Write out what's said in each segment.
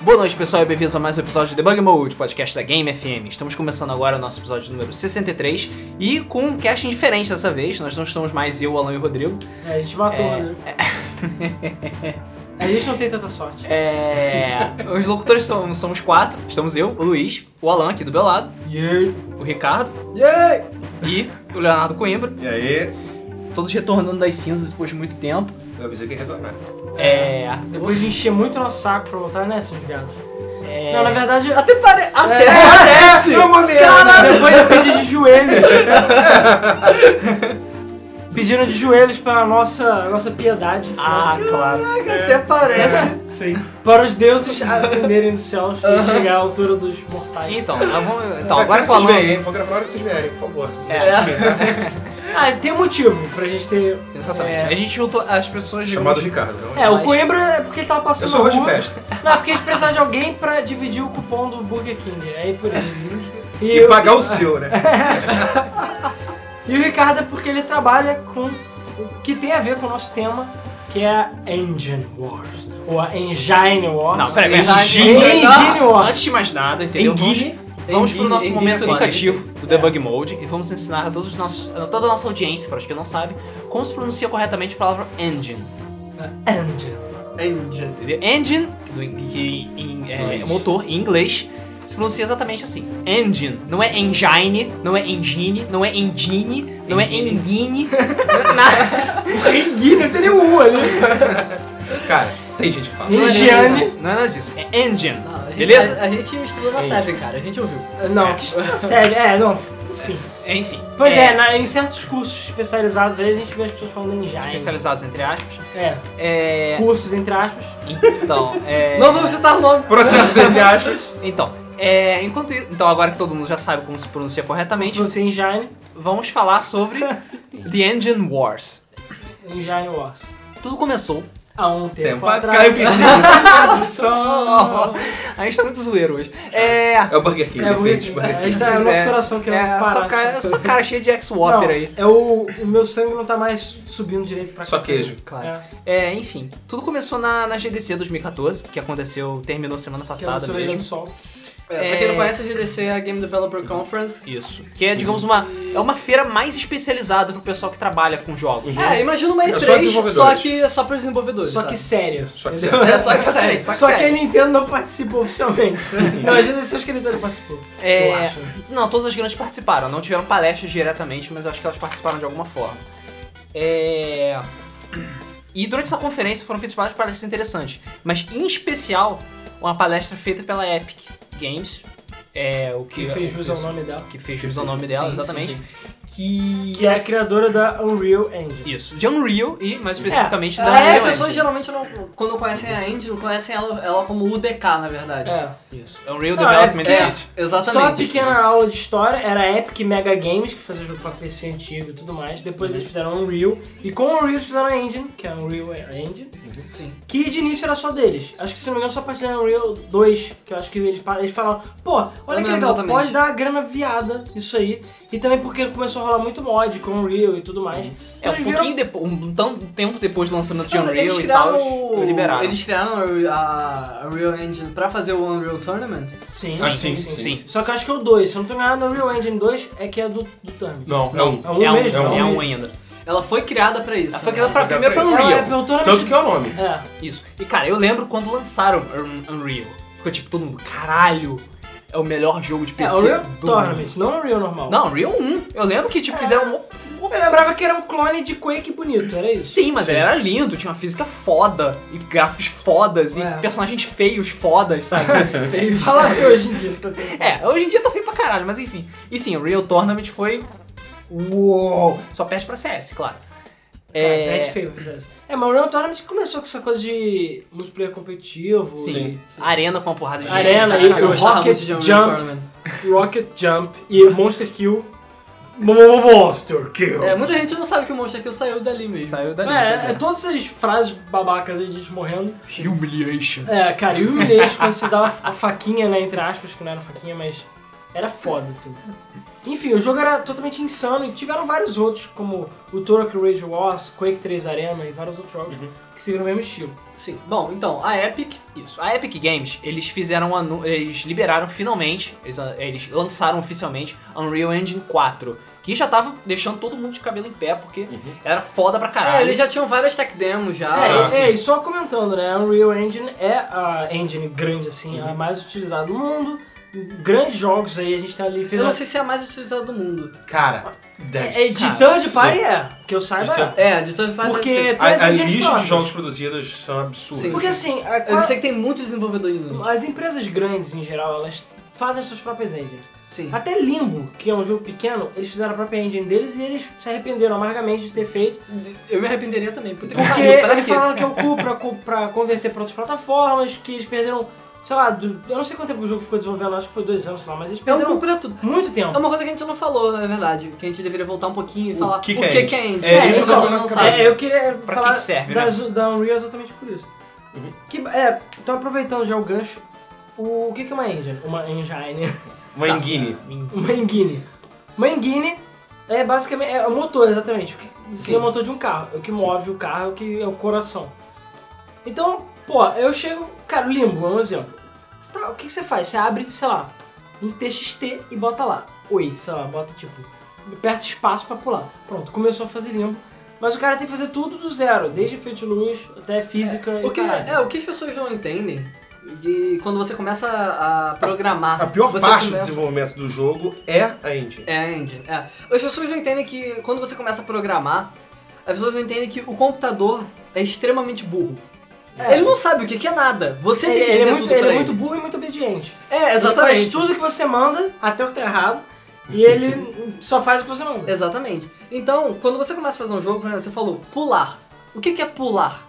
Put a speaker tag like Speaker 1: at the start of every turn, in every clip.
Speaker 1: Boa noite, pessoal, e bem-vindos a mais um episódio de Debug Mode, podcast da Game FM. Estamos começando agora o nosso episódio número 63 e com um casting diferente dessa vez. Nós não estamos mais eu, Alan e o Rodrigo.
Speaker 2: É, a gente matou,
Speaker 1: É.
Speaker 2: né? A gente não tem tanta sorte.
Speaker 1: É, os locutores são, somos quatro. Estamos eu, o Luiz, o Alan aqui do meu lado, o Ricardo e o Leonardo Coimbra.
Speaker 3: E aí,
Speaker 1: Todos retornando das cinzas depois de muito tempo.
Speaker 3: eu avisei que ia retornar.
Speaker 1: É,
Speaker 2: Depois de encher muito nosso saco pra voltar, né, seus viados? Não, na verdade,
Speaker 1: até pare... até
Speaker 2: É.
Speaker 1: parece!
Speaker 3: Não, maneiro!
Speaker 2: depois eu pedi de joelhos. Pedindo de joelhos pela nossa, nossa piedade.
Speaker 1: Ah,
Speaker 2: né?
Speaker 1: claro.
Speaker 3: Até parece. É, Sim.
Speaker 2: Para os deuses acenderem nos céus e chegar à altura dos mortais.
Speaker 1: Então, nós vamos- então
Speaker 3: Mas
Speaker 1: agora
Speaker 3: quero que vocês
Speaker 1: falando.
Speaker 3: vierem, hein? Vou gravar na hora que vocês vierem, por favor.
Speaker 1: É.
Speaker 2: Ah, tem motivo pra gente ter.
Speaker 1: Exatamente.
Speaker 2: É.
Speaker 1: A gente juntou as pessoas de um-
Speaker 3: Chamado Ricardo. Não?
Speaker 2: É, o
Speaker 1: Mas-
Speaker 2: Coimbra é porque ele tava passando.
Speaker 3: Eu sou
Speaker 2: na
Speaker 3: hoje de
Speaker 2: rua.
Speaker 3: festa.
Speaker 2: Não, é porque a gente precisava de alguém pra dividir o cupom do Burger King. é Aí por isso.
Speaker 3: E,
Speaker 2: eu-
Speaker 3: pagar o seu, né?
Speaker 2: E o Ricardo é porque ele trabalha com o que tem a ver com o nosso tema, que é a Engine Wars. Ou a Engine Wars.
Speaker 1: Não, peraí, peraí.
Speaker 2: Engine, Engine Wars.
Speaker 1: Antes de mais nada, entendeu?
Speaker 3: Engine.
Speaker 1: Vamos, vamos pro
Speaker 3: Engine,
Speaker 1: nosso
Speaker 3: engine
Speaker 1: momento
Speaker 3: é claro.
Speaker 1: educativo do Debug Mode e vamos ensinar a todos os nossos, a toda a nossa audiência, para os que não sabem, como se pronuncia corretamente a palavra engine.
Speaker 2: Engine.
Speaker 1: Engine, entendeu? Engine, que, do, in- que em- é,
Speaker 3: Inglês.
Speaker 1: motor em inglês, se pronuncia exatamente assim. Engine. Não é engine, não é engine, não é engine, não é engine. não é nada.
Speaker 2: Engine, não tem nenhum U ali.
Speaker 3: Cara, tem gente que fala.
Speaker 2: Engine.
Speaker 1: Não é nada disso. É engine.
Speaker 4: Não, Ah, a gente-
Speaker 1: Beleza?
Speaker 4: A, a gente estudou na SEB, cara, a gente ouviu.
Speaker 2: Não, que história séria. É, não. Enfim.
Speaker 1: Enfim.
Speaker 2: Pois é, na- em certos cursos especializados aí a gente vê as pessoas falando Engine.
Speaker 1: especializados entre aspas.
Speaker 2: É,
Speaker 1: É.
Speaker 2: cursos entre aspas.
Speaker 1: Então, é.
Speaker 4: Não vamos citar o nome.
Speaker 3: Processos entre aspas.
Speaker 1: Então, é. Enquanto isso. Então, agora que todo mundo já sabe como se pronuncia corretamente,
Speaker 2: Pronuncia Engine,
Speaker 1: vamos falar sobre The Engine Wars.
Speaker 2: Engine Wars.
Speaker 1: Tudo começou.
Speaker 2: Há um tempo,
Speaker 3: Tempo
Speaker 2: atrás.
Speaker 3: atrás. Eu preciso.
Speaker 1: A gente tá muito zoeiro hoje. É.
Speaker 3: É o Burger King.
Speaker 2: É, o
Speaker 3: efeitos
Speaker 2: é,
Speaker 3: Burger
Speaker 2: é,
Speaker 3: King.
Speaker 2: está no
Speaker 1: Pois
Speaker 2: nosso
Speaker 1: é.
Speaker 2: coração que
Speaker 1: É,
Speaker 2: não
Speaker 1: sua
Speaker 2: para.
Speaker 1: cara, essa cara cheia de
Speaker 2: Não,
Speaker 1: X-Whopper aí.
Speaker 2: É o, o meu sangue não tá mais subindo direito pra
Speaker 3: Só
Speaker 2: cá.
Speaker 3: queijo.
Speaker 1: Claro.
Speaker 2: É,
Speaker 1: É, enfim. Tudo começou na, na GDC 2014, que aconteceu, terminou semana
Speaker 2: que é o
Speaker 1: passada
Speaker 2: Sorelha do
Speaker 1: mesmo.
Speaker 2: Sol.
Speaker 4: É, pra quem não conhece, a GDC é a Game Developer Conference.
Speaker 1: Isso. Que é, digamos, uma. É uma feira mais especializada pro pessoal que trabalha com jogos.
Speaker 3: Uhum.
Speaker 4: É, imagina uma
Speaker 3: É só
Speaker 4: E3,
Speaker 3: desenvolvedores.
Speaker 4: só que é só para desenvolvedores.
Speaker 2: Só que
Speaker 4: sabe?
Speaker 2: sério.
Speaker 3: Só que
Speaker 2: entendeu?
Speaker 4: É, só que sério. Só que,
Speaker 2: Só que a
Speaker 4: sério.
Speaker 2: Nintendo não participou oficialmente. não, a GDC acho que a Nintendo participou.
Speaker 1: É.
Speaker 2: Eu acho.
Speaker 1: Não, todas as grandes participaram. Não tiveram palestras diretamente, mas acho que elas participaram de alguma forma. É... E durante essa conferência foram feitas várias palestras interessantes. Mas, em especial, uma palestra feita pela Epic Games. É, o que,
Speaker 2: Que fez jus ao
Speaker 1: o-
Speaker 2: nome dela.
Speaker 1: Que fez jus ao nome dela,
Speaker 4: Sim,
Speaker 1: exatamente.
Speaker 4: sim,
Speaker 1: Que...
Speaker 2: Que é a criadora da Unreal Engine.
Speaker 1: Isso, de Unreal e, mais especificamente, da
Speaker 4: É,
Speaker 1: Unreal
Speaker 4: as pessoas
Speaker 1: Engine.
Speaker 4: geralmente não, quando conhecem a Engine, conhecem ela, ela como UDK, na verdade.
Speaker 2: É.
Speaker 1: Isso, Unreal
Speaker 2: Não,
Speaker 1: Development
Speaker 2: é-
Speaker 1: Kit.
Speaker 4: Exatamente.
Speaker 2: Só uma pequena aula de história, era a Epic Mega Games, que fazia jogo pra PC antigo e tudo mais. Depois eles fizeram Unreal, e com Unreal eles fizeram a Engine, que é a Unreal Engine.
Speaker 4: Sim.
Speaker 2: Que de início era só deles. Acho que se não me engano só a partir da Unreal 2, que eu acho que eles, pa- eles falaram, pô, olha
Speaker 4: Eu
Speaker 2: que
Speaker 4: lembro
Speaker 2: legal,
Speaker 4: exatamente.
Speaker 2: pode dar uma grana viada isso aí. E também porque começou a rolar muito mod com Unreal e tudo mais.
Speaker 1: É,
Speaker 2: Então
Speaker 1: um
Speaker 2: eles
Speaker 1: pouquinho
Speaker 2: viram...
Speaker 1: depois, um tão tempo depois do lançamento de
Speaker 4: Mas
Speaker 1: Unreal
Speaker 4: eles
Speaker 1: e tal,
Speaker 4: criaram,
Speaker 1: eles
Speaker 4: o-
Speaker 1: liberaram.
Speaker 4: eles criaram a a Unreal Engine pra fazer o Unreal Tournament.
Speaker 2: Sim,
Speaker 3: Ah,
Speaker 2: sim, sim,
Speaker 3: sim,
Speaker 2: sim.
Speaker 1: sim.
Speaker 2: Só que eu acho que é o 2, se eu não tô enganado, a Unreal Engine 2 é que é do, do Termin.
Speaker 3: Não, não.
Speaker 2: É um
Speaker 1: é um,
Speaker 2: mesmo,
Speaker 1: é um,
Speaker 3: é um
Speaker 1: ainda.
Speaker 4: Ela foi criada pra isso.
Speaker 1: Ela foi
Speaker 4: né?
Speaker 1: criada pra,
Speaker 3: Foi
Speaker 1: primeiro pra
Speaker 3: criada
Speaker 2: Ela é
Speaker 1: Unreal.
Speaker 2: pelo Tournament.
Speaker 3: Tanto que é o nome.
Speaker 2: É.
Speaker 1: Isso. E cara, eu lembro quando lançaram Un- Unreal. Ficou tipo todo mundo, caralho, é o melhor jogo de
Speaker 2: É,
Speaker 1: PC
Speaker 2: Unreal
Speaker 1: do mundo.
Speaker 2: Tournament, não Unreal normal.
Speaker 1: Não, Unreal 1. Eu lembro que tipo fizeram um- um-
Speaker 2: Eu lembrava que era um clone de Quake bonito, era isso?
Speaker 1: Sim, mas ele era lindo, tinha uma física foda, e gráficos fodas,
Speaker 4: É.
Speaker 1: e personagens feios fodas, sabe? Feios.
Speaker 2: Fala que hoje em dia você tá tendo.
Speaker 1: É, hoje em dia tá feio pra caralho, mas enfim. E sim, o Real Tournament foi. Uou! Só perde pra CS, claro.
Speaker 2: É, Bad Favors, essa. É, mas o Unreal Tournament começou com essa coisa de multiplayer competitivo,
Speaker 1: Sim. Arena com uma porrada de
Speaker 2: Arena,
Speaker 1: gente.
Speaker 2: e-
Speaker 4: Cara, eu
Speaker 2: o
Speaker 4: gostava
Speaker 2: Rocket
Speaker 4: muito de Unreal
Speaker 2: Jump.
Speaker 4: Tournament.
Speaker 2: e Rocket Jump e Monster Kill. Mo- Mo- Monster Kill.
Speaker 4: É, muita gente não sabe que o Monster Kill saiu dali mesmo.
Speaker 1: Saiu dali.
Speaker 2: É, é, todas essas frases babacas aí de gente morrendo.
Speaker 1: Humiliation.
Speaker 2: É, cara, e o Inês quando você dá a faquinha, né, entre aspas, que não era faquinha, mas... Era foda, assim. Enfim, o jogo era totalmente insano e tiveram vários outros, como o Turok Rage Wars, Quake 3 Arena e vários outros jogos que seguiram o mesmo estilo.
Speaker 1: Sim. Bom, então, a Epic, isso. A Epic Games, eles fizeram um anu- eles liberaram finalmente, eles, eles lançaram oficialmente Unreal Engine 4, que já tava deixando todo mundo de cabelo em pé porque era foda pra caralho.
Speaker 4: É, eles já tinham várias tech demos já.
Speaker 2: É,
Speaker 3: Ah,
Speaker 2: e-
Speaker 3: sim.
Speaker 2: é, e só comentando, né? A Unreal Engine é a engine grande, assim,
Speaker 4: Uhum.
Speaker 2: a mais utilizada do mundo. Grandes jogos aí, a gente tá ali, fez uma...
Speaker 4: Eu não sei se é a mais utilizada do mundo.
Speaker 3: Cara, deve
Speaker 2: É, é de
Speaker 3: ser.
Speaker 2: third party é, que eu saiba
Speaker 3: De
Speaker 2: é.
Speaker 3: third-
Speaker 4: É, de todas as partes. deve
Speaker 2: Porque
Speaker 4: ser.
Speaker 2: traz
Speaker 3: A, a
Speaker 2: mídias
Speaker 3: lista de
Speaker 2: próprias.
Speaker 3: jogos produzidos são absurdos.
Speaker 4: Sim.
Speaker 2: Porque assim, a-
Speaker 4: Eu sei que tem muito desenvolvedor em Linux.
Speaker 2: as empresas grandes em geral, elas fazem suas próprias engines.
Speaker 4: Sim.
Speaker 2: Até Limbo, que é um jogo pequeno, eles fizeram a própria engine deles e eles se arrependeram amargamente de ter feito.
Speaker 4: Eu me arrependeria também. Puta que
Speaker 2: Porque
Speaker 4: pariu, pra
Speaker 2: eles
Speaker 4: quê?
Speaker 2: falaram que é o cu pra, co- pra converter pra outras plataformas, que eles perderam, sei lá, do- eu não sei quanto tempo o jogo ficou desenvolvendo, acho que foi dois anos, sei lá, mas eles
Speaker 4: É um cu
Speaker 2: perderam
Speaker 4: pra tudo.
Speaker 2: muito
Speaker 4: É
Speaker 2: tempo.
Speaker 4: uma coisa que a gente não falou, na verdade. Que a gente deveria voltar um pouquinho e
Speaker 3: O
Speaker 4: falar
Speaker 3: que
Speaker 4: o
Speaker 3: que é
Speaker 4: que,
Speaker 3: indie?
Speaker 4: que é indie.
Speaker 3: É,
Speaker 2: isso
Speaker 4: as
Speaker 2: que eu
Speaker 4: pessoas
Speaker 3: tava-
Speaker 4: não
Speaker 3: é,
Speaker 4: sabem.
Speaker 2: É, eu queria
Speaker 1: Pra
Speaker 2: falar
Speaker 1: que que serve, né? Uhum.
Speaker 2: das, da Unreal é exatamente por isso. Que, é, tô aproveitando já o gancho. O, o que, que é uma engine? Uma engine.
Speaker 3: Uma enguine.
Speaker 2: Uma engine. Uma engine é basicamente é o motor, exatamente. O que,
Speaker 4: Sim.
Speaker 2: que é o motor de um carro. É o que move o carro, é o que é o coração. Então, pô, eu chego. Cara, o limbo é um exemplo. Tá, o que, que você faz? Você abre, sei lá, um TXT e bota lá. Oi, sei lá, bota tipo. Aperta espaço pra pular. Pronto, começou a fazer limbo. Mas o cara tem que fazer tudo do zero, desde efeito de luz até física e
Speaker 4: O que,
Speaker 2: caralho.
Speaker 4: é, o que as pessoas não entendem, e quando você começa a programar...
Speaker 3: A pior
Speaker 4: Ah, você
Speaker 3: parte do
Speaker 4: começa...
Speaker 3: desenvolvimento do jogo é a engine.
Speaker 4: É, a engine. É. As pessoas não entendem que quando você começa a programar, as pessoas não entendem que o computador é extremamente burro.
Speaker 2: É.
Speaker 4: Ele não sabe o que, que é nada. Você tem
Speaker 2: Ele-
Speaker 4: que
Speaker 2: ele
Speaker 4: dizer
Speaker 2: é muito,
Speaker 4: tudo
Speaker 2: ele
Speaker 4: pra
Speaker 2: é
Speaker 4: ele.
Speaker 2: muito burro e muito obediente.
Speaker 4: É,
Speaker 2: Ele
Speaker 4: exatamente.
Speaker 2: faz tudo que você manda, até o que tá errado, e ele só faz o que você manda.
Speaker 4: Exatamente. Então, quando você começa a fazer um jogo, por exemplo, você falou pular. O que, que é pular?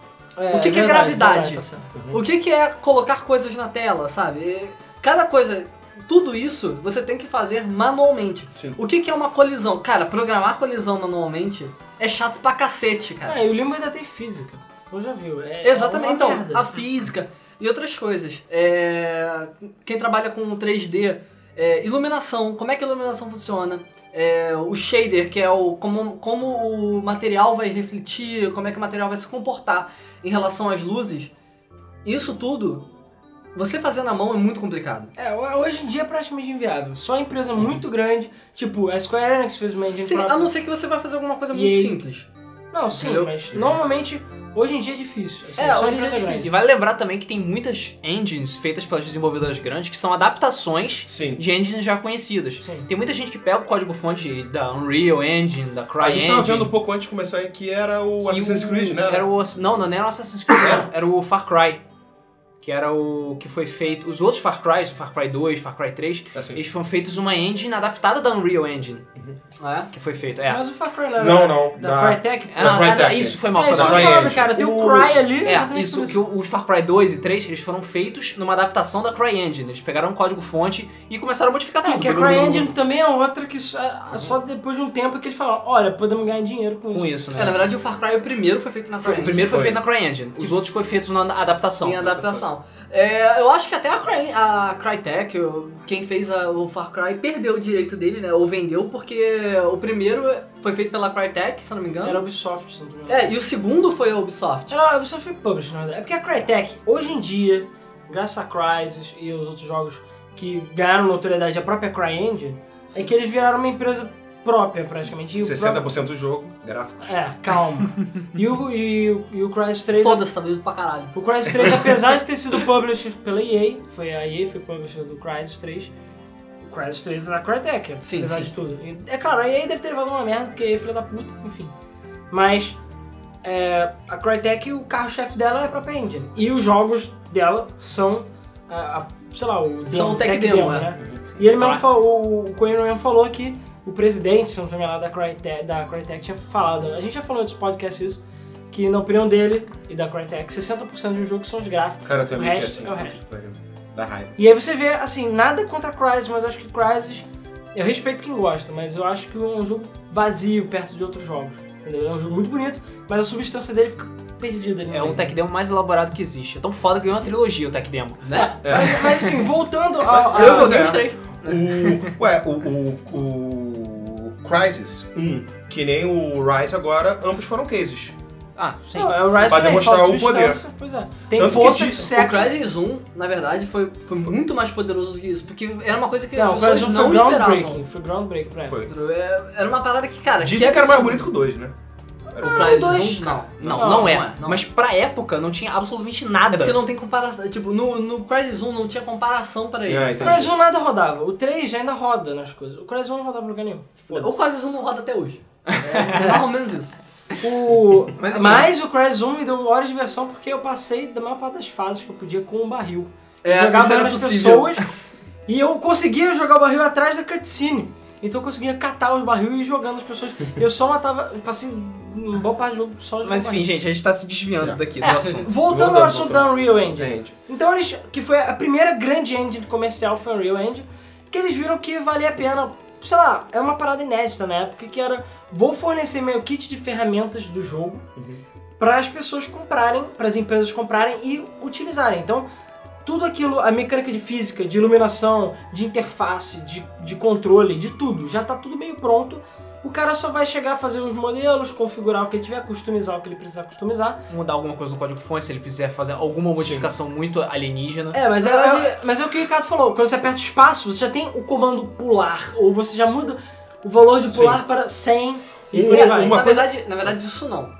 Speaker 4: o que que é gravidade?
Speaker 2: tá certo.
Speaker 4: O que, que é colocar coisas na tela, sabe? E Cada coisa, tudo isso você tem que fazer manualmente.
Speaker 3: Sim.
Speaker 4: O que, que é uma colisão? Cara, programar colisão manualmente é chato pra cacete, cara.
Speaker 2: Ah, e o Limbo ainda tem física. Então já viu. É,
Speaker 4: Exatamente,
Speaker 2: é
Speaker 4: então,
Speaker 2: uma merda.
Speaker 4: a física e outras coisas. É, Quem trabalha com 3D, é, iluminação, como é que a iluminação funciona? É, o shader, que é o como, como o material vai refletir, como é que o material vai se comportar em relação às luzes. Isso tudo, você fazer na mão é muito complicado.
Speaker 2: É, ho- hoje em dia é praticamente inviável. Só empresa muito grande, tipo a Square Enix fez uma engine
Speaker 4: Sim,
Speaker 2: própria.
Speaker 4: a não ser que você vai fazer alguma coisa
Speaker 2: E
Speaker 4: muito
Speaker 2: aí?
Speaker 4: simples.
Speaker 2: Não, sim,
Speaker 4: Entendeu?
Speaker 2: mas normalmente hoje em dia é difícil. Assim,
Speaker 4: É,
Speaker 2: só
Speaker 4: hoje em dia é
Speaker 2: empresa grande.
Speaker 1: E vale lembrar também que tem muitas engines feitas pelas desenvolvedoras grandes que são adaptações
Speaker 3: Sim.
Speaker 1: de engines já conhecidas.
Speaker 2: Sim.
Speaker 1: Tem muita gente que pega o código-fonte da Unreal Engine, da
Speaker 3: A gente tava
Speaker 1: CryEngine.
Speaker 3: vendo um pouco antes de começar que era o
Speaker 1: que
Speaker 3: Assassin's
Speaker 1: o-
Speaker 3: Creed, né?
Speaker 1: Era o, não, não era o Assassin's Creed, era, era o Far Cry. Que era o que foi feito. Os outros Far Crys, o Far Cry 2, Far Cry 3,
Speaker 3: Assim.
Speaker 1: eles foram feitos uma engine adaptada da Unreal Engine.
Speaker 4: É.
Speaker 1: Que foi feito, é.
Speaker 2: Mas o Far Cry não era
Speaker 3: Não, não,
Speaker 2: Da
Speaker 3: da-
Speaker 2: Crytek?
Speaker 1: Era-
Speaker 3: Cry
Speaker 1: era-
Speaker 3: Tech.
Speaker 1: isso, foi mal,
Speaker 2: é,
Speaker 1: foi
Speaker 2: isso
Speaker 1: mal.
Speaker 2: que eu tô
Speaker 3: Cry
Speaker 2: falando,
Speaker 3: Engine.
Speaker 2: cara. Tem o Cry ali,
Speaker 1: É,
Speaker 2: exatamente
Speaker 1: isso,
Speaker 2: por
Speaker 1: que o- os Far Cry 2 e 3, eles foram feitos numa adaptação da CryEngine. Eles pegaram um código-fonte e começaram a modificar
Speaker 2: É,
Speaker 1: tudo.
Speaker 2: que a CryEngine também é outra que só, só depois de um tempo que eles falam, olha, podemos ganhar dinheiro com isso.
Speaker 1: Com isso, né?
Speaker 4: É, na verdade, o Far Cry, o primeiro foi feito na
Speaker 1: Foi-
Speaker 4: frente.
Speaker 1: o primeiro foi,
Speaker 3: Foi.
Speaker 1: feito na CryEngine, os outros foram feitos na adaptação.
Speaker 4: Em adaptação. É, eu acho que até a, Cry, a Crytek, o- quem fez a- o Far Cry, perdeu o direito dele, né? Ou vendeu, porque o primeiro foi feito pela Crytek, se eu não me
Speaker 2: Era
Speaker 4: engano.
Speaker 2: Ubisoft, se não me engano.
Speaker 4: É, e o segundo foi a Ubisoft.
Speaker 2: Era a Ubisoft foi Publisher, na verdade. É porque a Crytek, hoje em dia, graças a Crysis e os outros jogos que ganharam notoriedade da própria CryEngine, é que eles viraram uma empresa própria, praticamente. E o
Speaker 3: 60% do jogo, gráfico.
Speaker 2: próprio- É, calma. e, o, e, o- e o Crysis 3...
Speaker 4: Foda-se, tá doido pra caralho.
Speaker 2: O Crysis 3, apesar de ter sido publisher pela EA, foi a EA foi publisher do Crysis 3, o Crysis 3 é da Crytek,
Speaker 4: Sim,
Speaker 2: apesar
Speaker 4: sim.
Speaker 2: de tudo. E, é claro, a EA deve ter levado uma merda, porque a EA é filha da puta, enfim. Mas é, a Crytek, o carro-chefe dela é a própria engine. E os jogos dela são, é, a, a- sei lá, o demo,
Speaker 4: São o tech demo, né?
Speaker 2: E ele mesmo
Speaker 1: Claro.
Speaker 2: falou, o Coelho mesmo falou que o presidente, se não me engano, lá da Crytek, da Crytek tinha falado, a gente já falou nesse podcast isso, que na opinião dele e da Crytek, 60% de um jogo são os gráficos.
Speaker 3: Cara, eu
Speaker 2: o
Speaker 3: também
Speaker 2: resto é o
Speaker 3: puta
Speaker 2: resto.
Speaker 3: assim, que pariu. Dá raiva.
Speaker 2: E aí você vê, assim, nada contra a Crysis, mas eu acho que Crysis, eu respeito quem gosta, mas eu acho que é um jogo vazio perto de outros jogos, entendeu? É um jogo muito bonito, mas a substância dele fica perdida
Speaker 4: um
Speaker 2: ali. no
Speaker 1: É o
Speaker 2: meio.
Speaker 1: tech demo mais elaborado que existe. É tão foda que ganhou uma trilogia o tech demo.
Speaker 2: Ah,
Speaker 4: Né?
Speaker 2: Mas, mas, enfim, voltando ao... ao-
Speaker 4: Eu joguei os três.
Speaker 3: Ah, é. O, ué, o, o, o Crysis 1, que nem o Rise agora, ambos foram cases.
Speaker 1: Ah, sim.
Speaker 4: assim,
Speaker 2: Não, é o Rise
Speaker 3: Pra
Speaker 2: também,
Speaker 3: demonstrar
Speaker 2: falta
Speaker 3: o poder.
Speaker 2: substância, Pois é. Tem
Speaker 3: Tanto que
Speaker 2: força
Speaker 3: diz-
Speaker 2: que
Speaker 4: O
Speaker 2: seca.
Speaker 4: Crysis 1, na verdade, foi, foi muito mais poderoso do que isso, porque era uma coisa que
Speaker 2: Não,
Speaker 4: as
Speaker 2: o
Speaker 4: pessoas
Speaker 2: Crysis um
Speaker 4: não
Speaker 2: foi
Speaker 4: esperavam.
Speaker 2: groundbreaking. Foi groundbreaking pra época.
Speaker 3: Foi.
Speaker 4: É, Era uma parada que, cara.
Speaker 3: Dizem que era mais
Speaker 4: absurdo.
Speaker 3: bonito que o 2, né? Era
Speaker 4: O
Speaker 2: Ah,
Speaker 3: o-
Speaker 4: Crysis
Speaker 2: dois,
Speaker 4: 1,
Speaker 1: Não,
Speaker 4: cara.
Speaker 1: não,
Speaker 2: Não,
Speaker 1: não,
Speaker 4: não
Speaker 1: é.
Speaker 4: é, não.
Speaker 1: Mas pra época não tinha absolutamente
Speaker 4: É
Speaker 1: nada.
Speaker 4: porque não tem comparação. Tipo, no, no Crysis 1 não tinha comparação pra ele.
Speaker 3: É,
Speaker 2: O
Speaker 3: entendi.
Speaker 2: Crysis 1 nada rodava. O 3 ainda roda nas coisas. O Crysis 1 não rodava em lugar nenhum.
Speaker 4: o Crysis 1 não roda até hoje. É, mais ou menos isso.
Speaker 2: O...
Speaker 1: Mas,
Speaker 2: Mas,
Speaker 1: enfim.
Speaker 2: o Crysis 1 me deu uma hora de diversão porque eu passei da maior parte das fases que eu podia com um barril.
Speaker 4: É, isso
Speaker 2: jogava
Speaker 4: era
Speaker 2: nas
Speaker 4: possível.
Speaker 2: pessoas e eu conseguia jogar o barril atrás da cutscene. Então eu conseguia catar os barril e ir jogando as pessoas. Eu só matava, eu passei uma boa parte do jogo só jogando
Speaker 1: Mas enfim,
Speaker 2: barril.
Speaker 1: gente, a gente tá se desviando daqui do
Speaker 2: É,
Speaker 1: assunto.
Speaker 2: voltando ao
Speaker 3: Voltando,
Speaker 2: assunto da
Speaker 3: voltando.
Speaker 2: Unreal Engine.
Speaker 3: Gente,
Speaker 2: Então eles, que foi a primeira grande engine comercial foi a Unreal Engine, que eles viram que valia a pena, sei lá, era uma parada inédita na época, que era vou fornecer meu kit de ferramentas do jogo para as pessoas comprarem, para as empresas comprarem e utilizarem. Então, tudo aquilo, a mecânica de física, de iluminação, de interface, de, de controle, de tudo, já tá tudo meio pronto. O cara só vai chegar a fazer os modelos, configurar o que ele tiver, customizar o que ele precisar customizar
Speaker 1: Mudar alguma coisa no código fonte se ele quiser fazer alguma modificação muito alienígena.
Speaker 2: É, mas é,
Speaker 4: Na verdade-
Speaker 2: é- mas é o que o Ricardo falou. Quando você aperta o espaço, você já tem o comando pular. Ou você já muda o valor de pular para 100 e por
Speaker 3: Uma-
Speaker 2: aí vai.
Speaker 3: uma-
Speaker 4: É, na,
Speaker 3: coisa-
Speaker 4: verdade, na verdade, isso não.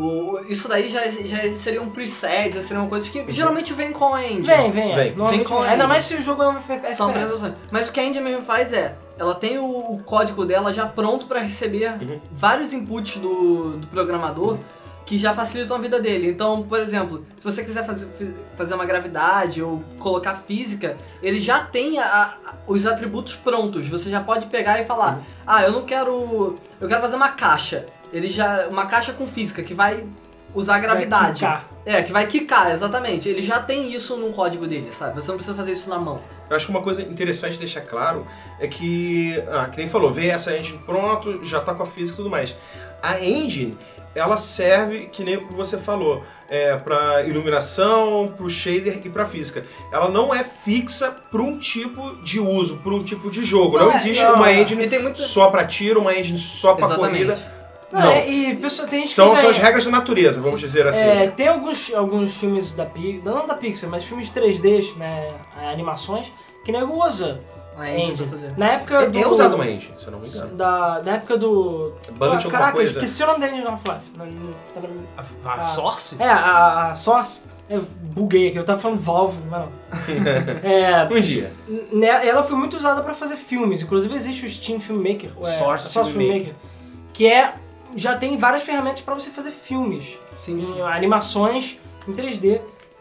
Speaker 4: O, isso daí já, já seria um preset, já seria uma coisa que geralmente vem com a engine.
Speaker 2: Vem, vem. é.
Speaker 3: Vem.
Speaker 2: Normalmente
Speaker 4: Vem com
Speaker 2: vem.
Speaker 4: a
Speaker 2: Ainda
Speaker 4: engine.
Speaker 2: mais se o jogo é um FPS.
Speaker 4: São apresentações. Mas o que a engine mesmo faz é, ela tem o, o código dela já pronto pra receber vários inputs do, do programador que já facilitam a vida dele. Então, por exemplo, se você quiser fazer, fi- fazer uma gravidade ou colocar física, ele já tem a- a- os atributos prontos. Você já pode pegar e falar, ah, eu não quero, eu quero fazer uma caixa. Ele já uma caixa com física que vai usar a gravidade.
Speaker 2: quicar.
Speaker 4: é, que vai quicar, exatamente. Ele já tem isso no código dele, sabe? Você não precisa fazer isso na mão.
Speaker 3: eu acho que uma coisa interessante deixar claro é que, ah, que nem falou, veio essa engine pronto, já tá com a física e tudo mais. A engine, ela serve, que nem o que você falou, é, para iluminação, pro shader e pra física. Ela não é fixa pra um tipo de uso, pra um tipo de jogo. Não,
Speaker 4: Não é,
Speaker 3: existe
Speaker 2: não,
Speaker 3: uma
Speaker 2: é.
Speaker 3: engine
Speaker 4: E tem muita
Speaker 3: só pra tiro, uma engine só pra corrida.
Speaker 2: Não,
Speaker 3: Não.
Speaker 2: é, e pessoal, tem gente
Speaker 3: São,
Speaker 2: que
Speaker 3: são
Speaker 2: já-
Speaker 3: as regras da natureza, vamos dizer assim.
Speaker 2: É, tem alguns, alguns filmes da Pixar, não da Pixar, mas filmes 3D, né, animações, que nego usa.
Speaker 4: A engine pra
Speaker 2: Engine.
Speaker 4: fazer.
Speaker 2: Na época do...
Speaker 3: É, é usado uma engine, se eu não me engano.
Speaker 2: Da, da época do...
Speaker 3: Bullet é
Speaker 2: ah,
Speaker 3: alguma
Speaker 2: caraca, eu
Speaker 3: coisa.
Speaker 2: esqueci o nome da Engine do Half-Life. Não- não- tá na-
Speaker 1: A, a
Speaker 2: Ah.
Speaker 1: Source?
Speaker 2: É, a, a Source. Eu buguei aqui, eu tava falando Valve, mas não. é,
Speaker 3: Um dia.
Speaker 2: né, ela foi muito usada pra fazer filmes, inclusive existe o Steam Filmmaker, ou é,
Speaker 1: Source
Speaker 2: a Source Filmmaker,
Speaker 1: Filmmaker.
Speaker 2: que é já tem várias ferramentas pra você fazer filmes,
Speaker 4: Sim, sim.
Speaker 2: em animações em 3D,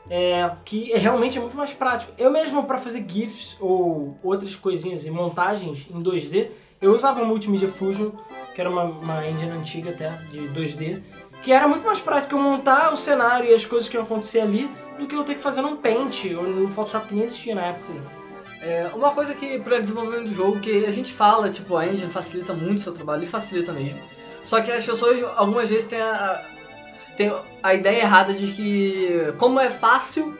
Speaker 2: é, que é, realmente é muito mais prático. Eu mesmo pra fazer GIFs ou outras coisinhas e montagens em 2D, eu usava o Multimedia Fusion, que era uma, uma engine antiga até, de 2D, que era muito mais prático eu montar o cenário e as coisas que iam acontecer ali do que eu ter que fazer num Paint ou no Photoshop que nem existia na época.
Speaker 4: É, uma coisa que para desenvolvimento do jogo que a gente fala, tipo, a engine facilita muito o seu trabalho, e facilita mesmo. Só que as pessoas algumas vezes têm a, têm a ideia errada de que como é fácil,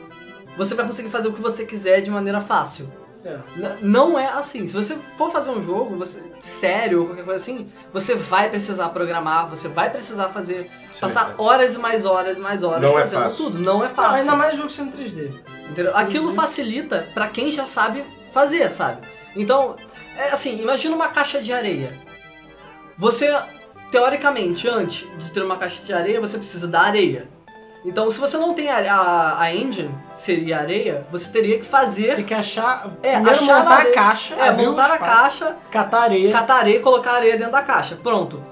Speaker 4: você vai conseguir fazer o que você quiser de maneira fácil.
Speaker 2: É.
Speaker 4: N- não é assim. Se você for fazer um jogo você, sério ou qualquer coisa assim, você vai precisar programar, você vai precisar fazer,
Speaker 3: Sim,
Speaker 4: passar
Speaker 3: sim.
Speaker 4: horas e mais horas e mais horas
Speaker 3: Não é
Speaker 4: fazendo
Speaker 3: fácil.
Speaker 4: tudo. Não é
Speaker 2: Não,
Speaker 4: fácil.
Speaker 2: ainda mais jogo sendo 3D.
Speaker 4: Entendeu? Aquilo facilita pra quem já sabe fazer, sabe? Então, é assim, imagina uma caixa de areia. Você, teoricamente, antes de ter uma caixa de areia, você precisa da areia. Então, se você não tem a, a, a engine, seria areia, você teria que fazer,
Speaker 2: Tem que achar.
Speaker 4: É,
Speaker 2: primeiro
Speaker 4: achar na
Speaker 2: montar a
Speaker 4: areia.
Speaker 2: caixa.
Speaker 4: é,
Speaker 2: abrir o
Speaker 4: montar a
Speaker 2: espaço,
Speaker 4: caixa,
Speaker 2: Catar areia.
Speaker 4: catar areia e colocar a areia dentro da caixa. Pronto.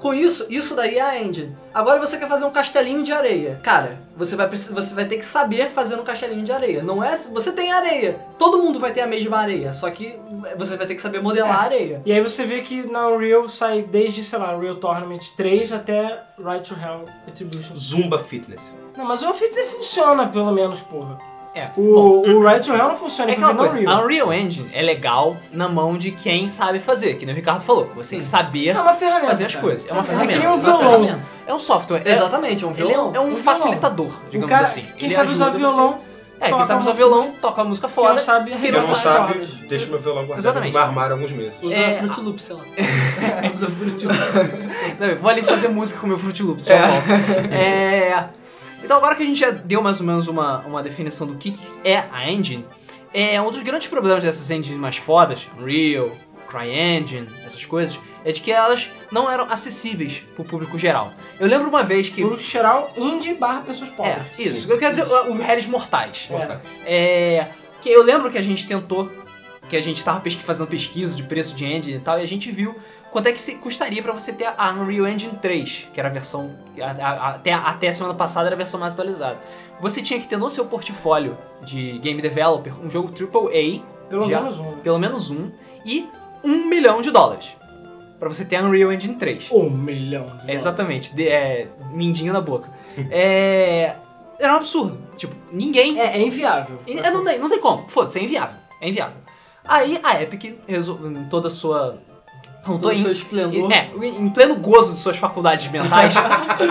Speaker 4: Com isso, isso daí é a engine. Agora você quer fazer um castelinho de areia. Cara, você vai, precis- você vai ter que saber fazer um castelinho de areia. Não é. Você tem areia. Todo mundo vai ter a mesma areia. Só que você vai ter que saber
Speaker 1: É.
Speaker 4: modelar a areia.
Speaker 2: E aí você vê que na Unreal sai desde, sei lá, Unreal Tournament 3 até Right to Hell Retribution.
Speaker 3: Zumba Fitness.
Speaker 2: Não, mas o Unreal funciona, pelo menos, porra.
Speaker 1: É.
Speaker 2: O, o Right to Hell não funciona,
Speaker 1: É
Speaker 2: ele
Speaker 1: aquela
Speaker 2: fica
Speaker 1: coisa,
Speaker 2: no
Speaker 1: a
Speaker 2: Unreal.
Speaker 1: Unreal Engine é legal na mão de quem sabe fazer, que nem o Ricardo falou. Você tem que saber
Speaker 2: É uma ferramenta.
Speaker 1: fazer as
Speaker 2: cara.
Speaker 1: coisas. É uma
Speaker 2: É que
Speaker 1: ferramenta.
Speaker 2: nem um
Speaker 1: exatamente.
Speaker 2: violão.
Speaker 1: É um software. é-
Speaker 4: Exatamente, é um
Speaker 1: Ele é
Speaker 4: violão.
Speaker 1: um, é um
Speaker 2: Um violão.
Speaker 1: facilitador,
Speaker 2: O
Speaker 1: digamos
Speaker 2: cara,
Speaker 1: assim.
Speaker 2: quem
Speaker 1: Ele
Speaker 2: sabe usar
Speaker 1: ajuda você-
Speaker 2: violão
Speaker 1: É,
Speaker 2: Toca
Speaker 1: quem sabe
Speaker 2: a
Speaker 1: usar
Speaker 2: música.
Speaker 1: violão, toca a música um
Speaker 2: Quem
Speaker 1: fora.
Speaker 2: não sabe
Speaker 1: quem
Speaker 3: Quem
Speaker 1: não
Speaker 3: não
Speaker 2: arregaçar
Speaker 1: sabe-
Speaker 3: sabe,
Speaker 2: cordas.
Speaker 3: deixa meu violão guardado
Speaker 1: Exatamente.
Speaker 3: no armário há alguns meses.
Speaker 4: Usa
Speaker 1: É,
Speaker 4: Fruit Loops, sei lá.
Speaker 2: Usa Fruit
Speaker 1: um
Speaker 2: Loops.
Speaker 1: Não, eu vou ali fazer música com o meu Fruit Loops, já volto. É, Então agora que a gente já deu mais ou menos uma, uma definição do que que é a engine, é um dos grandes problemas dessas engines mais fodas, Unreal, CryEngine, essas coisas, é de que elas não eram acessíveis pro público geral. Eu lembro uma vez que...
Speaker 2: Público geral, indie barra pessoas
Speaker 1: É,
Speaker 2: pobres.
Speaker 1: isso.
Speaker 3: Sim.
Speaker 1: Eu quero dizer, os réis mortais.
Speaker 3: Mortal.
Speaker 1: É, que eu lembro que a gente tentou, que a gente tava pesqui- fazendo pesquisa de preço de engine e tal, e a gente viu quanto é que se- custaria pra você ter a Unreal Engine 3, que era a versão, a- a- até, até semana passada era a versão mais atualizada. Você tinha que ter no seu portfólio de game developer um jogo AAA,
Speaker 2: Pelo
Speaker 1: Já.
Speaker 2: menos um. né?
Speaker 1: pelo menos um, e um milhão de dólares, Pra você ter a Unreal Engine 3.
Speaker 2: Um milhão. de
Speaker 1: É, exatamente, de- é, mindinho na boca. É, era um absurdo. Tipo, ninguém
Speaker 2: dólares. É, é inviável.
Speaker 1: e- é, não, tem, não tem como. Foda-se, é inviável. É inviável. Aí a Epic, resol- em toda a sua. Não tô
Speaker 4: Todo o seu
Speaker 1: em,
Speaker 4: esplendor.
Speaker 1: é, em pleno gozo de suas faculdades mentais,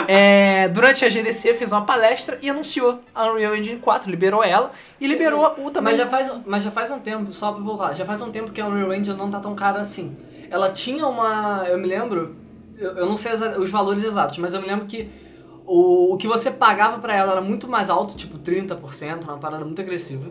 Speaker 1: é, durante a GDC fez uma palestra e anunciou a Unreal Engine 4, liberou ela e liberou o também.
Speaker 4: Mas já, faz, mas já faz um tempo, só pra voltar, já faz um tempo que a Unreal Engine não tá tão cara assim. Ela tinha uma. Eu me lembro, eu, eu não sei exa- os valores exatos, mas eu me lembro que o, o que você pagava pra ela era muito mais alto, tipo 30%, uma parada muito agressiva.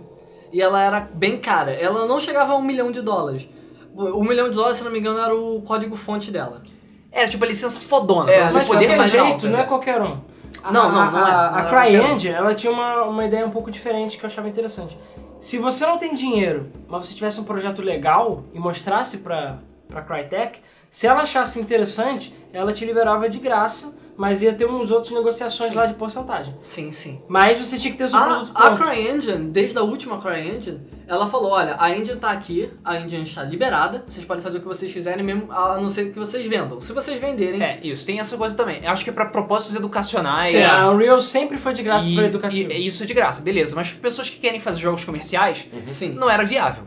Speaker 4: E ela era bem cara. Ela não chegava a um milhão de dólares. O um milhão de dólares, se não me engano, era o código-fonte dela.
Speaker 1: Era tipo a licença fodona,
Speaker 4: É,
Speaker 1: pra
Speaker 2: Mas
Speaker 1: você
Speaker 2: mas
Speaker 4: daquele
Speaker 1: poder
Speaker 2: daquele
Speaker 1: fazer
Speaker 2: jeito,
Speaker 1: altas.
Speaker 4: né?
Speaker 2: não é qualquer um. A-
Speaker 4: Não, não, não é.
Speaker 2: A, a,
Speaker 4: Não é
Speaker 2: CryEngine, ela tinha uma, uma ideia um pouco diferente que eu achava interessante. Se você não tem dinheiro, mas você tivesse um projeto legal e mostrasse pra, pra Crytek, se ela achasse interessante, ela te liberava de graça, mas ia ter uns outros negociações
Speaker 4: Sim.
Speaker 2: lá de porcentagem.
Speaker 4: Sim, sim.
Speaker 2: Mas você tinha que ter o seu
Speaker 4: A,
Speaker 2: produto
Speaker 4: a
Speaker 2: pronto.
Speaker 4: CryEngine, desde a última CryEngine, ela falou, olha, a engine tá aqui, a engine está liberada, vocês podem fazer o que vocês quiserem, mesmo a não ser que vocês vendam. Se vocês venderem...
Speaker 1: É, isso. Tem essa coisa também. Eu acho que é pra propósitos educacionais.
Speaker 2: Sim,
Speaker 4: é
Speaker 2: a
Speaker 4: um
Speaker 2: Unreal sempre foi de graça
Speaker 1: E,
Speaker 2: para educativo.
Speaker 1: e- e isso é de graça, beleza. Mas pra pessoas que querem fazer jogos comerciais,
Speaker 4: Sim.
Speaker 1: não era viável.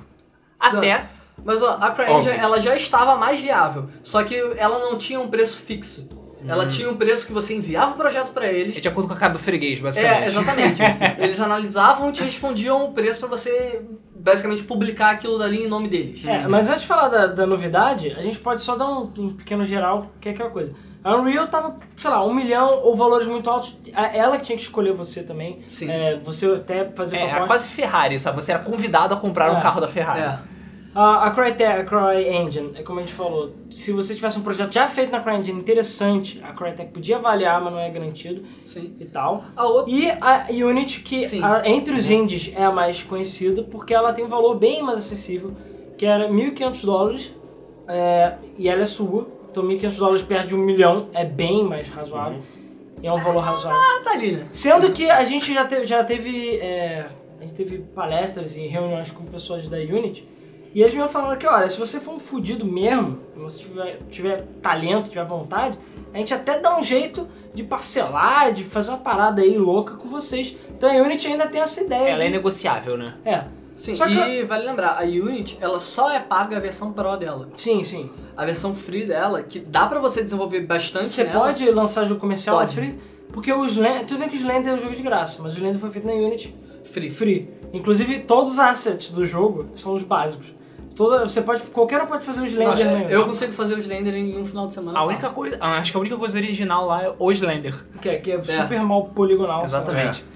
Speaker 1: Até
Speaker 4: Mas ó, a CryEngine,
Speaker 3: Óbvio.
Speaker 4: ela já estava mais viável, só que ela não tinha um preço fixo. Ela tinha um preço que você enviava o projeto pra
Speaker 1: É
Speaker 4: eles...
Speaker 1: de acordo com a cara do freguês, basicamente.
Speaker 4: É, exatamente. eles analisavam e te respondiam o preço pra você, basicamente, publicar aquilo dali em nome deles.
Speaker 1: Uhum.
Speaker 2: É, mas antes de falar da, da novidade, a gente pode só dar um, um pequeno geral, que é aquela coisa. A Unreal tava, sei lá, um milhão ou valores muito altos. A- Ela que tinha que escolher você também.
Speaker 4: Sim.
Speaker 2: É, você até fazer
Speaker 1: É,
Speaker 2: proposta.
Speaker 1: era quase Ferrari, sabe? Você era convidado a comprar um
Speaker 2: É.
Speaker 1: carro da Ferrari.
Speaker 4: É.
Speaker 2: A, a, Cryte- a CryEngine, é como a gente falou, se você tivesse um projeto já feito na CryEngine interessante, a Crytek podia avaliar, mas não é garantido
Speaker 4: Sim.
Speaker 2: e tal.
Speaker 4: A outra...
Speaker 2: E a Unity, que
Speaker 4: Sim.
Speaker 2: a- entre os indies é a mais conhecida, porque ela tem um valor bem mais acessível, que era 1.500 dólares, é, e ela é sua. Então 1.500 dólares perto de um milhão é bem mais razoável, e é um valor razoável.
Speaker 4: Ah, tá ali, né?
Speaker 2: Sendo que a gente já teve, já teve, é, a gente teve palestras e reuniões com pessoas da Unity, e eles me falaram que, olha, se você for um fudido mesmo, se você tiver, tiver talento, tiver vontade, a gente até dá um jeito de parcelar, de fazer uma parada aí louca com vocês. Então a Unity ainda tem essa ideia.
Speaker 1: Ela é
Speaker 2: de-
Speaker 1: negociável, né?
Speaker 2: é.
Speaker 4: Sim,
Speaker 2: Só que-
Speaker 4: e vale lembrar, a Unity, ela só é paga a versão Pro dela.
Speaker 2: Sim, sim.
Speaker 4: A versão free dela, que dá pra você desenvolver bastante
Speaker 2: Você
Speaker 4: nela.
Speaker 2: pode lançar jogo comercial
Speaker 4: Pode.
Speaker 2: free, porque o Slender, tudo bem que o Slender é um jogo de graça, mas o Slender foi feito na Unity
Speaker 4: Free.
Speaker 2: free. Inclusive, todos os assets do jogo são os básicos. Toda, você pode, qualquer um pode fazer o Slender.
Speaker 4: Nossa,
Speaker 2: na Unity.
Speaker 4: é, eu consigo fazer o Slender em um final de semana.
Speaker 1: A
Speaker 4: eu
Speaker 1: única
Speaker 4: faço.
Speaker 1: coisa. ah, Acho que a única coisa original lá é o Slender.
Speaker 2: Que é, que é super mal poligonal. É.
Speaker 1: Exatamente.
Speaker 2: sabe?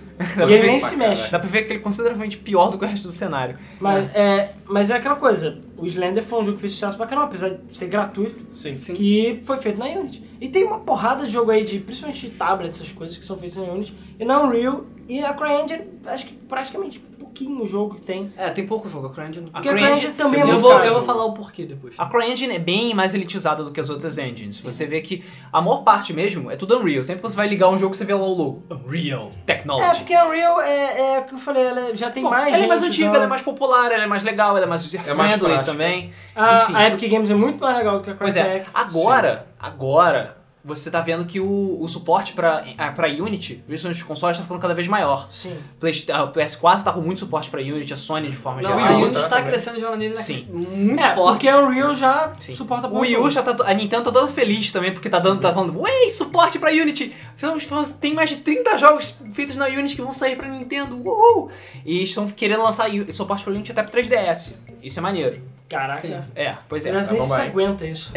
Speaker 2: E ele nem se mexe.
Speaker 1: Dá pra ver que ele é consideravelmente pior do que o resto do cenário.
Speaker 2: Mas é, mas é aquela coisa, o Slender foi um jogo que fez sucesso pra caramba, apesar de ser gratuito,
Speaker 3: Sim.
Speaker 4: Sim.
Speaker 2: que foi feito na Unity. E tem uma porrada de jogo aí, de, principalmente de tablet, essas coisas que são feitas na Unity, e na Unreal, e a CryEngine, acho que praticamente pouquinho jogo que tem.
Speaker 4: É, tem pouco jogo, a CryEngine...
Speaker 1: A
Speaker 2: Porque a CryEngine
Speaker 1: CryEngine-
Speaker 2: também é
Speaker 4: Eu
Speaker 2: muito Ah,
Speaker 4: vou,
Speaker 2: cara.
Speaker 4: eu vou falar o porquê depois.
Speaker 1: A CryEngine é bem mais elitizada do que as outras engines. Você vê que a maior parte mesmo é tudo Unreal. Sempre que você vai ligar um jogo, você vê lá o logo. Unreal
Speaker 2: É,
Speaker 1: Technology.
Speaker 2: porque a Unreal é, é o que eu falei, ela já tem
Speaker 1: Bom,
Speaker 2: mais
Speaker 1: ela é mais
Speaker 2: gente então.
Speaker 1: antiga,
Speaker 2: usando.
Speaker 1: ela é mais popular, ela é mais legal, ela é mais
Speaker 3: É mais
Speaker 1: user-friendly
Speaker 3: prática.
Speaker 1: também.
Speaker 2: Ah, A,
Speaker 1: Enfim. Ah,
Speaker 2: a Epic Games é muito mais legal do que a
Speaker 1: Pois
Speaker 2: Crytek.
Speaker 1: é, agora, agora, você tá vendo que o, o suporte pra, ah, pra Unity, principalmente os consoles, tá ficando cada vez maior.
Speaker 2: Sim.
Speaker 1: Playsta- ah, O PS4 tá com muito suporte pra Unity, a Sony de forma
Speaker 4: Não,
Speaker 1: geral.
Speaker 4: a
Speaker 3: Wii U
Speaker 4: Unity
Speaker 3: tá
Speaker 4: tá
Speaker 3: também.
Speaker 4: crescendo de uma maneira
Speaker 1: Sim.
Speaker 4: muito
Speaker 2: é,
Speaker 4: forte.
Speaker 2: porque a Unreal já
Speaker 1: Sim.
Speaker 2: suporta
Speaker 1: O Wii U já tá. to- A Nintendo tá toda feliz também, porque tá dando, tá falando, ué, suporte pra Unity! Vamos- vamos- Tem mais de 30 jogos feitos na Unity que vão sair pra Nintendo. Uhul! E estão querendo lançar Uni- suporte pra Unity até pro 3DS. Isso é maneiro.
Speaker 2: Caraca.
Speaker 4: Sim.
Speaker 1: É, pois é.
Speaker 2: Mas
Speaker 3: Tá
Speaker 2: nem
Speaker 3: bom,
Speaker 2: se
Speaker 3: vai.
Speaker 2: aguenta isso.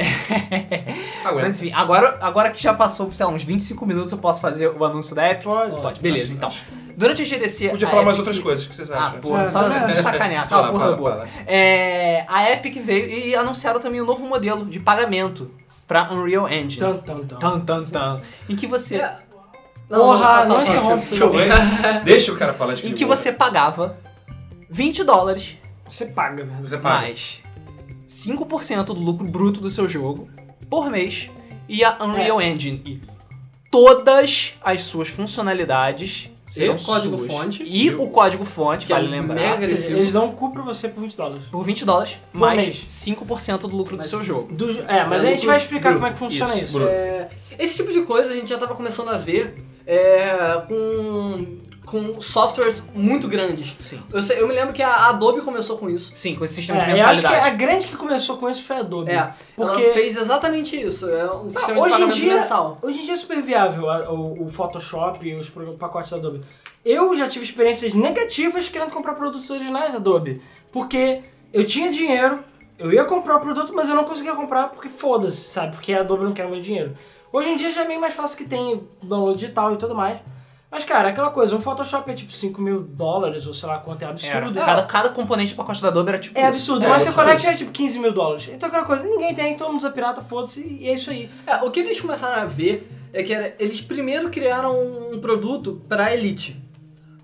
Speaker 3: Aguenta.
Speaker 1: Mas enfim, agora, agora que já passou, sei lá, uns 25 minutos, eu posso fazer o anúncio da Epic?
Speaker 2: Pode.
Speaker 1: Pode, beleza,
Speaker 3: Acho-
Speaker 1: então.
Speaker 3: acho.
Speaker 1: Durante a GDC.
Speaker 3: Podia
Speaker 1: a
Speaker 3: falar mais
Speaker 1: Epic-
Speaker 3: outras coisas que vocês
Speaker 1: Ah,
Speaker 3: acham.
Speaker 1: porra, só
Speaker 2: É.
Speaker 1: sacanear. Cala
Speaker 3: Fala,
Speaker 1: a porra
Speaker 3: fala,
Speaker 1: da boca.
Speaker 3: fala.
Speaker 1: É, a Epic veio e anunciaram também um novo modelo de pagamento pra Unreal Engine.
Speaker 2: Tan, tan, tan.
Speaker 1: Tan, tan, tan. Em que você.
Speaker 4: É. Não,
Speaker 2: Porra,
Speaker 4: não,
Speaker 2: não é
Speaker 4: fala, fala.
Speaker 2: interrompe.
Speaker 3: Deixa eu ver. Deixa o cara falar de
Speaker 1: Em que você pagava 20 dólares
Speaker 2: Você paga, velho.
Speaker 3: Você paga.
Speaker 1: mais 5% do lucro bruto do seu jogo por mês e a Unreal
Speaker 2: É.
Speaker 1: Engine. E todas as suas funcionalidades. serão
Speaker 2: um
Speaker 4: o código
Speaker 1: suas.
Speaker 4: fonte.
Speaker 1: E o código fonte,
Speaker 4: Que é
Speaker 1: vale lembrar.
Speaker 4: mega
Speaker 2: Ou seja,
Speaker 4: agressivo.
Speaker 2: Eles dão um cu pra você por 20 dólares.
Speaker 1: Por 20 dólares, mais
Speaker 2: mês.
Speaker 1: 5% do lucro
Speaker 4: Mas-
Speaker 1: do seu jogo.
Speaker 2: Do jo- é, mas
Speaker 4: É,
Speaker 2: a gente
Speaker 4: lucro
Speaker 2: vai explicar
Speaker 1: bruto,
Speaker 2: como é que funciona
Speaker 1: isso,
Speaker 2: isso.
Speaker 3: Bruno.
Speaker 4: Esse tipo de coisa a gente já estava começando a ver é, com, com softwares muito grandes.
Speaker 1: Sim.
Speaker 4: Eu, sei- eu me lembro que a Adobe começou com isso.
Speaker 1: Sim, com esse sistema de
Speaker 2: É, eu acho que
Speaker 1: mensalidade.
Speaker 2: a grande que começou com isso foi a Adobe.
Speaker 4: É, ela
Speaker 2: porque
Speaker 4: fez exatamente isso. É um sistema de
Speaker 2: hoje em
Speaker 4: pagamento
Speaker 2: dia-
Speaker 4: mensal.
Speaker 2: hoje em dia é super viável a- o, o Photoshop e os pro- pacotes da Adobe. Eu já tive experiências negativas querendo comprar produtos originais da Adobe. Porque eu tinha dinheiro, eu ia comprar o produto, mas eu não conseguia comprar porque foda-se, sabe? Porque a Adobe não quer o meu dinheiro. Hoje em dia já é meio mais fácil que tem download digital e tudo mais. Mas, cara, aquela coisa, um Photoshop é tipo 5 mil dólares, ou sei lá quanto, é
Speaker 1: Era.
Speaker 2: absurdo.
Speaker 1: Cada, cada componente do pacote da Adobe era tipo
Speaker 2: É
Speaker 1: isso.
Speaker 2: absurdo.
Speaker 3: É,
Speaker 2: o Master
Speaker 3: outra
Speaker 2: Collection é tipo 15 mil dólares. Então aquela coisa, ninguém tem, todo mundo usa pirata, foda-se, e é isso aí.
Speaker 4: É, o que eles começaram a ver é que era- eles primeiro criaram um produto para a elite,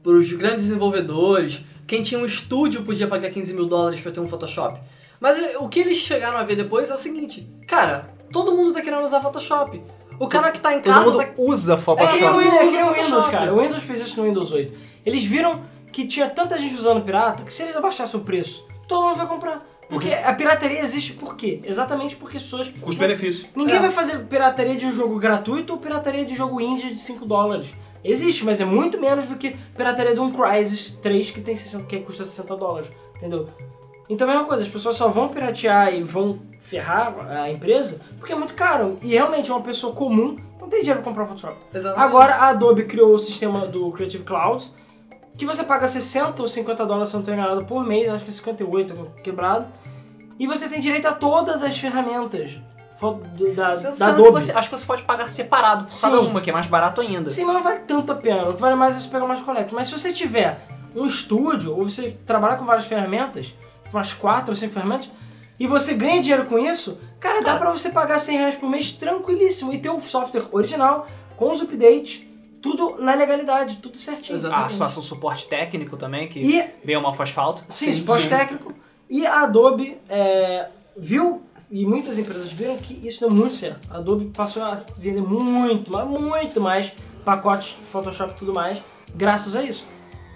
Speaker 4: para os grandes desenvolvedores. Quem tinha um estúdio podia pagar 15 mil dólares para ter um Photoshop. Mas é, o que eles chegaram a ver depois é o seguinte: cara, todo mundo tá querendo usar Photoshop. O cara que tá em
Speaker 1: Todo
Speaker 4: casa
Speaker 1: mundo
Speaker 4: tá
Speaker 1: usa
Speaker 2: É
Speaker 1: Photoshop.
Speaker 2: que
Speaker 4: Photoshop.
Speaker 2: nem o Windows, é que nem o
Speaker 4: Photoshop.
Speaker 2: Windows, cara. O Windows fez isso no Windows 8. Eles viram que tinha tanta gente usando pirata que se eles abaixassem o preço, todo mundo vai comprar. Porque a pirataria existe por quê? Exatamente porque as pessoas.
Speaker 3: Custo-benefício.
Speaker 2: Ninguém
Speaker 4: É.
Speaker 2: vai fazer pirataria de um jogo gratuito ou pirataria de jogo indie de 5 dólares. Existe, mas é muito menos do que pirataria de um Crysis 3 que, tem 60, que custa 60 dólares, entendeu? Então é a mesma coisa, as pessoas só vão piratear e vão ferrar a empresa porque é muito caro. E realmente é uma pessoa comum não tem dinheiro pra comprar Photoshop.
Speaker 4: Exatamente.
Speaker 2: Agora a Adobe criou o sistema do Creative Cloud, que você paga 60 ou 50 dólares, se eu não estou enganado, por mês, acho que é 58, algum quebrado. E você tem direito a todas as ferramentas fo- do- da,
Speaker 1: Sendo- sendo
Speaker 2: da
Speaker 1: que
Speaker 2: Adobe.
Speaker 1: você- acho que você pode pagar separado por cada
Speaker 2: Sim.
Speaker 1: uma, que é mais barato ainda.
Speaker 2: Sim, mas não vale tanto a pena. O que vale mais é você pegar mais coleta. Mas se você tiver um estúdio, ou você trabalhar com várias ferramentas, umas quatro ou cinco ferramentas, e você ganha dinheiro com isso, cara, dá pra você pagar 100 reais por mês tranquilíssimo e ter o software original, com os updates, tudo na legalidade, tudo certinho.
Speaker 4: Exato.
Speaker 1: Ah, só seu suporte técnico também, que
Speaker 2: E
Speaker 1: bem ou mal faz falta.
Speaker 2: Sim, suporte técnico. E a Adobe é, viu, e muitas empresas viram que isso deu muito certo. A Adobe passou a vender muito, mas muito mais pacotes de Photoshop e tudo mais, graças a isso.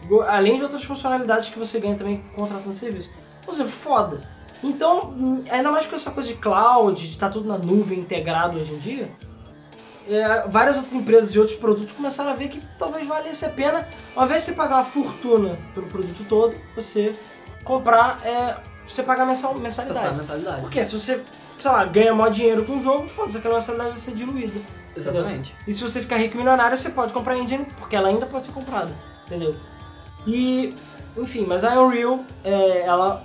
Speaker 2: Go- Além de outras funcionalidades que você ganha também contratando serviço. Ou seja, é foda. Então, hum, ainda mais com essa coisa de cloud, de estar tudo na nuvem integrado hoje em dia, é, várias outras empresas e outros produtos começaram a ver que talvez valesse a pena, ao invés de você pagar uma fortuna pelo produto todo, você comprar, é, você pagar mensal,
Speaker 4: Passar a
Speaker 2: mensalidade.
Speaker 4: mensalidade.
Speaker 2: Porque se você, sei lá, ganha maior dinheiro com o jogo, foda-se, aquela mensalidade vai ser diluída.
Speaker 4: Exatamente.
Speaker 2: E se você ficar rico e milionário, você pode comprar a engine, porque ela ainda pode ser comprada, entendeu? E, enfim, mas a Unreal, é, ela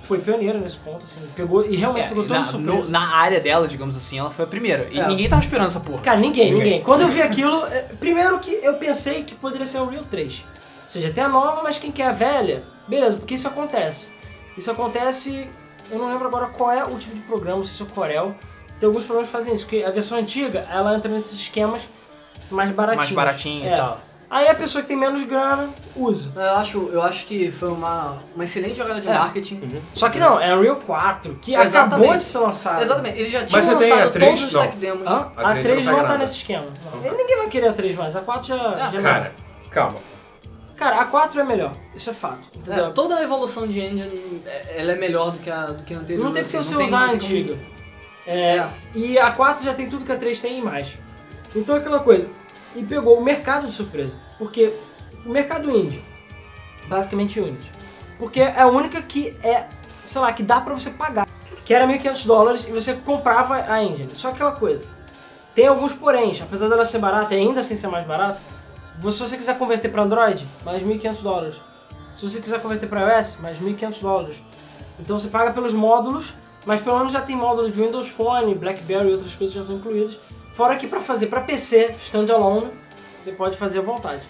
Speaker 2: foi pioneira nesse ponto, assim, pegou e realmente
Speaker 1: É,
Speaker 2: pegou todo
Speaker 1: na,
Speaker 2: o
Speaker 1: no-
Speaker 2: surpresa.
Speaker 1: na área dela, digamos assim, ela foi a primeira. E
Speaker 4: É.
Speaker 1: ninguém tava esperando essa porra.
Speaker 2: Cara, ninguém, ninguém, Quando eu vi aquilo, é, primeiro que eu pensei que poderia ser a Unreal 3. Ou seja, até a nova, mas quem quer a velha, beleza, porque isso acontece. Isso acontece, eu não lembro agora qual é o tipo de programa, se isso é o Corel. Tem alguns programas que fazem isso, porque a versão antiga, ela entra nesses esquemas mais baratinhos.
Speaker 1: Mais baratinho
Speaker 2: É.
Speaker 1: e tal.
Speaker 2: Aí a pessoa que tem menos grana usa.
Speaker 4: Eu acho, eu acho que foi uma, uma excelente jogada de
Speaker 2: É.
Speaker 4: marketing.
Speaker 3: Uhum.
Speaker 2: Só que não, é Unreal 4, que
Speaker 4: Exatamente.
Speaker 2: acabou de ser lançado.
Speaker 4: Exatamente. Eles já tinham
Speaker 3: Mas você tem
Speaker 4: lançado
Speaker 3: a três?
Speaker 4: todos os
Speaker 3: Não.
Speaker 4: tech demos.
Speaker 2: Hã?
Speaker 3: A
Speaker 2: A
Speaker 3: três
Speaker 2: 3
Speaker 3: não
Speaker 2: não
Speaker 3: pega
Speaker 2: tá
Speaker 3: nada.
Speaker 2: nesse esquema. Não.
Speaker 3: Não.
Speaker 2: Ninguém vai querer a 3 mais. A 4 já.
Speaker 4: Ah,
Speaker 2: já
Speaker 3: Cara, calma.
Speaker 2: Cara, a 4 é melhor. Isso é fato.
Speaker 4: É,
Speaker 2: Entendeu?
Speaker 4: toda a evolução de engine é- ela é melhor do que a, do que a anterior.
Speaker 2: não tem porque
Speaker 4: assim,
Speaker 2: você
Speaker 4: não tem-
Speaker 2: usar a
Speaker 4: não tem como-
Speaker 2: antiga. É, E a 4 já tem tudo que a 3 tem e mais. Então é aquela coisa. E pegou o mercado de surpresa. Porque o mercado indie, basicamente Unity. Porque é a única que é, sei lá, que dá pra você pagar. Que era 1.500 dólares e você comprava a engine. Só aquela coisa. Tem alguns poréns, apesar dela ser barata, e ainda assim ser mais barata. vo- Se você quiser converter pra Android, mais 1.500 dólares. Se você quiser converter pra iOS, mais 1.500 dólares. Então você paga pelos módulos, mas pelo menos já tem módulo de Windows Phone, BlackBerry e outras coisas já estão incluídas. Fora que pra fazer pra PC, standalone, você pode fazer à vontade.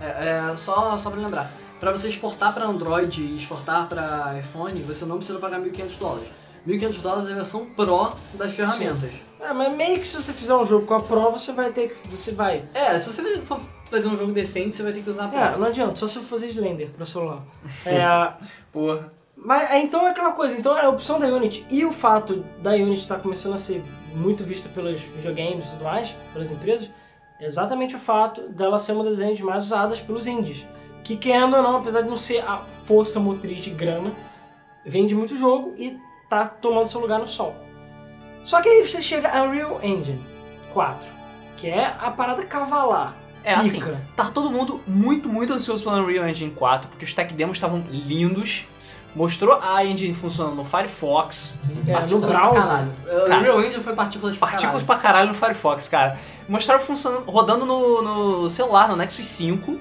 Speaker 4: É, é, só, só pra lembrar, pra você exportar pra Android e exportar pra iPhone, você não precisa pagar 1.500 dólares. 1.500 dólares é a versão Pro das ferramentas.
Speaker 2: É, mas meio que se você fizer um jogo com a Pro, você vai ter que. Você vai.
Speaker 4: É, se você for fazer um jogo decente, você vai ter que usar a Pro.
Speaker 2: É, não adianta, só se eu fazer Slender pra celular. É,
Speaker 1: Porra.
Speaker 2: mas é, então é aquela coisa, então é a opção da Unity e o fato da Unity estar começando a ser muito vista pelos videogames e tudo mais, pelas empresas, é exatamente o fato dela ser uma das engines mais usadas pelos indies. Que querendo ou não, apesar de não ser a força motriz de grana, vende muito jogo e tá tomando seu lugar no sol. Só que aí você chega a Unreal Engine 4, que é a parada cavalar.
Speaker 1: É assim,
Speaker 2: pica.
Speaker 1: tá todo mundo muito, muito ansioso pelo Unreal Engine 4, porque os tech demos estavam lindos. Mostrou a engine funcionando no Firefox.
Speaker 2: É, no
Speaker 1: partículas pra
Speaker 2: browser.
Speaker 4: É, O
Speaker 1: Cara,
Speaker 4: Unreal Engine foi partículas pra
Speaker 1: Partículas
Speaker 4: caralho.
Speaker 1: pra caralho no Firefox, cara. Mostraram funcionando, rodando no, no celular, no Nexus 5.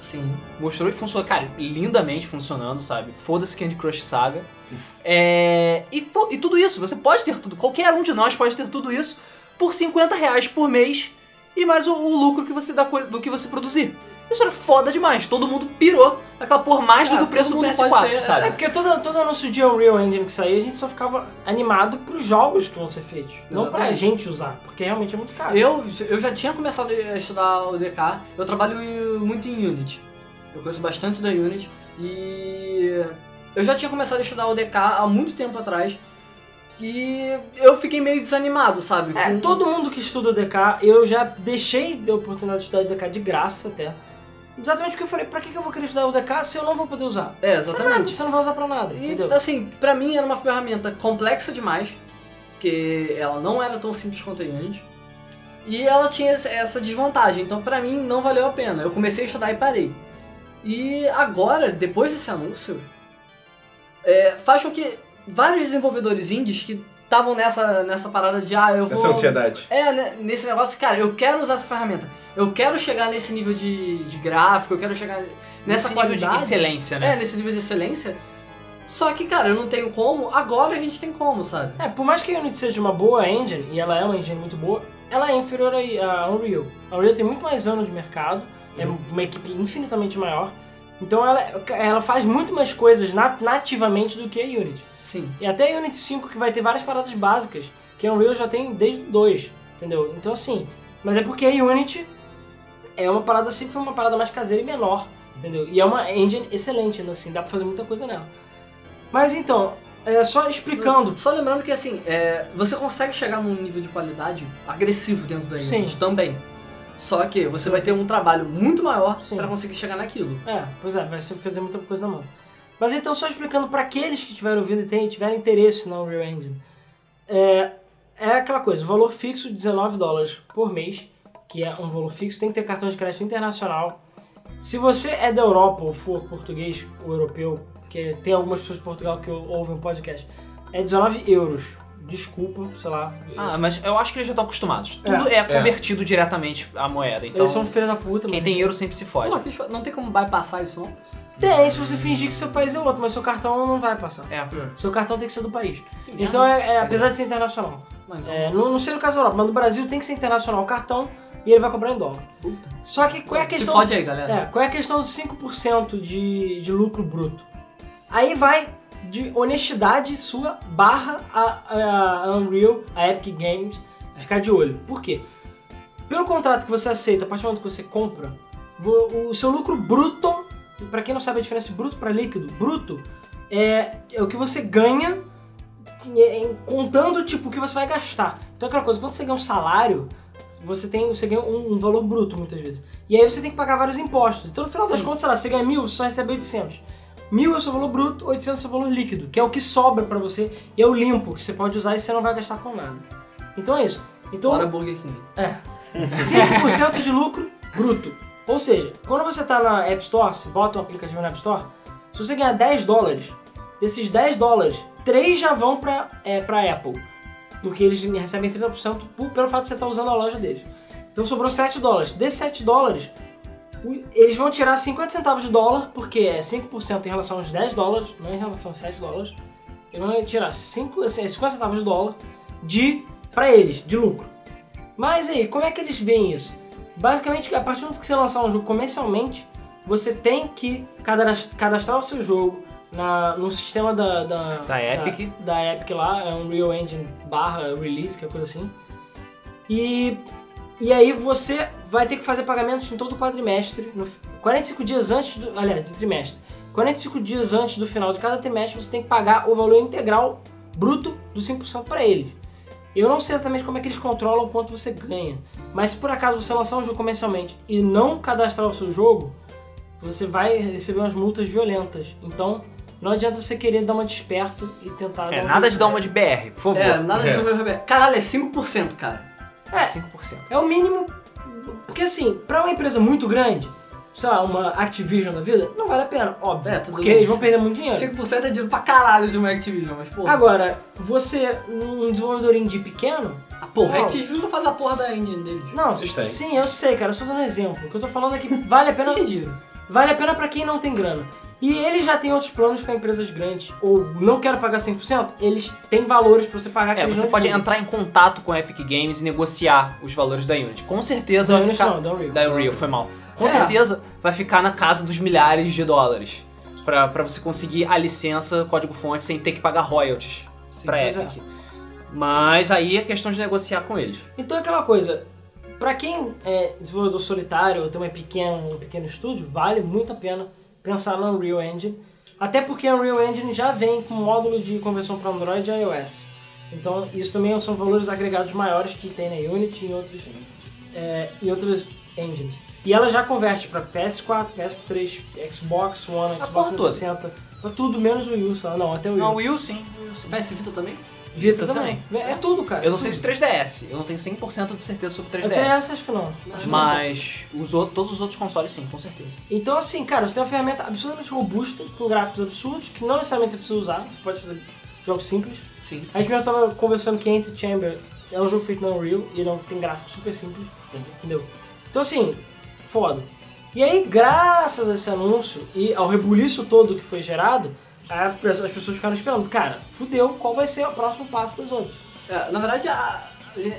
Speaker 4: Sim.
Speaker 1: Mostrou e funcionou, cara, lindamente funcionando, sabe? Foda-se Candy Crush Saga. É, e, pô, e tudo isso, você pode ter tudo, qualquer um de nós pode ter tudo isso por 50 reais por mês e mais o, o lucro que você dá coi- do que você produzir. Isso era foda demais, todo mundo pirou naquela porra mais
Speaker 4: Ah,
Speaker 1: do que o preço do
Speaker 4: todo mundo pode
Speaker 1: PS4,
Speaker 4: ter,
Speaker 2: É
Speaker 1: sabe?
Speaker 2: porque todo, todo anúncio de Unreal Engine que saía, a gente só ficava animado pros jogos que vão ser feitos. Não pra
Speaker 4: Exatamente.
Speaker 2: gente usar, porque realmente é muito caro.
Speaker 4: Ah, Eu, eu já tinha começado a estudar o DK, eu trabalho em- muito em Unity. Eu conheço bastante da Unity e eu já tinha começado a estudar o DK há muito tempo atrás e eu fiquei meio desanimado, sabe?
Speaker 2: É,
Speaker 4: Com-
Speaker 2: todo mundo que estuda o DK, eu já deixei a oportunidade de estudar o DK de graça até. Exatamente porque eu falei, pra que que eu vou querer estudar o DK se eu não vou poder usar?
Speaker 4: É,
Speaker 2: Pra nada,
Speaker 4: exatamente.
Speaker 2: você não vai usar pra nada,
Speaker 4: E
Speaker 2: entendeu?
Speaker 4: assim, pra mim era uma ferramenta complexa demais, porque ela não era tão simples quanto a Unity. E ela tinha essa- essa desvantagem, então pra mim não valeu a pena. Eu comecei a estudar e parei. E agora, depois desse anúncio, é, faz com que vários desenvolvedores indies que estavam nessa, nessa parada de ah, eu vou.
Speaker 3: Essa ansiedade.
Speaker 4: É, né, nesse negócio, cara, eu quero usar essa ferramenta. Eu quero chegar nesse nível de, de gráfico, eu quero chegar nessa
Speaker 1: Nesse nível
Speaker 4: qualidade.
Speaker 1: de excelência, né?
Speaker 4: É, nesse nível de excelência. Só que, cara, eu não tenho como, agora a gente tem como, sabe?
Speaker 2: É, por mais que a Unity seja uma boa engine, e ela é uma engine muito boa, ela é inferior a a Unreal. A Unreal tem muito mais anos de mercado, é uma equipe infinitamente maior, então ela, ela faz muito mais coisas nat- nativamente do que a Unity.
Speaker 4: Sim.
Speaker 2: E até a Unity 5, que vai ter várias paradas básicas, que a Unreal já tem desde o 2, entendeu? Então assim, mas é porque a Unity é uma parada, sempre foi uma parada mais caseira e menor, entendeu? E é uma engine excelente, ainda assim, dá pra fazer muita coisa nela. Mas então, é só explicando,
Speaker 4: Só lembrando que, assim, é, você consegue chegar num nível de qualidade agressivo dentro da
Speaker 2: Sim.
Speaker 4: Unity também. Só que você vai ter um trabalho muito maior
Speaker 2: Sim.
Speaker 4: pra conseguir chegar naquilo.
Speaker 2: É, pois é, vai ser fazer muita coisa na mão. Mas então, só explicando para aqueles que tiveram ouvido e tem- tiverem interesse na Unreal Engine. É, é aquela coisa, valor fixo 19 dólares por mês, que é um valor fixo, tem que ter cartão de crédito internacional. Se você é da Europa ou for português ou europeu, porque tem algumas pessoas de Portugal que ouvem o podcast, é 19 euros. Desculpa, sei lá.
Speaker 1: Ah, mas eu acho que eles já estão acostumados. Tudo é, convertido diretamente à moeda, então
Speaker 2: Eles são filha da puta,
Speaker 1: quem
Speaker 2: mas-
Speaker 1: tem euro sempre se fode.
Speaker 4: Pô, que cho- não tem como é bypassar isso, não?
Speaker 2: Tem, se você fingir que seu país é outro, mas seu cartão não vai passar.
Speaker 1: É.
Speaker 2: Seu cartão tem que ser do país.
Speaker 4: Que
Speaker 2: Então, é, é, apesar
Speaker 1: Pois
Speaker 2: de ser internacional.
Speaker 4: Não, então,
Speaker 2: É, não, não sei no caso da Europa, mas no Brasil tem que ser internacional o cartão e ele vai cobrar em dólar.
Speaker 4: puta.
Speaker 2: Só que qual é a
Speaker 4: Se
Speaker 2: questão.
Speaker 4: fode aí, galera.
Speaker 2: É, qual é a questão dos 5% de, de lucro bruto? Aí vai de honestidade sua barra a, a Unreal, a Epic Games, ficar de olho. Por quê? Pelo contrato que você aceita, a partir do momento que você compra, vo- o seu lucro bruto, pra quem não sabe a diferença de bruto pra líquido, bruto é, é o que você ganha é, é, contando tipo o que você vai gastar. Então é aquela coisa, quando você ganha um salário, você tem você ganha um, um valor bruto muitas vezes. E aí você tem que pagar vários impostos. Então no final das
Speaker 4: Sim.
Speaker 2: contas, sei lá, você ganha mil, você só recebe 800. 1000 é o seu valor bruto, 800 é o seu valor líquido, que é o que sobra pra você e é o limpo que você pode usar e você não vai gastar com nada. Então é isso. Então,
Speaker 4: Fora Burger King.
Speaker 2: é. 5% de lucro bruto. Ou seja, quando você tá na App Store, você bota um aplicativo na App Store, se você ganhar 10 dólares, desses 10 dólares, 3 já vão pra, é, pra Apple. Porque eles recebem 30% por- pelo fato de você estar usando a loja deles. Então sobrou 7 dólares. Desses 7 dólares, o- eles vão tirar 50 centavos de dólar, porque é 5% em relação aos 10 dólares, não é em relação aos 7 dólares. Eles vão tirar 5, assim, 50 centavos de dólar de para eles, de lucro. Mas aí, como é que eles veem isso? Basicamente, a partir do momento que você lançar um jogo comercialmente, você tem que cadas- cadastrar o seu jogo na, no sistema da, da,
Speaker 1: Da Epic.
Speaker 2: da, da Epic lá, é um Real Engine barra release, que é coisa assim. E, e aí você vai ter que fazer pagamentos em todo o quadrimestre, no, f- 45 dias antes do. Aliás, do trimestre. 45 dias antes do final de cada trimestre, você tem que pagar o valor integral bruto dos 5% para eles. Eu não sei exatamente como é que eles controlam quanto você ganha, mas se por acaso você lançar um jogo comercialmente e não cadastrar o seu jogo, você vai receber umas multas violentas. Então, não adianta você querer dar uma desperto e tentar.
Speaker 1: É,
Speaker 2: um
Speaker 1: nada
Speaker 2: jeito.
Speaker 1: de dar uma de BR, por favor.
Speaker 4: É,
Speaker 1: É,
Speaker 4: nada de
Speaker 3: É.
Speaker 4: Roberto. Caralho, é 5%, cara.
Speaker 1: 5%.
Speaker 2: É o mínimo. Porque assim, pra uma empresa muito grande, sei lá, uma Activision da vida, não vale a pena, óbvio.
Speaker 4: É, tudo
Speaker 2: porque
Speaker 4: bem.
Speaker 2: eles vão perder muito dinheiro.
Speaker 4: 5% é dinheiro pra caralho de uma Activision, mas porra.
Speaker 2: Agora, você, um desenvolvedor indie pequeno,
Speaker 4: a porra,
Speaker 2: Não.
Speaker 4: a Activision faz a porra da engine deles.
Speaker 2: não,
Speaker 3: Eles têm.
Speaker 2: sim, eu sei, cara, eu só dando exemplo. O que eu tô falando é que vale a pena
Speaker 4: Não dinheiro.
Speaker 2: Vale a pena pra quem não tem grana. E eles já têm outros planos pra empresas grandes. Ou não quero pagar 100%, eles têm valores pra você pagar. que
Speaker 1: É,
Speaker 2: eles
Speaker 1: você
Speaker 2: não
Speaker 1: pode
Speaker 2: divulgam.
Speaker 1: entrar em contato com a Epic Games e negociar os valores da Unity. Com certeza
Speaker 2: Da
Speaker 1: vai
Speaker 2: Unity
Speaker 1: ficar...
Speaker 2: não, da Unreal.
Speaker 1: Da Unreal, foi mal. Com
Speaker 2: É.
Speaker 1: certeza vai ficar na casa dos milhares de dólares pra, pra você conseguir a licença código-fonte sem ter que pagar royalties
Speaker 4: Sim,
Speaker 1: pra
Speaker 2: pois é.
Speaker 1: Epic. Mas aí é questão de negociar com eles.
Speaker 2: Então é aquela coisa. Pra quem é desenvolvedor solitário ou tem uma pequena, um pequeno estúdio, vale muito a pena pensar no Unreal Engine. Até porque a Unreal Engine já vem com módulo de conversão para Android e iOS. Então isso também são valores agregados maiores que tem na Unity e em outros, é, em outras engines. E ela já converte para PS4, PS3, Xbox One,
Speaker 1: A
Speaker 2: Xbox
Speaker 1: porra toda.
Speaker 2: 360, pra tudo menos o Wii, sei lá. não, até o Wii.
Speaker 1: Não, Will sim. Will, sim.
Speaker 4: PS Vita também?
Speaker 2: Vita
Speaker 1: também.
Speaker 2: também. É tudo, cara.
Speaker 1: Eu não sei se 3DS. Eu não tenho 100% de certeza sobre
Speaker 2: Até
Speaker 1: 3DS.
Speaker 2: essa acho que não. Acho que não.
Speaker 1: Mas os outros, todos os outros consoles sim, com certeza.
Speaker 2: Então, assim, cara, você tem uma ferramenta absurdamente robusta, com gráficos absurdos, que não necessariamente você precisa usar, você pode fazer jogos simples.
Speaker 4: Sim.
Speaker 2: A gente mesmo tava conversando que Enter Chamber é um jogo feito na Unreal e não tem gráfico super simples,
Speaker 4: Uhum.
Speaker 2: entendeu? Então, assim, foda. E aí, graças a esse anúncio e ao rebuliço todo que foi gerado, a pessoa- as pessoas ficaram esperando, cara, fudeu, qual vai ser o próximo passo das outras?
Speaker 4: É, na verdade, a- a-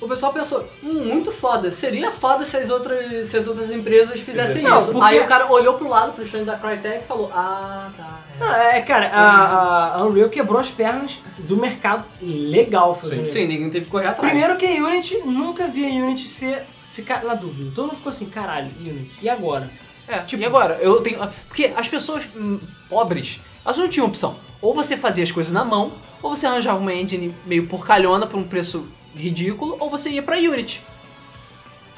Speaker 4: o pessoal pensou, hum, muito foda. Seria foda se as outras, se as outras empresas fizessem
Speaker 2: Não,
Speaker 4: isso.
Speaker 2: porque-
Speaker 4: Aí o cara olhou pro lado, pro stand da Crytek e falou, ah, tá. é."
Speaker 2: Ah, É, cara, a, a Unreal quebrou as pernas do mercado legal fazendo isso.
Speaker 4: Sim, ninguém teve que correr atrás.
Speaker 2: Primeiro que a Unity, nunca vi a Unity ser, ficar na dúvida. Todo mundo ficou assim, caralho, Unity, e agora?
Speaker 1: É, e agora? Eu tenho. ah, Porque as pessoas hum, pobres, elas não tinham opção. Ou você fazia as coisas na mão, ou você arranjava uma engine meio porcalhona por um preço ridículo, ou você ia pra Unity.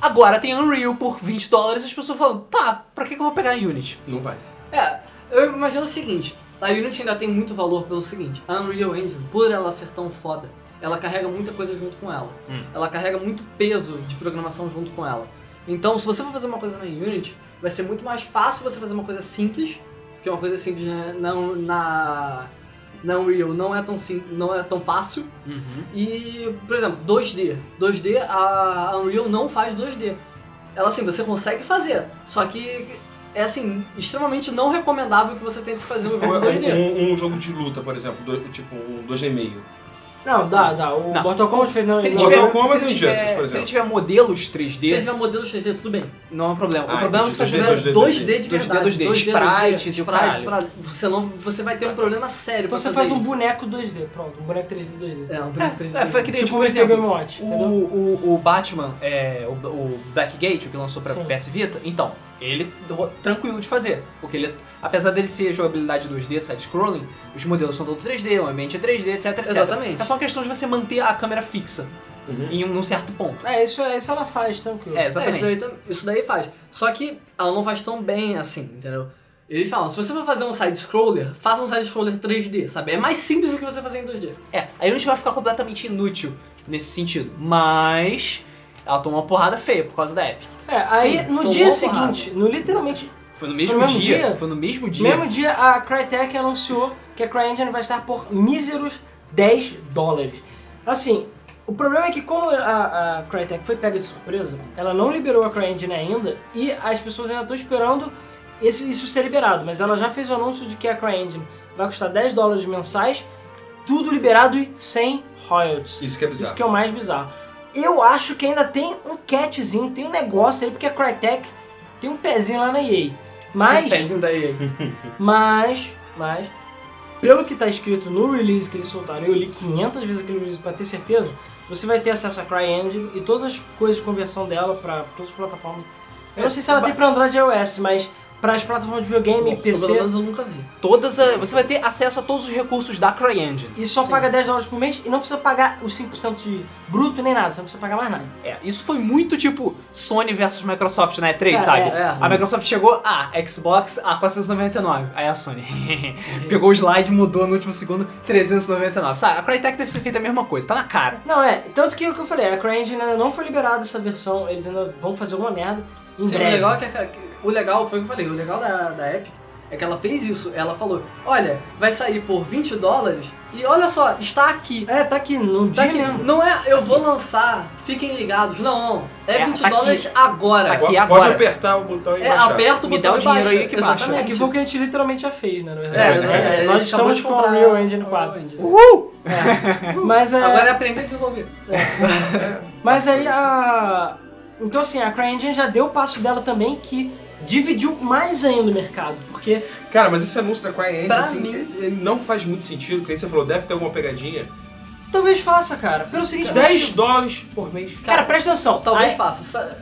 Speaker 1: Agora tem Unreal por 20 dólares e as pessoas falam, tá, pra que, que eu vou pegar a Unity?
Speaker 3: Não vai.
Speaker 4: É, eu imagino o seguinte, a Unity ainda tem muito valor pelo seguinte, a Unreal Engine, por ela ser tão foda, ela carrega muita coisa junto com ela. Ela carrega muito peso de programação junto com ela. Então, se você for fazer uma coisa na Unity, vai ser muito mais fácil você fazer uma coisa simples, porque uma coisa simples né, não na na Unreal não é tão sim, não é tão fácil.
Speaker 3: Uhum.
Speaker 4: E, por exemplo, 2D. 2D, a a Unreal não faz 2D. Ela, assim, você consegue fazer, só que é, assim, extremamente não recomendável que você tente fazer um jogo 2D.
Speaker 3: Um, um- um jogo de luta, por exemplo, do- tipo um 2,5.
Speaker 2: Não, dá, dá. O
Speaker 1: Não.
Speaker 2: Mortal Kombat fez na
Speaker 1: Se ele
Speaker 2: não,
Speaker 1: tiver, um
Speaker 3: Mortal Kombat
Speaker 1: se ele
Speaker 3: e
Speaker 1: tiver-
Speaker 3: Injustice, por
Speaker 1: se ele
Speaker 3: exemplo.
Speaker 1: tiver modelos 3D,
Speaker 4: Se você tiver modelo 3D, tudo bem.
Speaker 1: não é um problema.
Speaker 3: Ah,
Speaker 1: o problema é você
Speaker 3: entendi.
Speaker 1: fazer
Speaker 3: 2D, 2D.
Speaker 4: 2D de
Speaker 1: 2D,
Speaker 4: verdade.
Speaker 1: 2D,
Speaker 4: 2D,
Speaker 1: sprites e o caralho. Tá.
Speaker 4: sprites, Você, não, você vai ter um problema sério
Speaker 2: Então
Speaker 4: pra
Speaker 2: você
Speaker 4: fazer
Speaker 2: faz um
Speaker 4: isso.
Speaker 2: boneco 2D, pronto. Um boneco 3D, 2D.
Speaker 4: É, um boneco 3D.
Speaker 1: É, foi que nem, tipo,
Speaker 2: tipo
Speaker 3: um
Speaker 2: o
Speaker 1: por
Speaker 2: Mr.
Speaker 1: exemplo,
Speaker 2: Game Watch,
Speaker 1: O,
Speaker 2: entendeu?
Speaker 1: o, o Batman, é, o, o Blackgate, o que lançou pra
Speaker 2: Sim.
Speaker 1: PS Vita, então, ele ro- tranquilo de fazer. Porque ele, apesar dele ser jogabilidade 2D, side-scrolling, os modelos são todo 3D, o ambiente é 3D, etc, etc.
Speaker 4: Exatamente.
Speaker 1: É só uma questão de você manter a câmera fixa em um, num certo ponto.
Speaker 2: É, isso, isso ela faz, tranquilo.
Speaker 1: É,
Speaker 4: É, isso
Speaker 1: exatamente.
Speaker 4: daí, tam- isso daí faz. Só que ela não faz tão bem assim, entendeu? Eles falam, se você for fazer um side-scroller, faça um side-scroller 3D, sabe? É mais simples do que você fazer em 2D.
Speaker 1: É, a Unity vai ficar completamente inútil nesse sentido. Mas ela tomou uma porrada feia por causa da Epic.
Speaker 2: É, aí
Speaker 4: Sim,
Speaker 2: no
Speaker 4: tomou
Speaker 2: dia
Speaker 4: a
Speaker 2: seguinte, no literalmente
Speaker 1: Foi no mesmo,
Speaker 2: mesmo
Speaker 1: dia,
Speaker 2: dia?
Speaker 1: Foi no mesmo dia.
Speaker 2: mesmo dia, a Crytek anunciou que a CryEngine vai estar por míseros 10 dólares. Assim, o problema é que como a, a Crytek foi pega de surpresa, ela não liberou a CryEngine ainda e as pessoas ainda estão esperando esse- isso ser liberado. Mas ela já fez o anúncio de que a CryEngine vai custar 10 dólares mensais, tudo liberado e sem royalties.
Speaker 3: Isso que é
Speaker 2: Isso
Speaker 3: bizarro.
Speaker 2: que é o mais bizarro. Eu acho que ainda tem um catzinho, tem um negócio aí, porque a Crytek tem um pezinho lá na EA. Mas,
Speaker 3: um
Speaker 4: Pezinho da EA.
Speaker 2: mas, mas, pelo que tá escrito no release que eles soltaram, eu li 500 vezes aquele release pra ter certeza, você vai ter acesso à CryEngine e todas as coisas de conversão dela pra todas as plataformas. Eu
Speaker 4: É,
Speaker 2: não sei se ela tem pra Android e iOS, mas para as plataformas de videogame,
Speaker 4: Bom,
Speaker 2: PC...
Speaker 4: Pelo menos eu nunca vi.
Speaker 1: Todas a- você vai ter acesso a todos os recursos da CryEngine.
Speaker 2: E só
Speaker 4: Sim.
Speaker 2: paga 10 dólares por mês e não precisa pagar os 5% de bruto nem nada, você não precisa pagar mais nada.
Speaker 1: É, isso foi muito tipo Sony versus Microsoft na E3,
Speaker 2: Cara,
Speaker 1: sabe?
Speaker 4: é, é.
Speaker 1: A Microsoft chegou, ah, Xbox a 499. Aí a Sony pegou o slide, mudou no último segundo, 399. Sabe? A Crytek deve ter feito a mesma coisa, tá na cara.
Speaker 2: Não, é. Tanto que é o que eu falei, a CryEngine ainda não foi liberada essa versão, eles ainda vão fazer alguma merda em
Speaker 4: Sim,
Speaker 2: breve.
Speaker 4: O legal, é que, a- que- o legal foi o que eu falei, o legal da, da Epic é que ela fez isso. Ela falou, olha, vai sair por 20 dólares e olha só, está aqui.
Speaker 2: É, tá aqui no
Speaker 4: Tá
Speaker 2: dia
Speaker 4: aqui.
Speaker 2: mesmo.
Speaker 4: Não é, eu vou lançar, fiquem ligados. Não, não. É,
Speaker 1: É,
Speaker 4: 20
Speaker 1: tá aqui.
Speaker 4: dólares agora.
Speaker 1: Tá aqui.
Speaker 3: Pode
Speaker 1: agora.
Speaker 3: apertar o botão e
Speaker 4: É
Speaker 3: baixar.
Speaker 4: aberto o
Speaker 1: Me
Speaker 4: botão
Speaker 1: dá o
Speaker 4: e
Speaker 1: dinheiro
Speaker 4: baixa.
Speaker 1: aí que baixa.
Speaker 2: É
Speaker 4: Exatamente.
Speaker 2: que foi o que a gente literalmente já fez, né, na
Speaker 4: É,
Speaker 2: verdade.
Speaker 4: é, é,
Speaker 2: Nós
Speaker 4: eles acabam
Speaker 2: estamos
Speaker 4: de
Speaker 2: com o
Speaker 4: comprar
Speaker 2: Unreal Engine
Speaker 4: o
Speaker 2: 4.
Speaker 4: Engine.
Speaker 1: Uhul!
Speaker 2: Mas é...
Speaker 4: Agora é aprender a desenvolver. É.
Speaker 3: É.
Speaker 2: Mas aí a. Então assim, a CryEngine já deu o passo dela também que dividiu mais ainda o mercado. Porque.
Speaker 3: Cara, mas esse anúncio da CryEngine,
Speaker 4: Pra
Speaker 3: assim,
Speaker 4: mim-
Speaker 3: ele não faz muito sentido. Que nem você falou, deve ter alguma pegadinha.
Speaker 2: Talvez faça, cara. Pelo seguinte
Speaker 3: 10
Speaker 2: motivo.
Speaker 3: dólares por mês.
Speaker 2: Cara, presta atenção.
Speaker 4: Talvez
Speaker 2: Aí-
Speaker 4: faça. Sa-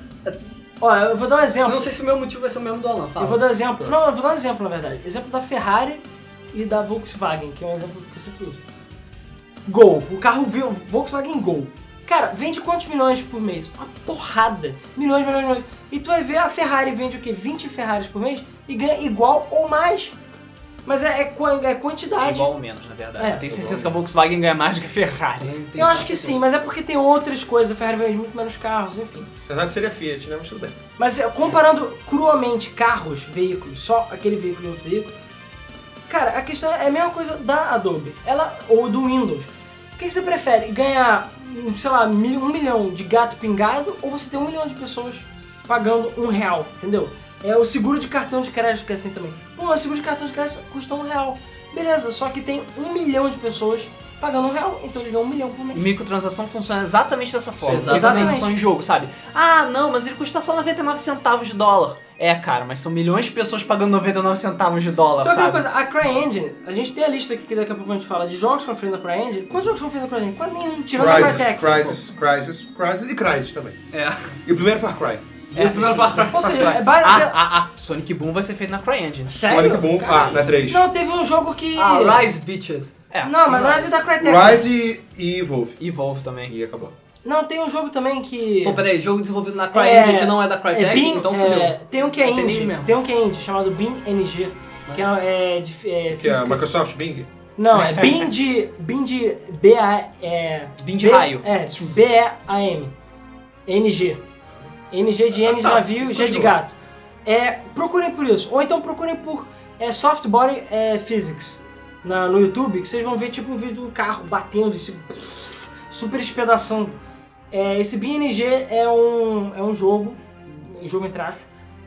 Speaker 2: Ó, eu vou dar um exemplo.
Speaker 4: Não sei se o meu motivo vai ser o mesmo do Alan. Fala.
Speaker 2: Eu vou dar um exemplo. Não, eu vou dar um exemplo, na verdade. Exemplo da Ferrari e da Volkswagen, que é um exemplo que eu sempre uso. Gol. O carro viu Volkswagen Gol. Cara, vende quantos milhões por mês? Uma porrada. Milhões, milhões, milhões. E tu vai ver a Ferrari vende o quê? 20 Ferraris por mês e ganha igual ou mais. Mas é, é, quan- é quantidade.
Speaker 1: Igual ou menos, na verdade.
Speaker 2: É,
Speaker 1: Eu Tenho certeza que a Volkswagen ganha mais do que a Ferrari.
Speaker 4: Tem- tem
Speaker 2: eu acho que
Speaker 4: certeza.
Speaker 2: sim, mas é porque tem outras coisas. A Ferrari vende muito menos carros, enfim.
Speaker 3: Na verdade seria Fiat, né? Mas tudo bem.
Speaker 2: Mas é, comparando cruamente carros, veículos, só aquele veículo e outro veículo, cara, a questão é a mesma coisa da Adobe, ela ou do Windows. O que, que você prefere? Ganhar, hum, sei lá, mil- um milhão de gato pingado ou você ter um milhão de pessoas pagando um real, entendeu? É o seguro de cartão de crédito que é assim também. Pô, o seguro de cartão de crédito custa um real. Beleza, só que tem um milhão de pessoas pagando um real, então eles ganham um milhão por mês.
Speaker 1: Microtransação funciona exatamente dessa forma.
Speaker 4: Exatamente.
Speaker 1: Microtransação em jogo, sabe? Ah, não, mas ele custa só 99 centavos de dólar. É, cara, mas são milhões de pessoas pagando 99 centavos de dólar,
Speaker 2: Então,
Speaker 1: sabe?
Speaker 2: aquela coisa, a CryEngine, a gente tem a lista aqui que daqui a pouco a gente fala de jogos pra frente da CryEngine. Quantos jogos são frente da CryEngine? Quase nenhum, tirando a
Speaker 3: Crysis,
Speaker 2: Crytek.
Speaker 3: Crysis, Crysis, Crysis e Crysis também.
Speaker 1: É.
Speaker 3: E o primeiro Far Cry.
Speaker 4: E o primeiro Far Cry.
Speaker 2: É. Ou seja, é
Speaker 1: Ah,
Speaker 2: basicamente...
Speaker 1: ah, ah, Sonic Boom vai ser feito na CryEngine.
Speaker 2: Sério?
Speaker 3: Olha que bom. Ah, na 3.
Speaker 2: Não, teve um jogo que...
Speaker 4: Ah, Rise Bitches.
Speaker 1: É.
Speaker 2: Não, mas não é da Crytek.
Speaker 3: Rise e, e Evolve.
Speaker 1: Evolve também.
Speaker 3: E acabou.
Speaker 2: Não, tem um jogo também que...
Speaker 4: Pô, peraí, jogo desenvolvido na CryEngine que não é da Crytek,
Speaker 2: é Beam-
Speaker 4: então
Speaker 2: é,
Speaker 4: fudeu.
Speaker 2: Tem um que é
Speaker 4: Não tem nem
Speaker 2: indie,
Speaker 4: mesmo.
Speaker 2: tem um que é indie, chamado Beam NG. Que é, é de fi- é
Speaker 3: Que é a
Speaker 2: física.
Speaker 3: Microsoft Bing.
Speaker 2: Não, é Beam de... Beam de... B-A... É...
Speaker 1: Bim de
Speaker 2: B-
Speaker 1: raio.
Speaker 2: É, B-E-A-M. NG. NG de N de
Speaker 3: Ah, tá.
Speaker 2: navio, G de
Speaker 3: Continua.
Speaker 2: gato. É, procurem por isso. Ou então procurem por é, Soft Body é, Physics na- no YouTube, que vocês vão ver tipo um vídeo de um carro batendo, esse, super espedação. É, esse BNG é um, é um jogo, um jogo entre aspas,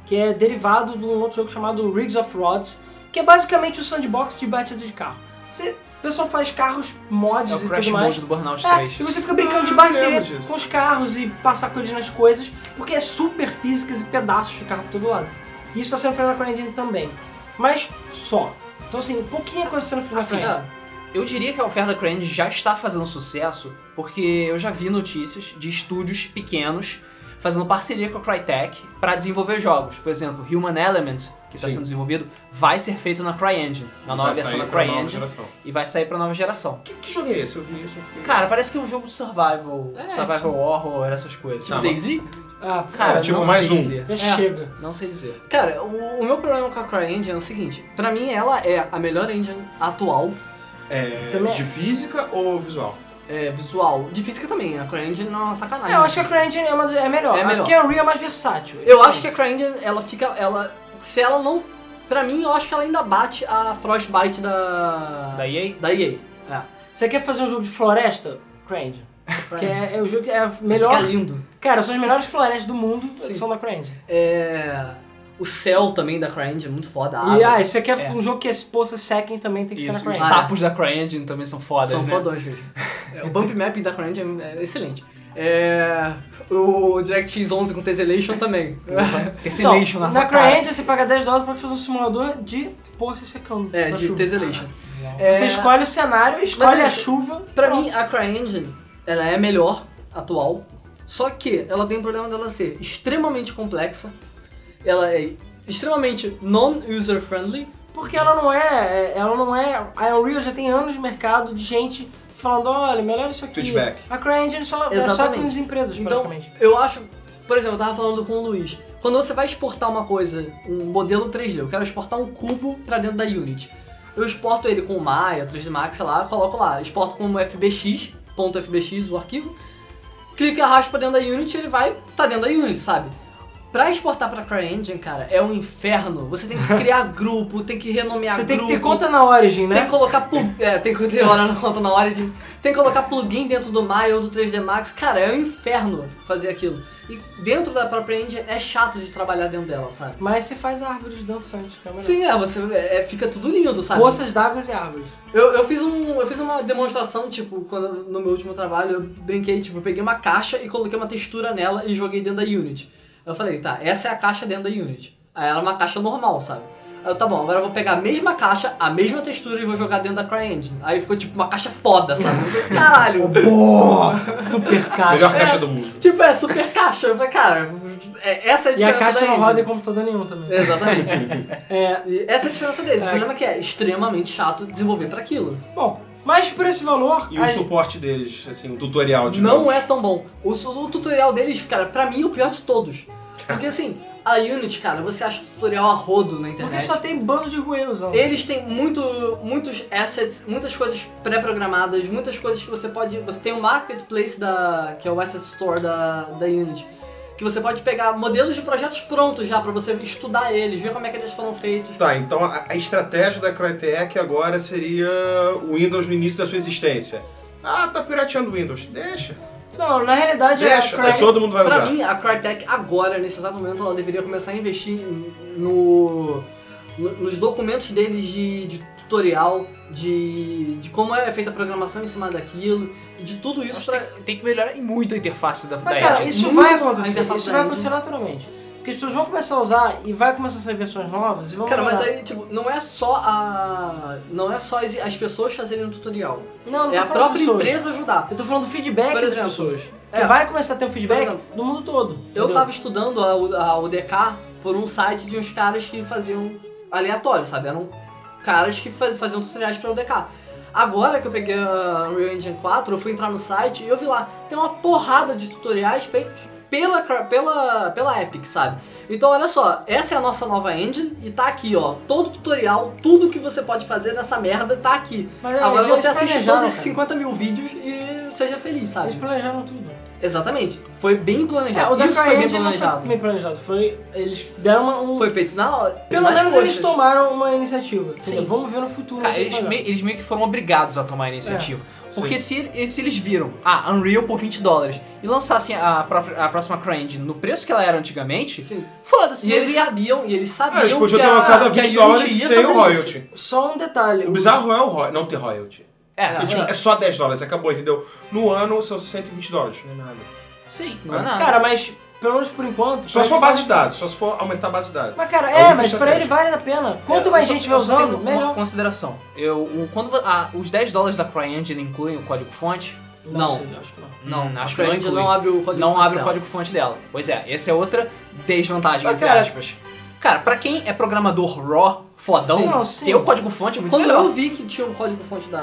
Speaker 2: que é derivado de um outro jogo chamado Rigs of Rods, que é basicamente o sandbox de batida de carro. Você, o pessoal faz carros, mods
Speaker 1: É
Speaker 2: e
Speaker 1: o Crash
Speaker 2: tudo mais.
Speaker 1: Mode do Burnout
Speaker 2: É,
Speaker 1: 3.
Speaker 2: e você fica brincando de
Speaker 3: Ah, eu lembro
Speaker 2: bater
Speaker 3: disso.
Speaker 2: com os carros e passar coisas nas coisas, porque é super físicas e pedaços de carro por todo lado. E isso tá sendo feito na CryEngine também. Mas só. Então assim, pouquinha coisa sendo feita na
Speaker 1: Assim,
Speaker 2: CryEngine.
Speaker 1: Eu diria que a oferta Crane já está fazendo sucesso, porque eu já vi notícias de estúdios pequenos fazendo parceria com a Crytek para desenvolver jogos. Por exemplo, Human Element, que está
Speaker 3: Sim.
Speaker 1: sendo desenvolvido, vai ser feito na CryEngine, na nova
Speaker 3: Vai
Speaker 1: versão
Speaker 3: sair
Speaker 1: da
Speaker 3: pra nova
Speaker 1: CryEngine,
Speaker 3: geração.
Speaker 1: e vai sair para nova geração.
Speaker 3: Que, que jogo é esse? Eu vi isso. eu fiquei-
Speaker 1: Cara, parece que é um jogo de survival,
Speaker 4: É,
Speaker 1: survival
Speaker 4: tipo-
Speaker 1: horror, essas coisas.
Speaker 3: Não,
Speaker 4: Daisy?
Speaker 2: Ah,
Speaker 1: Cara,
Speaker 3: É, tipo,
Speaker 1: não
Speaker 3: Tá mais
Speaker 1: sei
Speaker 3: um.
Speaker 1: dizer.
Speaker 2: já
Speaker 4: é.
Speaker 2: chega.
Speaker 1: Não sei dizer.
Speaker 4: Cara, o, o meu problema com a CryEngine é o seguinte: pra mim, ela é a melhor engine atual,
Speaker 3: É,
Speaker 2: Também é.
Speaker 3: de física ou visual?
Speaker 4: é, visual. De física também, a CryEngine não é uma sacanagem.
Speaker 2: eu acho que a CryEngine é, uma, é melhor.
Speaker 4: É melhor.
Speaker 2: Porque a Unreal é mais versátil.
Speaker 4: Eu acho que a CryEngine, ela fica. Ela. Se ela não. Pra mim, eu acho que ela ainda bate a Frostbite da.
Speaker 1: Da EA?
Speaker 4: Da EA. É.
Speaker 2: Você quer fazer um jogo de floresta? CryEngine. Que é, é o jogo que é a melhor...
Speaker 4: Fica lindo.
Speaker 2: Cara, são as melhores florestas do mundo,
Speaker 4: Sim.
Speaker 2: são da CryEngine.
Speaker 4: É. O céu também da CryEngine é muito foda. A
Speaker 2: e
Speaker 4: água.
Speaker 2: ah, se você quer
Speaker 1: É.
Speaker 2: um jogo que as poças sequem também tem que
Speaker 1: Isso.
Speaker 2: ser na
Speaker 1: Os
Speaker 2: CryEngine.
Speaker 4: Ah,
Speaker 1: sapos da CryEngine também são fodas,
Speaker 4: São
Speaker 1: né?
Speaker 4: fodas mesmo. É, o bump map da CryEngine é excelente. É, o DirectX 11 com Tessellation também.
Speaker 1: Tessellation na
Speaker 2: Então, na
Speaker 1: sua cara.
Speaker 2: CryEngine você paga 10 dólares pra fazer um simulador de poça secando.
Speaker 4: É,
Speaker 2: na
Speaker 4: de
Speaker 2: chuva.
Speaker 4: Tessellation.
Speaker 2: É, Você escolhe o cenário, escolhe
Speaker 4: é
Speaker 2: a
Speaker 4: isso.
Speaker 2: chuva.
Speaker 4: Pra
Speaker 2: pronto.
Speaker 4: mim, a CryEngine, ela é melhor, atual, só que ela tem o problema dela ser extremamente complexa, ela é extremamente non-user-friendly,
Speaker 2: Porque ela não é. Ela não é. A Unreal já tem anos de mercado de gente falando, olha, melhor isso aqui.
Speaker 3: Feedback.
Speaker 2: A CryEngine só, é só
Speaker 4: Exatamente.
Speaker 2: com as empresas,
Speaker 4: Então,
Speaker 2: praticamente.
Speaker 4: eu acho, por exemplo, eu tava falando com o Luiz. Quando você vai exportar uma coisa, um modelo 3D, eu quero exportar um cubo pra dentro da Unity. Eu exporto ele com o Maya, 3D Max, sei lá, coloco lá, exporto como FBX, ponto .fbx o arquivo, clica e arrasto pra dentro da Unity, ele vai, tá dentro da Unity, sabe? Pra exportar pra CryEngine, cara, é um inferno. Você tem que criar grupo, tem que renomear
Speaker 2: Você tem
Speaker 4: grupo.
Speaker 2: que ter conta na Origin, né?
Speaker 4: Tem que colocar plug... é, tem que ter hora na conta na hora de... Tem que colocar plugin dentro do Maya ou do 3D Max. Cara, é um inferno fazer aquilo. E dentro da própria engine é chato de trabalhar dentro dela, sabe?
Speaker 2: Mas você faz árvores dançantes, que é o melhor.
Speaker 4: Sim, é, você é, fica tudo lindo, sabe?
Speaker 2: Poças d'água e árvores.
Speaker 4: Eu, eu fiz um. Eu fiz uma demonstração, tipo, quando no meu último trabalho eu brinquei, tipo, eu peguei uma caixa e coloquei uma textura nela e joguei dentro da Unity. Eu falei, tá, essa é a caixa dentro da Unity. Aí era uma caixa normal, sabe? Aí eu, tá bom, agora eu vou pegar a mesma caixa, a mesma textura e vou jogar dentro da CryEngine. Aí ficou tipo uma caixa foda, sabe? Eu falei, Caralho!
Speaker 2: Super caixa.
Speaker 3: Melhor caixa do mundo.
Speaker 4: tipo, é super caixa. Eu falei, cara, é- essa é a
Speaker 2: E
Speaker 4: diferença.
Speaker 2: a caixa
Speaker 4: da
Speaker 2: não
Speaker 4: engine.
Speaker 2: roda em computador nenhum também.
Speaker 4: Exatamente.
Speaker 2: É.
Speaker 4: E essa é a diferença deles. O problema é que é extremamente chato desenvolver pra aquilo.
Speaker 2: Bom, mas por esse valor.
Speaker 3: E o
Speaker 2: a-
Speaker 3: suporte deles, assim, o tutorial de
Speaker 4: não
Speaker 3: novo.
Speaker 4: é tão bom. O, su- o tutorial deles, cara, pra mim é o pior de todos. Porque assim, a Unity, cara, você acha tutorial a rodo na
Speaker 2: Porque
Speaker 4: internet.
Speaker 2: só tem bando de ruim usando.
Speaker 4: Eles têm muito, muitos assets, muitas coisas pré-programadas, muitas coisas que você pode. Você tem o marketplace da. que é o asset store da, da Unity. Que você pode pegar modelos de projetos prontos já pra você estudar eles, ver como é que eles foram feitos.
Speaker 3: Tá, então a, a estratégia da Crytek agora seria o Windows no início da sua existência. Ah, tá pirateando o Windows. Deixa.
Speaker 2: Não, na realidade é.
Speaker 3: Deixa. Aí todo mundo vai
Speaker 4: Pra
Speaker 3: usar.
Speaker 4: mim, a Crytek agora, nesse exato momento, ela deveria começar a investir no, no- nos documentos deles de, de tutorial, de, de como é feita a programação em cima daquilo, de tudo isso
Speaker 1: Acho
Speaker 4: pra...
Speaker 1: que Tem que melhorar e muito a interface da, da
Speaker 2: Mas, cara,
Speaker 1: engine.
Speaker 2: isso
Speaker 4: Muito
Speaker 2: vai
Speaker 4: a
Speaker 2: acontecer.
Speaker 4: interface
Speaker 2: Isso
Speaker 4: da
Speaker 2: vai
Speaker 4: engine.
Speaker 2: acontecer naturalmente. Porque as pessoas vão começar a usar e vai começar a sair versões novas e vão
Speaker 4: Cara, mas
Speaker 2: mudar.
Speaker 4: aí, tipo, não é só a... não é só as, as pessoas fazerem o tutorial.
Speaker 2: Não, não
Speaker 4: É
Speaker 2: tô
Speaker 4: a
Speaker 2: falando
Speaker 4: própria
Speaker 2: pessoas.
Speaker 4: empresa ajudar.
Speaker 2: Eu tô falando do feedback
Speaker 4: Por
Speaker 2: das
Speaker 4: exemplo,
Speaker 2: pessoas. Que
Speaker 4: é.
Speaker 2: vai começar a ter um feedback
Speaker 4: Por exemplo,
Speaker 2: do mundo todo.
Speaker 4: Eu
Speaker 2: entendeu?
Speaker 4: tava estudando a, U- a UDK por um site de uns caras que faziam aleatório, sabe? Eram caras que faz- faziam tutoriais pra UDK. Agora que eu peguei a Unreal Engine 4, eu fui entrar no site e eu vi lá, tem uma porrada de tutoriais feitos pela, cra- pela, pela Epic, sabe? Então olha só, essa é a nossa nova engine e tá aqui, ó. Todo tutorial, tudo que você pode fazer nessa merda tá aqui.
Speaker 2: Mas, é,
Speaker 4: Agora
Speaker 2: eles
Speaker 4: você assiste
Speaker 2: planejaram,
Speaker 4: todos esses
Speaker 2: cara.
Speaker 4: 50 mil vídeos e seja feliz, sabe?
Speaker 2: Eles planejaram tudo.
Speaker 4: Exatamente. Foi bem
Speaker 2: É, o
Speaker 4: planejado.
Speaker 2: da
Speaker 4: Isso foi bem
Speaker 2: Cryengine não
Speaker 4: planejado.
Speaker 2: foi bem planejado. Foi, eles deram uma, um...
Speaker 4: Foi feito na hora.
Speaker 2: Pelo
Speaker 4: nas
Speaker 2: menos eles
Speaker 4: coxas.
Speaker 2: tomaram uma iniciativa. entendeu?
Speaker 4: Sim.
Speaker 2: Vamos ver no futuro. o
Speaker 1: Cara,
Speaker 2: que
Speaker 1: eles,
Speaker 2: vai
Speaker 1: me-
Speaker 2: dar.
Speaker 1: eles meio que foram obrigados a tomar a iniciativa.
Speaker 2: É.
Speaker 1: Porque se, ele- se eles viram a Unreal por 20 dólares e lançassem a, própria- a próxima CryEngine no preço que ela era antigamente,
Speaker 4: Sim.
Speaker 1: foda-se.
Speaker 4: E eles
Speaker 1: ia-
Speaker 4: sabiam, e eles sabiam.
Speaker 3: Ah, eles podiam
Speaker 4: que
Speaker 3: ter lançado a
Speaker 4: que
Speaker 3: 20
Speaker 4: Unity
Speaker 3: dólares
Speaker 4: ia
Speaker 3: sem o
Speaker 4: fazer isso.
Speaker 3: royalty.
Speaker 2: Só um detalhe.
Speaker 3: O
Speaker 2: os-
Speaker 3: bizarro é o roy... não ter royalty.
Speaker 1: É,
Speaker 3: É, tipo, é só 10 dólares, acabou, entendeu? No ano são 120 dólares, não é nada.
Speaker 1: sim, não é nada.
Speaker 2: Cara, mas pelo menos por enquanto...
Speaker 3: Só se for
Speaker 2: pra-
Speaker 3: base de dados, só se for aumentar a base de dados.
Speaker 2: Mas cara,
Speaker 3: A única
Speaker 2: é, mas pra
Speaker 3: estratégia.
Speaker 2: ele vale a pena. Quanto mais
Speaker 1: Eu só-
Speaker 2: gente vai
Speaker 1: eu só tenho
Speaker 2: usando,
Speaker 1: uma
Speaker 2: melhor.
Speaker 1: consideração. Eu, o- quando a- os 10 dólares da CryEngine incluem o código-fonte?
Speaker 4: Não.
Speaker 2: sei, acho que não.
Speaker 4: Não,
Speaker 1: Hum,
Speaker 4: acho
Speaker 1: acho
Speaker 4: que
Speaker 1: que
Speaker 4: a
Speaker 1: não
Speaker 4: gente não
Speaker 1: inclui.
Speaker 4: abre o código.
Speaker 1: não
Speaker 4: fonte
Speaker 1: abre o
Speaker 4: dela.
Speaker 1: código-fonte dela. Pois é, essa é outra desvantagem,
Speaker 2: Mas,
Speaker 1: entre
Speaker 2: cara-
Speaker 1: aspas. Cara, pra quem é programador raw, fodão,
Speaker 2: Sim, não, sim.
Speaker 1: ter o código-fonte é muito
Speaker 4: Quando
Speaker 1: melhor.
Speaker 4: eu vi que tinha um código fonte da,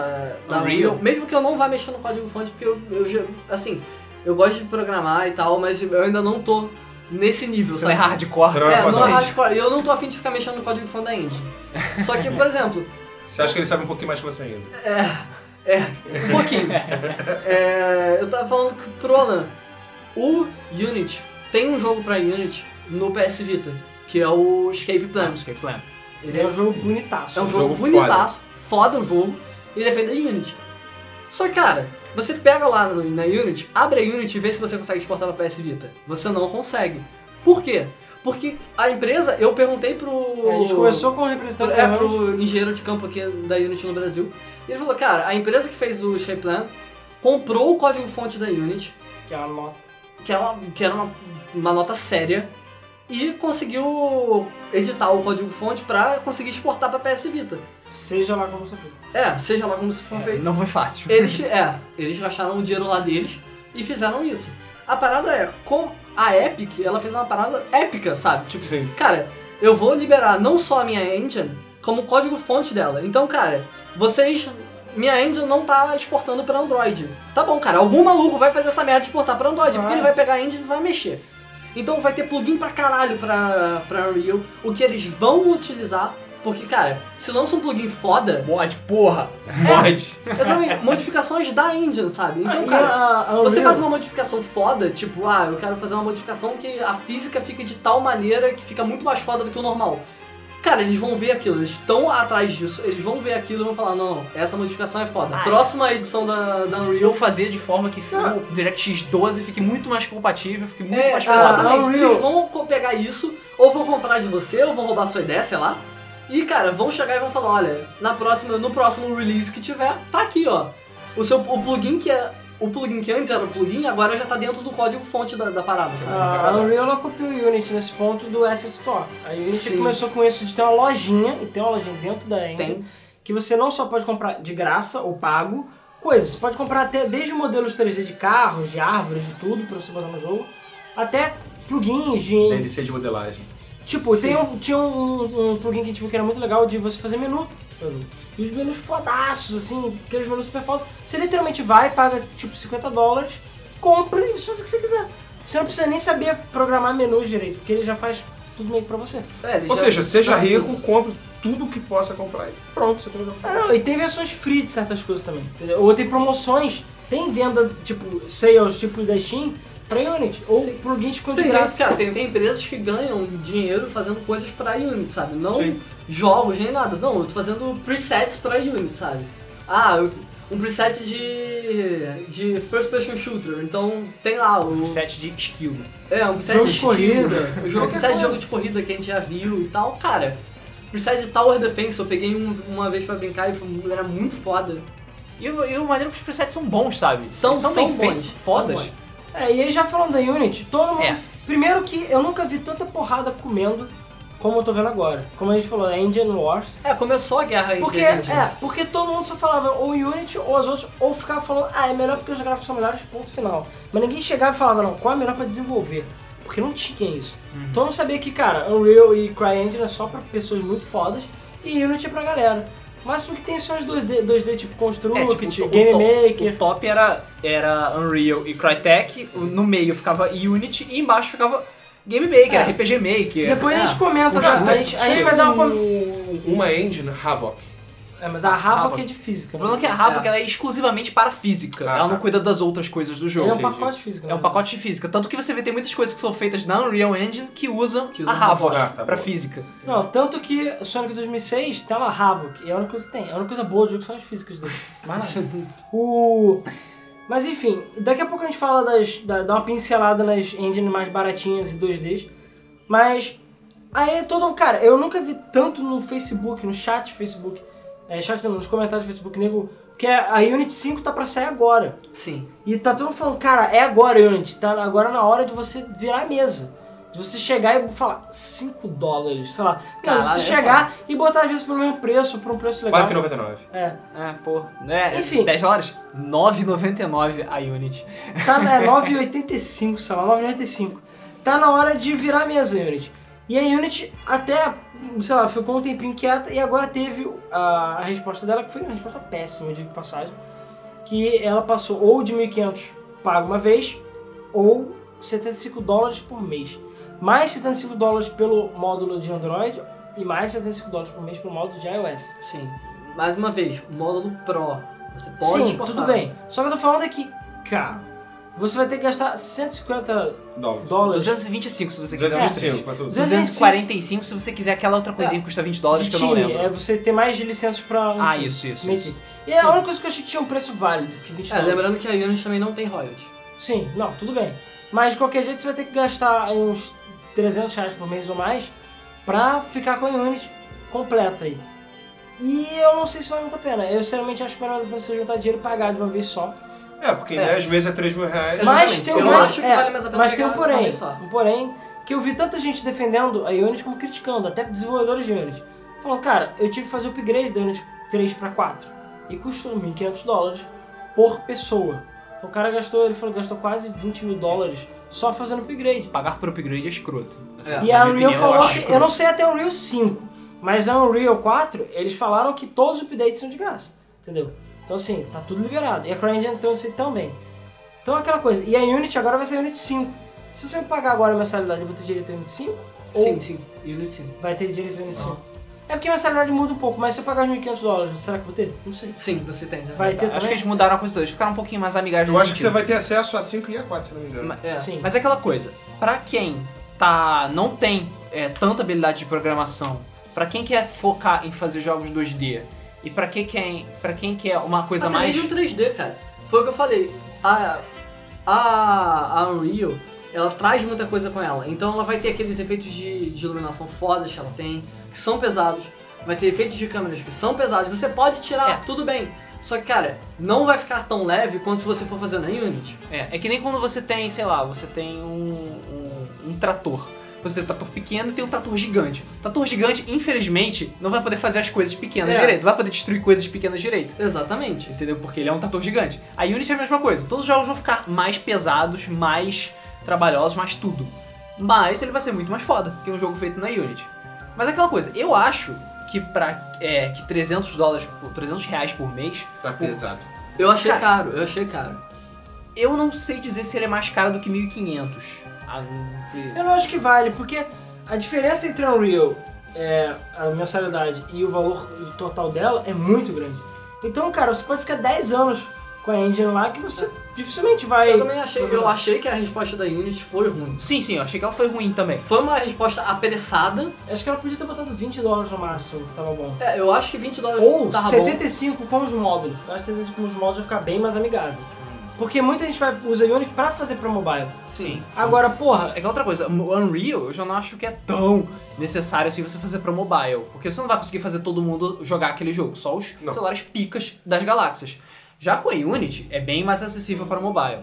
Speaker 4: da
Speaker 1: Unreal.
Speaker 4: Unreal, mesmo que eu não vá mexer no código fonte, porque eu, eu já- assim, eu gosto de programar e tal, mas eu ainda não tô nesse nível,
Speaker 1: Você não é
Speaker 4: sabe?
Speaker 1: hardcore.
Speaker 3: Você não
Speaker 4: É, não é
Speaker 3: paciente.
Speaker 4: hardcore. E eu não tô afim de ficar mexendo no código fonte da Indy. Só que, por exemplo,
Speaker 3: Você acha que ele sabe um pouquinho mais que você ainda?
Speaker 4: é, um pouquinho. É, eu tava falando que pro Alan, o Unity, tem um jogo pra Unity no PS Vita, que é o Escape Plan.
Speaker 1: Escape Plan.
Speaker 4: Ele
Speaker 2: Ele é
Speaker 4: é
Speaker 2: um jogo bonitaço.
Speaker 4: É um
Speaker 3: Um
Speaker 4: jogo,
Speaker 3: jogo
Speaker 4: bonitaço, foda. o jogo, e ele é feito da Unity. Só que, cara, você pega lá no- na Unity, abre a Unity e vê se você consegue exportar pra PS Vita. Você não consegue. Por quê? Porque a empresa, eu perguntei pro.
Speaker 2: É, A gente começou com o representante
Speaker 4: É,
Speaker 2: da Unity.
Speaker 4: pro engenheiro de campo aqui da Unity no Brasil. E ele falou, cara, a empresa que fez o Shapeplan comprou o código-fonte da Unity,
Speaker 2: que é a nota.
Speaker 4: que era, uma, que era uma, uma nota séria, e conseguiu editar o código-fonte pra conseguir exportar pra PS Vita.
Speaker 2: Seja lá como você for.
Speaker 4: É, seja lá como se for feito.
Speaker 1: Não foi fácil.
Speaker 4: Eles, é, eles gastaram o dinheiro lá deles e fizeram isso. A parada é, com a Epic, ela fez uma parada épica, sabe? Tipo,
Speaker 3: Sim.
Speaker 4: cara, eu vou liberar não só a minha engine, como o código-fonte dela. Então, cara, vocês. Minha engine não tá exportando pra Android. Tá bom, cara, algum maluco vai fazer essa merda de exportar pra Android, porque
Speaker 2: Claro.
Speaker 4: ele vai pegar a engine e vai mexer. Então vai ter plugin pra caralho pra, pra Unreal, o que eles vão utilizar, porque, cara, se lança um plugin foda,
Speaker 1: Mod, porra.
Speaker 3: Mod.
Speaker 4: Exatamente, modificações da engine, sabe? Então,
Speaker 2: Ah, E
Speaker 4: cara,
Speaker 2: a- a
Speaker 4: você
Speaker 2: Unreal-
Speaker 4: faz uma modificação foda, tipo, ah, eu quero fazer uma modificação que a física fica de tal maneira que fica muito mais foda do que o normal. Cara, eles vão ver aquilo, eles estão atrás disso, eles vão ver aquilo e vão falar, não, não, essa modificação é foda. Próxima edição da, da
Speaker 1: Eu
Speaker 4: Unreal...
Speaker 1: fazer de forma que o DirectX 12 fique muito mais compatível, fique muito
Speaker 4: É,
Speaker 1: mais
Speaker 3: ah,
Speaker 2: a-
Speaker 1: pesado.
Speaker 4: exatamente.
Speaker 2: Unreal-
Speaker 4: Eles vão co- pegar isso, ou vão comprar de você, ou vão roubar sua ideia, sei lá. E, cara, vão chegar e vão falar, olha, na próxima, no próximo release que tiver, tá aqui, ó. O seu o plugin que é. O plugin que antes era o plugin, agora já tá dentro do código fonte da, da parada, sabe?
Speaker 2: A
Speaker 3: Ah.
Speaker 2: Unreal ela copiou o Unity nesse ponto do Asset Store. A Unity
Speaker 4: Sim.
Speaker 2: começou com isso de ter uma lojinha, e tem uma lojinha dentro da Engine,
Speaker 4: Tem.
Speaker 2: que você não só pode comprar de graça ou pago coisas. Você pode comprar até desde modelos 3D de carros, de árvores, de tudo pra você botar no jogo, até plugins de.
Speaker 3: DLC de modelagem.
Speaker 2: Tipo, tem um- tinha um, um plugin que a gente viu que era muito legal de você fazer menu. no jogo. E os menus fodaços, assim, aqueles menus super fodas. Você literalmente vai, paga tipo 50 dólares, compra e você faz o que você quiser. Você não precisa nem saber programar menus direito, porque ele já faz tudo meio que pra você.
Speaker 4: É, eles
Speaker 3: Ou
Speaker 4: já-
Speaker 3: seja, seja
Speaker 4: já-
Speaker 3: rico, compre tudo que possa comprar e pronto, você tem um jogo.
Speaker 2: Ah, não, e tem versões free de certas coisas também. entendeu? Ou tem promoções, tem venda, tipo, sales, tipo da Steam, pra Unity. Ou
Speaker 4: Sim.
Speaker 2: plugins que ficam de
Speaker 4: Tem, gente,
Speaker 2: graça.
Speaker 4: cara, tem, tem empresas que ganham dinheiro fazendo coisas pra Unity, sabe? Não
Speaker 3: Sim.
Speaker 4: jogos nem nada. Não, eu tô fazendo presets pra Unity, sabe? Ah, eu- um preset de. de first person shooter. Então tem lá o.
Speaker 1: Set de skill.
Speaker 4: É, um preset
Speaker 2: Jogo
Speaker 4: de
Speaker 2: de corrida.
Speaker 4: O jogo, um preset de jogo de corrida que a gente já viu e tal, cara. Preset de Tower Defense, eu peguei um- uma vez pra brincar e foi, era muito foda.
Speaker 1: E, o- e o maneiro é que os presets são bons, sabe?
Speaker 4: São-
Speaker 1: Eles
Speaker 4: são
Speaker 1: bem
Speaker 4: bons,
Speaker 1: feitos,
Speaker 4: são
Speaker 1: fodas.
Speaker 4: bons.
Speaker 2: É, e aí já falando da Unity, todo mundo.
Speaker 1: É.
Speaker 2: Primeiro que eu nunca vi tanta porrada comendo como eu tô vendo agora. Como a gente falou, a Engine Wars.
Speaker 4: É, começou a guerra né, aí.
Speaker 2: Porque, é, porque todo mundo só falava ou Unity ou as outras, ou ficava falando, ah, é melhor porque os gráficos são melhores, ponto final. Mas ninguém chegava e falava, não, qual é a melhor pra desenvolver? Porque não tinha isso.
Speaker 1: Uhum.
Speaker 2: Todo mundo sabia que, cara, Unreal e CryEngine é só pra pessoas muito fodas e Unity é pra galera. O máximo que tem são as 2D, 2D tipo
Speaker 1: É,
Speaker 2: Construct,
Speaker 1: tipo, o,
Speaker 2: Game
Speaker 1: to-
Speaker 2: Maker.
Speaker 1: o top era, era Unreal e Crytek, o- no meio ficava Unity e embaixo ficava Game Maker,
Speaker 2: É.
Speaker 1: RPG Maker. É.
Speaker 2: Depois a gente comenta,
Speaker 1: Construct,
Speaker 2: tá? a gente, a gente vai dar uma. com-
Speaker 3: Um, Uma engine Havoc.
Speaker 2: É, mas a Rafa
Speaker 1: Havoc.
Speaker 2: que é de física.
Speaker 1: O
Speaker 2: né?
Speaker 1: problema é que a Rafa
Speaker 4: É.
Speaker 1: que ela é exclusivamente para a física.
Speaker 3: Ah,
Speaker 1: ela
Speaker 3: tá.
Speaker 1: não cuida das outras coisas do
Speaker 2: Ele
Speaker 1: jogo.
Speaker 2: é um
Speaker 3: Entendi.
Speaker 2: pacote físico. né?
Speaker 1: É um pacote de física. Tanto que você vê, tem muitas coisas que são feitas na Unreal Engine que usam
Speaker 4: Que usam
Speaker 1: a Havoc
Speaker 3: Ah, tá
Speaker 1: pra
Speaker 3: bom.
Speaker 1: física.
Speaker 2: Não, tanto que o Sonic 2006 tá lá Havoc, e é a única coisa que tem. A única coisa boa do jogo são as físicas dele. Mas nada. o... Mas enfim, daqui a pouco a gente fala das... da- dá uma pincelada nas engines mais baratinhas e 2Ds. Mas... Aí é todo um... Cara, eu nunca vi tanto no Facebook, no chat Facebook... É, chat não, nos comentários do Facebook, nego... Porque a Unity 5 tá pra sair agora.
Speaker 4: Sim.
Speaker 2: E tá todo mundo falando, cara, é agora, Unity, tá agora na hora de você virar a mesa. De você chegar e falar 5 dólares, sei lá. Não,
Speaker 4: Caralho,
Speaker 2: você
Speaker 4: é
Speaker 2: chegar e botar às vezes pelo mesmo preço, por um preço legal.
Speaker 3: 4,99.
Speaker 2: É,
Speaker 1: É, pô. Né?
Speaker 2: Enfim.
Speaker 1: 10 dólares? 9,99 a Unity.
Speaker 2: tá é 9,85, sei lá, 9,95. Tá na hora de virar a mesa, Unity. E a Unity até, sei lá, ficou um tempinho quieta e agora teve a, a resposta dela, que foi uma resposta péssima, eu digo de passagem. Que ela passou ou de 1.500 paga uma vez, ou 75 dólares por mês. mais 75 dólares pelo módulo de Android e mais 75 dólares por mês pelo módulo de iOS.
Speaker 4: Sim. Mais uma vez, o módulo Pro. Você pode
Speaker 2: Sim,
Speaker 4: exportar.
Speaker 2: tudo bem. Só que eu tô falando aqui, cara, você vai ter que gastar 150
Speaker 3: Dólares.
Speaker 2: dólares
Speaker 1: 225 se você quiser. os
Speaker 3: 225,
Speaker 1: três.
Speaker 3: pra tudo.
Speaker 1: 245 se você quiser aquela outra coisinha que custa 20 dólares
Speaker 2: de
Speaker 1: que eu não
Speaker 2: time.
Speaker 1: lembro.
Speaker 2: É você ter mais de licenças pra... um
Speaker 1: Ah,
Speaker 2: time.
Speaker 1: isso, isso,
Speaker 2: Meio que-
Speaker 1: isso.
Speaker 2: E é
Speaker 4: Sim.
Speaker 2: a única coisa que eu achei que tinha um preço válido, que 20
Speaker 4: É,
Speaker 2: dólares.
Speaker 4: lembrando que a Unity também não tem royalties.
Speaker 2: Sim, não, tudo bem. Mas de qualquer jeito você vai ter que gastar aí uns 300 reais por mês ou mais pra ficar com a Unity completa aí. E eu não sei se vale muito a pena. Eu sinceramente acho que vale a pena você juntar dinheiro e pagar de uma vez só.
Speaker 3: É, porque em
Speaker 4: É.
Speaker 3: 10 meses é 3 mil reais.
Speaker 4: Exatamente.
Speaker 2: Mas tem,
Speaker 4: Eu
Speaker 2: um- mas,
Speaker 4: acho que
Speaker 2: é,
Speaker 4: vale mais a pena
Speaker 2: mas tem um
Speaker 4: pegar de uma
Speaker 2: porém.
Speaker 4: vez só.
Speaker 2: Um porém que eu vi tanta gente defendendo a Unity como criticando, até desenvolvedores de Unity. Falando, cara, eu tive que fazer o upgrade da Unity 3 pra 4 e custou 1.500 dólares por pessoa. Então o cara gastou, ele falou, gastou quase 20 mil dólares só fazendo upgrade.
Speaker 1: Pagar por upgrade é escroto.
Speaker 4: É.
Speaker 1: na
Speaker 2: E a
Speaker 1: minha
Speaker 2: Unreal
Speaker 1: opinião,
Speaker 2: falou
Speaker 1: acho
Speaker 2: que,
Speaker 1: escroto.
Speaker 2: eu não sei até a Unreal 5, mas a Unreal 4, eles falaram que todos os updates são de graça, entendeu? Então assim, tá tudo liberado. E a CryEngine então sei também. Então é aquela coisa. E a Unity agora vai ser a Unity 5. Se você pagar agora a mensalidade, eu vou ter direito a Unity 5? Ou
Speaker 4: Sim, sim. Unity sim.
Speaker 2: vai ter direito a Unity
Speaker 4: Não.
Speaker 2: 5? É porque a mensalidade muda um pouco, mas se eu pagar os 1.500 dólares, será que eu vou ter? Não sei.
Speaker 4: Sim, você tem. né?
Speaker 2: Vai ter também?
Speaker 1: Acho que eles mudaram a coisa, eles ficaram um pouquinho mais amigáveis
Speaker 3: Eu
Speaker 1: nesse
Speaker 3: acho que você
Speaker 1: sentido.
Speaker 3: vai ter acesso a 5 e a 4, se não me engano.
Speaker 1: Ma- é.
Speaker 4: Sim.
Speaker 1: Mas é aquela coisa, pra quem tá não tem é, tanta habilidade de programação, pra quem quer focar em fazer jogos 2D e pra quem quer, pra quem quer uma coisa
Speaker 4: Até
Speaker 1: mais
Speaker 4: mesmo 3D, um cara. Foi o que eu falei. A, a, a Unreal, ela traz muita coisa com ela. Então ela vai ter aqueles efeitos de, de iluminação fodas que ela tem, que são pesados. Vai ter efeitos de câmeras que são pesados. Você pode tirar,
Speaker 1: É.
Speaker 4: tudo bem. Só que, cara, não vai ficar tão leve quanto se você for fazer na Unity.
Speaker 1: É, é que nem quando você tem, sei lá, você tem um, um, um trator. Você tem um trator pequeno e tem um trator gigante. O trator gigante, infelizmente, não vai poder fazer as coisas pequenas
Speaker 4: É.
Speaker 1: direito. Não vai poder destruir coisas pequenas direito.
Speaker 4: Exatamente.
Speaker 1: Entendeu? Porque ele é um trator gigante. A Unity é a mesma coisa. Todos os jogos vão ficar mais pesados, mais trabalhosos, mais tudo. Mas ele vai ser muito mais foda que um jogo feito na Unity. Mas é aquela coisa, eu acho que pra, é, que 300 dólares, por- 300 reais por mês,
Speaker 3: Tá pesado.
Speaker 4: Eu achei
Speaker 1: Cara-
Speaker 4: caro, eu achei caro.
Speaker 1: eu não sei dizer se ele é mais caro do que 1500. Ah, não-
Speaker 2: Eu não acho que vale, porque a diferença entre a Unreal, é, a mensalidade e o valor total dela é muito grande. Então, cara, você pode ficar 10 anos com a engine lá que você dificilmente vai.
Speaker 4: Eu também achei, eu achei que a resposta da Unity foi ruim.
Speaker 1: Sim, sim, eu achei que ela foi ruim também.
Speaker 4: Foi uma resposta apressada.
Speaker 2: Acho que ela podia ter botado 20 dólares no máximo, que tava bom.
Speaker 4: É, eu acho que 20 dólares
Speaker 2: Ou
Speaker 4: tava bom.
Speaker 2: 75 com os módulos. Eu acho que 75 com os módulos vai ficar bem mais amigável. Porque muita gente vai usa Unity pra fazer pra mobile.
Speaker 1: Sim.
Speaker 2: Agora, porra,
Speaker 1: É que outra coisa, o Unreal eu já não acho que é tão necessário assim você fazer pra mobile. Porque você não vai conseguir fazer todo mundo jogar aquele jogo, só os
Speaker 3: Não.
Speaker 1: celulares picas das galáxias. Já com a Unity é bem mais acessível para mobile.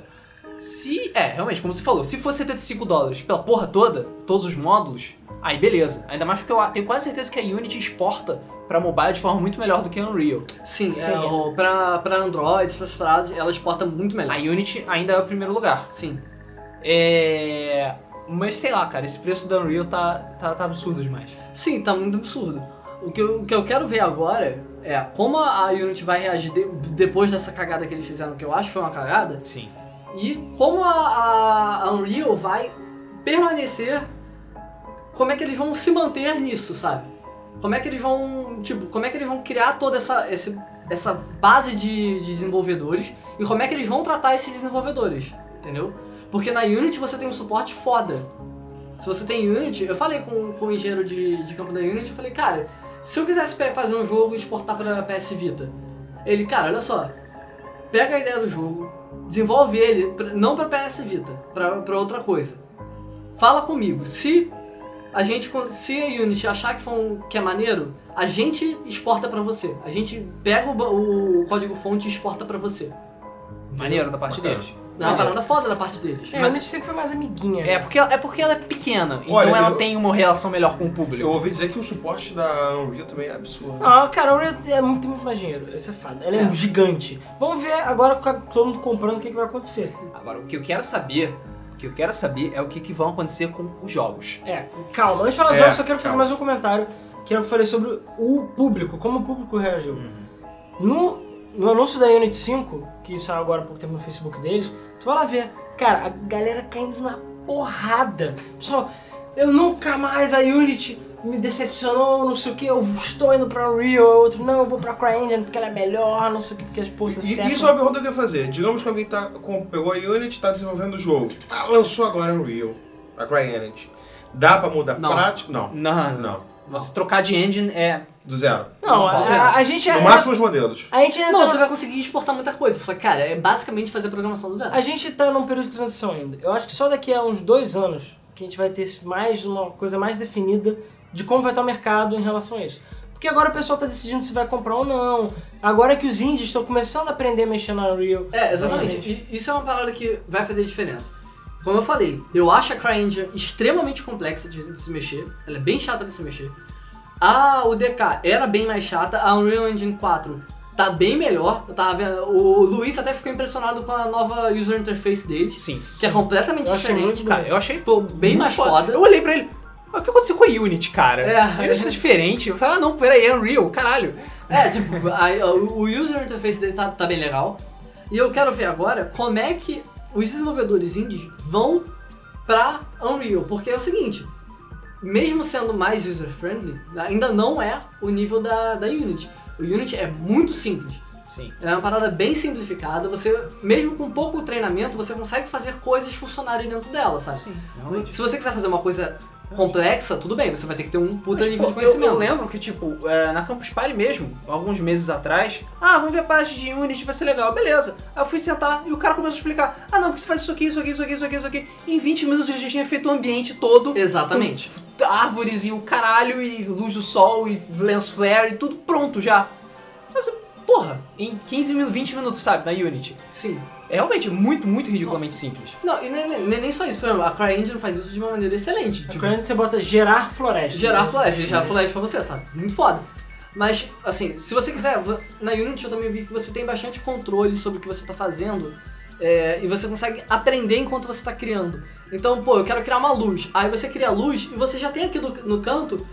Speaker 1: Se. É, realmente, como você falou, se fosse 75 dólares pela porra toda, todos os módulos, aí beleza. Ainda mais porque eu tenho quase certeza que a Unity exporta pra mobile de forma muito melhor do que a Unreal.
Speaker 4: Sim,
Speaker 2: Sim.
Speaker 4: É, o- pra, pra Android, essas paradas, ela exporta muito melhor.
Speaker 1: A Unity ainda é o primeiro lugar.
Speaker 4: Sim.
Speaker 1: É. Mas sei lá, cara, esse preço da Unreal tá, tá, tá absurdo demais.
Speaker 4: Sim, tá muito absurdo. O que, eu, o que eu quero ver agora é como a Unity vai reagir de- depois dessa cagada que eles fizeram, que eu acho que foi uma cagada,
Speaker 1: Sim.
Speaker 4: e como a, a- a Unreal vai permanecer, como é que eles vão se manter nisso, sabe? Como é que eles vão, tipo, como é que eles vão criar toda essa, esse- essa base de, de desenvolvedores e como é que eles vão tratar esses desenvolvedores, entendeu? Porque na Unity você tem um suporte foda. Se você tem Unity, eu falei com, com o engenheiro de, de campo da Unity, eu falei, cara, se eu quisesse pe- fazer um jogo e exportar pra PS Vita, ele, cara, olha só, pega a ideia do jogo, desenvolve ele, pra- não pra PS Vita, pra, pra outra coisa. Fala comigo, se a gente, con- se a Unity achar que, for um- que é maneiro, a gente exporta pra você. A gente pega o, ba- o código fonte e exporta pra você.
Speaker 1: Maneiro da parte
Speaker 3: Bacana.
Speaker 1: deles.
Speaker 4: É uma
Speaker 1: Maneiro.
Speaker 4: parada foda da parte deles.
Speaker 2: é, a
Speaker 4: mas-
Speaker 2: Unity sempre foi mais amiguinha. né?
Speaker 1: É porque, é porque ela é pequena, então
Speaker 3: Olha,
Speaker 1: ela
Speaker 3: eu-
Speaker 1: tem uma relação melhor com o público.
Speaker 3: Eu ouvi dizer que o suporte da Unreal também é absurdo.
Speaker 1: Ah,
Speaker 2: Não, cara, a Unreal é muito, muito mais dinheiro. Isso é fato. Ela é,
Speaker 4: É.
Speaker 2: gigante. Vamos ver agora com a- todo mundo comprando o que, que vai acontecer.
Speaker 1: Agora, o que eu quero saber, o que eu quero saber é o que, que vão acontecer com os jogos.
Speaker 2: É, calma. Antes de falar
Speaker 3: É,
Speaker 2: disso, eu só quero fazer
Speaker 3: calma.
Speaker 2: mais um comentário, que é o que eu falei sobre o público, como o público reagiu.
Speaker 3: Uhum.
Speaker 2: No, no anúncio da Unity 5, que saiu agora há pouco tempo no Facebook deles, tu vai lá ver. Cara, a galera caindo na porrada. Pessoal, eu nunca mais, a Unity me decepcionou, não sei o que, eu estou indo pra Unreal, outro, não, eu vou pra CryEngine porque ela é melhor, não sei o que, porque as
Speaker 3: E-
Speaker 2: poças
Speaker 3: E isso é uma pergunta que eu ia fazer. Digamos que alguém tá, com- pegou a Unity, tá desenvolvendo o jogo. Ah, lançou agora o Unreal, a CryEngine. Dá pra mudar
Speaker 1: Não.
Speaker 3: prático? Não.
Speaker 1: Não, não.
Speaker 3: Não.
Speaker 1: Você trocar de engine é.
Speaker 3: Do zero.
Speaker 2: Não, a, a- a gente é.
Speaker 3: No máximo os modelos.
Speaker 2: A gente ainda
Speaker 4: Não,
Speaker 2: tá-
Speaker 4: você vai conseguir exportar muita coisa. Só que, cara, é basicamente fazer programação do zero.
Speaker 2: A gente tá num período de transição ainda. Eu acho que só daqui a uns dois anos que a gente vai ter esse- mais uma coisa mais definida de como vai estar o mercado em relação a isso. Porque agora o pessoal tá decidindo se vai comprar ou não. Agora que os indies estão começando a aprender a mexer na Unreal.
Speaker 4: É, exatamente. E isso é uma parada que vai fazer diferença. Como eu falei, eu acho a CryEngine extremamente complexa de, de se mexer. Ela é bem chata de se mexer. A UDK era bem mais chata. A Unreal Engine 4 tá bem melhor. Eu tava vendo- o Luiz até ficou impressionado com a nova user interface deles,
Speaker 1: Sim.
Speaker 4: que é completamente
Speaker 2: Eu achei
Speaker 4: diferente.
Speaker 2: muito
Speaker 1: Cara, eu achei
Speaker 4: Ficou bem
Speaker 1: um muito
Speaker 4: mais foda.
Speaker 1: Eu olhei pra ele. "Ah, O que aconteceu com a Unity, cara?
Speaker 4: É.
Speaker 1: a Unity tá diferente. Eu falei, ah não, peraí, é Unreal, caralho.
Speaker 4: É, tipo, a- a- o user interface dele tá, tá bem legal. E eu quero ver agora como é que os desenvolvedores indies vão pra Unreal. Porque é o seguinte, mesmo sendo mais user-friendly, ainda não é o nível da, da Unity. O Unity é muito simples.
Speaker 1: Sim.
Speaker 4: É uma parada bem simplificada. Você, mesmo com pouco treinamento, você consegue fazer coisas funcionarem dentro dela, sabe?
Speaker 1: Sim, realmente.
Speaker 4: Se você quiser fazer uma coisa complexa, tudo bem, você vai ter que ter um
Speaker 2: Tipo,
Speaker 4: puta
Speaker 1: Mas,
Speaker 4: nível
Speaker 1: pô,
Speaker 4: de conhecimento.
Speaker 1: Eu, eu lembro que, tipo, é, na Campus Party mesmo, alguns meses atrás, ah, vamos ver a parte de Unity, vai ser legal, beleza. Aí eu fui sentar e o cara começou a explicar, ah não, porque você faz isso aqui, isso aqui, isso aqui, isso aqui, isso aqui. Em 20 minutos ele já tinha feito o ambiente todo, tipo,
Speaker 4: Exatamente.
Speaker 1: árvores e o caralho, e luz do sol, e lens flare, e tudo pronto já. Aí você, Porra, em 15 minutos, 20 minutos, sabe, na Unity.
Speaker 4: Sim.
Speaker 1: É realmente muito, muito ridiculamente simples.
Speaker 4: Não, e nem, nem, nem só isso, por exemplo, a CryEngine faz isso de uma maneira excelente.
Speaker 2: A
Speaker 4: Tipo,
Speaker 2: Unreal É você bota gerar floresta.
Speaker 4: gerar flash,
Speaker 2: É.
Speaker 4: gerar flash pra você, sabe? Muito foda. Mas, assim, se você quiser, vo- na Unity eu também vi que você tem bastante controle sobre o que você tá fazendo é, e você consegue aprender enquanto você tá criando. Então, pô, eu quero criar uma luz. Aí você cria a luz e você já tem aqui no, no canto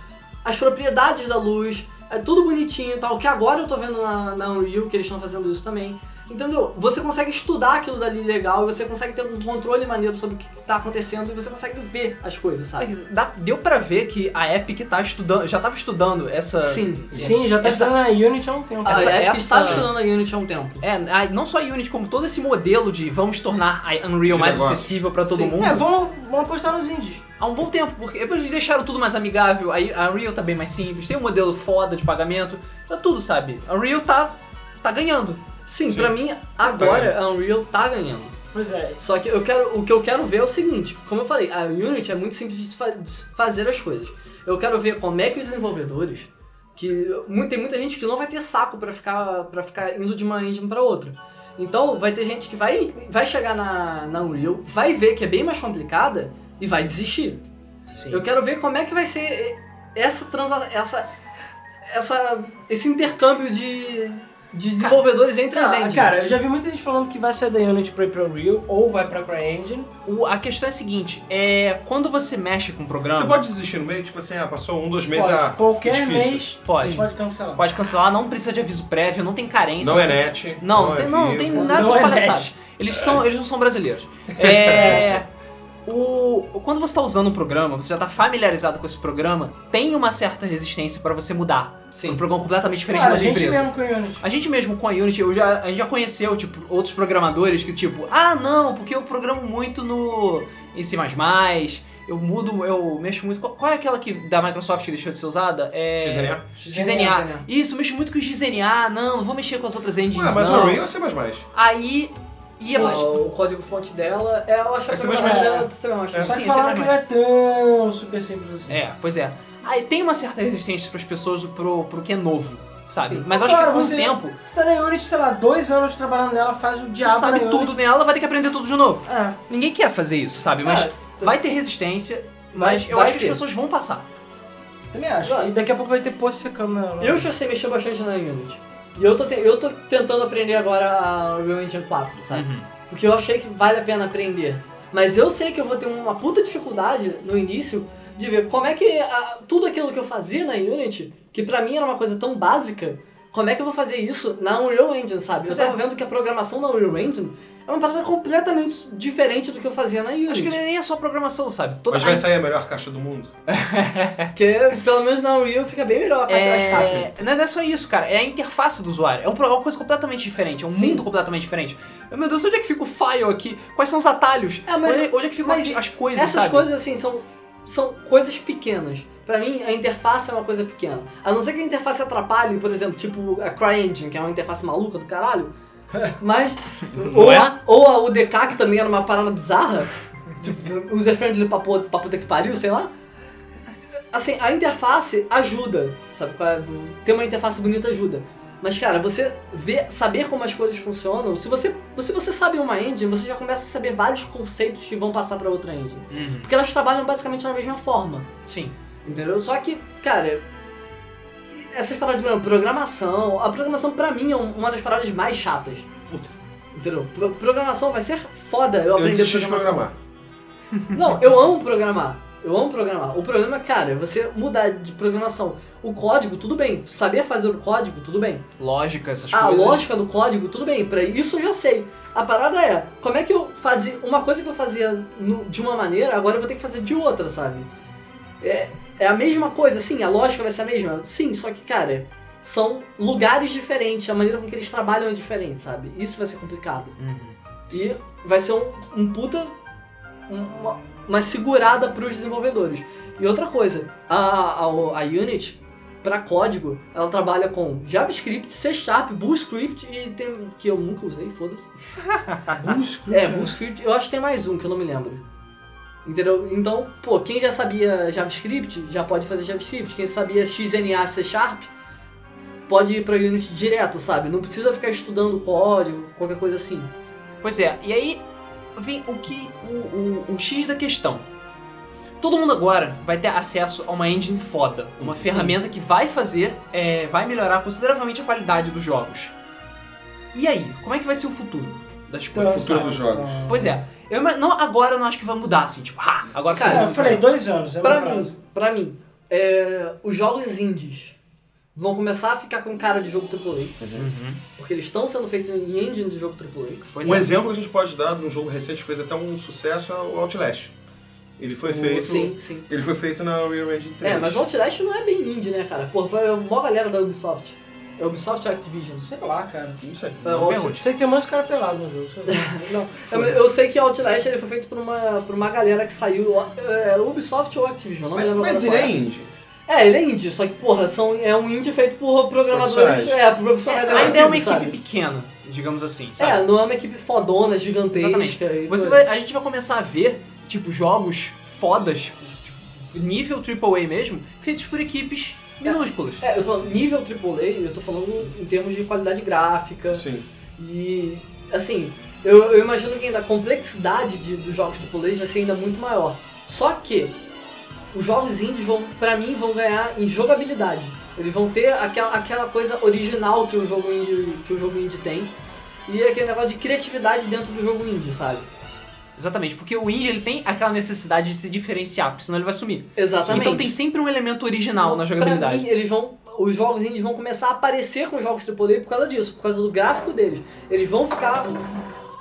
Speaker 4: as propriedades da luz, é tudo bonitinho e tal, que agora eu tô vendo na, na Unreal que eles estão fazendo isso também. Entendeu? Você consegue estudar aquilo dali legal e você consegue ter um controle maneiro sobre o que que tá acontecendo e você consegue ver as coisas, sabe?
Speaker 1: Mas dá- deu pra ver que a Epic tá estudando, já tava estudando essa...
Speaker 4: Sim.
Speaker 2: Sim, já tá
Speaker 1: Essa-
Speaker 2: sendo na Unity há um tempo.
Speaker 4: A
Speaker 1: Essa-
Speaker 4: Epic
Speaker 1: essa-
Speaker 4: estava estudando a Unity há um tempo.
Speaker 1: É, a- não só a Unity, como todo esse modelo de vamos tornar a Unreal
Speaker 3: De
Speaker 1: mais
Speaker 3: negócio.
Speaker 1: acessível pra todo
Speaker 4: Sim.
Speaker 1: mundo.
Speaker 2: É, vamos, vamos apostar nos indies.
Speaker 1: Há um bom tempo, porque depois eles deixaram tudo mais amigável, aí a Unreal tá bem mais simples, tem um modelo foda de pagamento, tá tudo, sabe? A Unreal tá, tá ganhando.
Speaker 4: Sim, pra mim, agora a Unreal tá ganhando.
Speaker 2: Pois é.
Speaker 4: Só que eu quero, o que eu quero ver é o seguinte, como eu falei, a Unity é muito simples de se fa- de se fazer as coisas. Eu quero ver como é que os desenvolvedores, que mu- tem muita gente que não vai ter saco pra ficar para ficar indo de uma engine pra outra. Então vai ter gente que vai, vai chegar na, na Unreal, vai ver que é bem mais complicada e vai desistir.
Speaker 1: Sim.
Speaker 4: Eu quero ver como é que vai ser essa transa essa essa esse intercâmbio de, de desenvolvedores entre as
Speaker 2: Ah,
Speaker 4: engines.
Speaker 2: cara, eu já vi muita gente falando que vai sair da Unity pra ir pra Unreal ou vai pra CryEngine.
Speaker 1: O- a questão é a seguinte, é quando você mexe com um programa,
Speaker 3: Você pode desistir no meio? Tipo assim, ah, passou um, dois meses,
Speaker 2: Pode.
Speaker 3: ah,
Speaker 2: Qualquer
Speaker 3: difícil.
Speaker 2: mês
Speaker 1: Pode.
Speaker 2: você pode cancelar.
Speaker 1: pode cancelar, não precisa de aviso prévio, não tem carência.
Speaker 3: Não é net.
Speaker 1: Não, tem, não,
Speaker 3: vivo.
Speaker 1: tem nada
Speaker 2: Não
Speaker 1: dessas
Speaker 2: é
Speaker 1: palhaçadas.
Speaker 2: net.
Speaker 1: Eles, são, eles não são brasileiros. É, o, quando você está usando um programa, você já está familiarizado com esse programa, tem uma certa resistência para você mudar.
Speaker 4: Sim.
Speaker 1: Um programa completamente diferente
Speaker 2: Cara,
Speaker 1: da
Speaker 2: a
Speaker 1: sua
Speaker 2: gente
Speaker 1: empresa.
Speaker 2: mesmo com Unity.
Speaker 1: A gente mesmo com a Unity, eu já, a gente já conheceu tipo, outros programadores que tipo, ah não, porque eu programo muito no em C++, eu mudo, eu mexo muito... Qual, qual é aquela que da Microsoft que deixou de ser usada? É...
Speaker 3: XNA?
Speaker 1: XNA. Isso, mexo muito com XNA, não, não vou mexer com as outras engines,
Speaker 3: Ué, mas
Speaker 1: não.
Speaker 3: o Unreal é C++.
Speaker 1: Aí
Speaker 4: E
Speaker 1: ia
Speaker 4: eu
Speaker 1: pra.
Speaker 4: acho- o código fonte dela, é, eu acho que a
Speaker 3: Esse
Speaker 4: programação
Speaker 2: mesmo-
Speaker 4: dela também eu acho.
Speaker 3: É.
Speaker 2: Só
Speaker 1: Sim,
Speaker 2: que
Speaker 1: isso é
Speaker 2: falaram que não é
Speaker 1: verdade.
Speaker 2: tão super simples assim.
Speaker 1: É, pois é. Aí tem uma certa resistência pras pessoas pro, pro que é novo, sabe?
Speaker 4: Sim.
Speaker 1: Mas eu acho
Speaker 2: Claro,
Speaker 1: que com
Speaker 2: você-
Speaker 1: o tempo,
Speaker 2: Você tá na Unity, sei lá, dois anos trabalhando nela, faz o
Speaker 1: tu
Speaker 2: diabo
Speaker 1: sabe
Speaker 2: na
Speaker 4: né?
Speaker 2: Unity.
Speaker 1: tudo nela, vai ter que aprender tudo de novo.
Speaker 2: É.
Speaker 1: Ninguém quer fazer isso, sabe? Mas
Speaker 4: Cara,
Speaker 1: vai ter resistência,
Speaker 4: Vai-
Speaker 1: mas eu
Speaker 4: vai
Speaker 1: acho que
Speaker 4: ter.
Speaker 1: as pessoas vão passar.
Speaker 4: Também acho.
Speaker 2: E daqui a pouco vai ter post secando na Unity.
Speaker 4: Eu já sei mexer bastante na Unity. E eu tô, te- eu tô tentando aprender agora a Unreal Engine 4, sabe? Porque eu achei que vale a pena aprender. Mas eu sei que eu vou ter uma puta dificuldade no início de ver como é que a- tudo aquilo que eu fazia na Unity, que pra mim era uma coisa tão básica, como é que eu vou fazer isso na Unreal Engine, sabe? Eu
Speaker 1: Pois
Speaker 4: tava vendo que a programação na Unreal Engine É uma parada completamente diferente do que eu fazia na Unity.
Speaker 1: Acho que nem é só programação, sabe? Toda
Speaker 3: Mas vai sair a melhor caixa do mundo.
Speaker 4: Porque, pelo menos na Unreal fica bem melhor a caixa das caixas.
Speaker 1: É, não é não é só isso, cara. É a interface do usuário. É um pro- é uma coisa completamente diferente. É um
Speaker 4: Sim.
Speaker 1: mundo completamente diferente. Meu Deus, onde é que fica o file aqui? Quais são os atalhos?
Speaker 4: Ah, mas-
Speaker 1: onde, onde é que ficam
Speaker 4: mas
Speaker 1: as, as coisas,
Speaker 4: Essas
Speaker 1: sabe?
Speaker 4: coisas, assim, são, são coisas pequenas. Pra mim, a interface é uma coisa pequena. A não ser que a interface atrapalhe, por exemplo, tipo a CryEngine, que é uma interface maluca do caralho. Mas. ou, a, ou a UDK, que também era uma parada bizarra. Tipo, user-friendly pra pô- pra puta que pariu, sei lá. Assim, a interface ajuda, sabe? qual é? Ter uma interface bonita ajuda. Mas, cara, você ver, saber como as coisas funcionam, se você, se você sabe uma engine, você já começa a saber vários conceitos que vão passar pra outra engine.
Speaker 1: Uhum.
Speaker 4: Porque elas trabalham basicamente na mesma forma,
Speaker 1: Sim.
Speaker 4: entendeu? Só que, cara, essas paradas de por exemplo, programação, a programação pra mim é um- uma das paradas mais chatas. Entendeu? Pro- programação vai ser foda eu
Speaker 3: Eu
Speaker 4: aprender
Speaker 3: desisti de
Speaker 4: programação.
Speaker 3: programar.
Speaker 4: Não, eu amo programar. Eu amo programar. O problema é, cara, é você mudar de programação. O código, tudo bem. Saber fazer o código, tudo bem.
Speaker 1: Lógica, essas
Speaker 4: Ah, A
Speaker 1: coisas.
Speaker 4: lógica do código, tudo bem. Pra isso eu já sei. A parada é, como é que eu fazia... Uma coisa que eu fazia no- de uma maneira, agora eu vou ter que fazer de outra, sabe? É, é a mesma coisa, sim. A lógica vai ser a mesma. Sim, só que, cara, são lugares diferentes. A maneira com que eles trabalham é diferente, sabe? Isso vai ser complicado.
Speaker 1: Uhum.
Speaker 4: E vai ser um, um puta. um- Uma, uma segurada pros desenvolvedores. E outra coisa, a, a, a Unity, pra código, ela trabalha com JavaScript, C Sharp, Booscript e tem. um que eu nunca usei, foda-se.
Speaker 2: Busco.
Speaker 4: É, Booscript, eu acho que tem mais um que eu não me lembro. Entendeu? Então, pô, quem já sabia JavaScript já pode fazer JavaScript. Quem sabia XNA C Sharp pode ir pra Unity direto, sabe? Não precisa ficar estudando código, qualquer coisa assim.
Speaker 1: Pois é, e aí vem o que. O, o, o X da questão. Todo mundo agora vai ter acesso a uma engine foda, uma
Speaker 4: Sim.
Speaker 1: ferramenta que vai fazer, é, vai melhorar consideravelmente a qualidade dos jogos. E aí, como é que vai ser o futuro das
Speaker 2: Então,
Speaker 1: coisas?
Speaker 3: futuro é dos jogos.
Speaker 1: Pois é, eu ima- não, agora eu não acho que vai mudar assim, tipo, ah, agora
Speaker 4: Cara,
Speaker 1: foi
Speaker 2: Cara,
Speaker 1: bom.
Speaker 2: eu falei, dois anos. É
Speaker 4: Pra
Speaker 2: um prazo.
Speaker 4: mim, pra mim, é, os jogos indies vão começar a ficar com cara de jogo AAA, porque eles estão sendo feitos em engine de jogo AAA.
Speaker 1: Pois
Speaker 3: um
Speaker 1: é.
Speaker 3: exemplo que a gente pode dar de um jogo recente que fez até um sucesso é o Outlast. Ele
Speaker 1: Uh,
Speaker 3: foi feito.
Speaker 4: Sim, sim.
Speaker 3: Ele foi feito na Unreal Engine 3.
Speaker 4: É, mas o Outlast não é bem indie, né, cara? Pô, foi a maior galera da Ubisoft. É Ubisoft e Activision.
Speaker 2: Sei lá, cara.
Speaker 3: Não sei.
Speaker 4: É, o
Speaker 1: Não
Speaker 4: Outlast-
Speaker 1: pergunte.
Speaker 2: Sei que tem um monte de cara pelado no jogo. sei lá. Não. é
Speaker 4: eu, eu sei que o Outlast ele foi feito por uma, por uma galera que saiu, é, Ubisoft ou Activision, não
Speaker 3: Mas,
Speaker 4: me lembro
Speaker 3: mas ele
Speaker 4: agora qual
Speaker 3: é indie.
Speaker 4: É, ele é indie, só que, porra, são, é um indie feito por programadores,
Speaker 3: Profissionais.
Speaker 4: é, por profissionais
Speaker 1: Ainda é uma
Speaker 4: agressivos, sabe?
Speaker 1: equipe pequena, digamos assim, sabe?
Speaker 4: É, não é uma equipe fodona, gigantesca.
Speaker 1: Exatamente. Você
Speaker 4: e coisa.
Speaker 1: vai- a gente vai começar a ver, tipo, jogos fodas, tipo, nível AAA mesmo, feitos por equipes minúsculas.
Speaker 4: É, eu tô falando nível AAA, eu tô falando em termos de qualidade gráfica
Speaker 3: Sim.
Speaker 4: e, assim, eu, eu imagino que ainda a complexidade de- dos jogos AAA vai ser ainda muito maior. Só que os jogos indies vão, pra mim, vão ganhar em jogabilidade. Eles vão ter aquela, aquela coisa original que o, jogo indie, que o jogo indie tem e aquele negócio de criatividade dentro do jogo indie, sabe?
Speaker 1: Exatamente, porque o indie ele tem aquela necessidade de se diferenciar, porque senão ele vai sumir.
Speaker 4: Exatamente.
Speaker 1: Então tem sempre um elemento original na
Speaker 4: Pra
Speaker 1: jogabilidade.
Speaker 4: mim, eles vão, os jogos indies vão começar a aparecer com os jogos AAA por causa disso, por causa do gráfico deles. Eles vão ficar.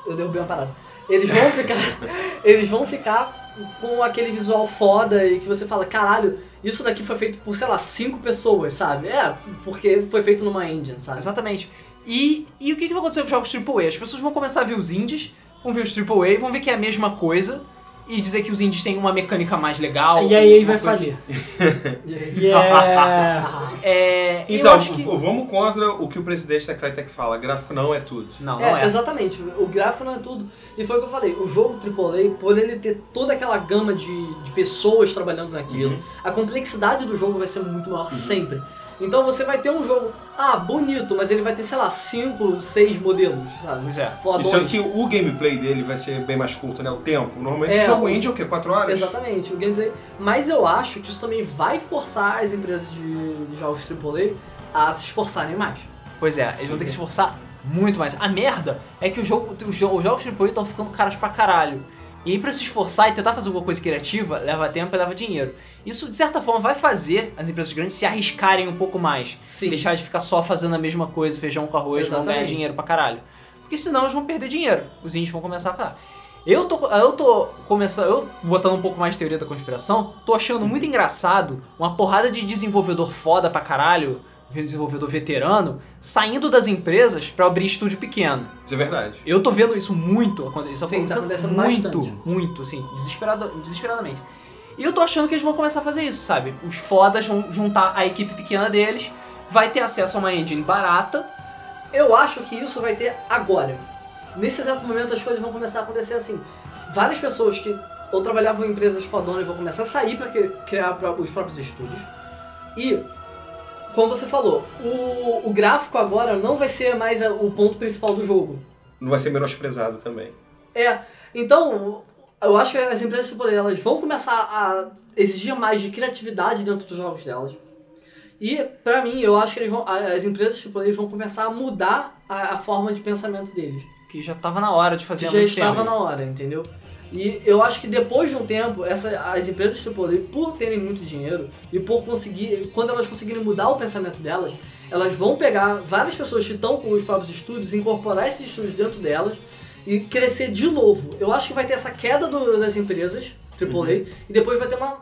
Speaker 4: Eu derrubei uma parada. Eles vão ficar. eles vão ficar com aquele visual foda e que você fala, caralho, isso daqui foi feito por, sei lá, cinco pessoas, sabe? É, porque foi feito numa engine, sabe?
Speaker 1: Exatamente. E, e o que, que vai acontecer com os jogos AAA? As pessoas vão começar a ver os indies, vão ver os AAA, vão ver que é a mesma coisa e dizer que os indies têm uma mecânica mais legal.
Speaker 2: E aí ele
Speaker 1: uma
Speaker 2: vai
Speaker 1: coisa-
Speaker 2: falir. Yeah.
Speaker 4: Ah,
Speaker 1: É, eu
Speaker 3: Então,
Speaker 1: acho que...
Speaker 3: v- vamos contra o que o presidente da Crytek fala. Gráfico não é tudo.
Speaker 1: Não, não
Speaker 4: É,
Speaker 1: é.
Speaker 4: exatamente. O gráfico não é tudo. E foi o que eu falei, o jogo AAA, por ele ter toda aquela gama de, de pessoas trabalhando naquilo,
Speaker 1: Uhum.
Speaker 4: a complexidade do jogo vai ser muito maior sempre. Então você vai ter um jogo, ah, bonito, mas ele vai ter, sei lá, 5, 6 modelos, sabe?
Speaker 1: Pois é.
Speaker 3: E
Speaker 4: Fodões.
Speaker 3: sendo que o gameplay dele vai ser bem mais curto, né? O tempo. Normalmente
Speaker 4: É,
Speaker 3: o jogo
Speaker 4: o-
Speaker 3: indie é o quê? 4 horas?
Speaker 4: Exatamente, o gameplay. Mas eu acho que isso também vai forçar as empresas de, de jogos AAA a se esforçarem mais.
Speaker 1: Pois é, eles vão ter que se esforçar muito mais. A merda é que o jogo, os, jo- os jogos AAA estão ficando caros pra caralho. E aí pra se esforçar e tentar fazer alguma coisa criativa, leva tempo e leva dinheiro. Isso, de certa forma, vai fazer as empresas grandes se arriscarem um pouco mais.
Speaker 4: Sim.
Speaker 1: Deixar de ficar só fazendo a mesma coisa, feijão com arroz, vão ganhar
Speaker 4: Exatamente.
Speaker 1: dinheiro pra caralho. porque senão eles vão perder dinheiro. Os índios vão começar a falar. Eu tô, eu tô começando, eu botando um pouco mais de teoria da conspiração, tô achando muito engraçado uma porrada de desenvolvedor foda pra caralho, desenvolvedor veterano, saindo das empresas pra abrir estúdio pequeno.
Speaker 3: Isso é verdade.
Speaker 1: Eu tô vendo isso muito acontecer. Isso
Speaker 4: Sim, tá
Speaker 1: acontecendo
Speaker 4: acontecendo
Speaker 1: muito,
Speaker 4: bastante.
Speaker 1: muito, assim, desesperado, desesperadamente. E eu tô achando que eles vão começar a fazer isso, sabe? Os fodas vão juntar a equipe pequena deles, vai ter acesso a uma engine barata.
Speaker 4: Eu acho que isso vai ter agora. Nesse exato momento as coisas vão começar a acontecer assim. Várias pessoas que ou trabalhavam em empresas fodonas vão começar a sair para criar pró- os próprios estúdios. E, como você falou, o, o gráfico agora não vai ser mais a- o ponto principal do jogo.
Speaker 3: Não vai ser menosprezado também.
Speaker 4: É, então eu acho que as empresas tipo, elas vão começar a exigir mais de criatividade dentro dos jogos delas. E pra mim, eu acho que eles vão, a- as empresas tipo, eles vão começar a mudar a, a forma de pensamento deles.
Speaker 1: Que já tava na hora de
Speaker 4: Que
Speaker 1: fazer há
Speaker 4: já
Speaker 1: muito
Speaker 4: estava
Speaker 1: tempo.
Speaker 4: na hora, entendeu? E eu acho que depois de um tempo, essa, as empresas tipo, por terem muito dinheiro e por conseguir, quando elas conseguirem mudar o pensamento delas, elas vão pegar várias pessoas que estão com os próprios estúdios, incorporar esses estúdios dentro delas e crescer de novo. Eu acho que vai ter essa queda do- das empresas, AAA,
Speaker 1: Uhum.
Speaker 4: e depois vai ter uma,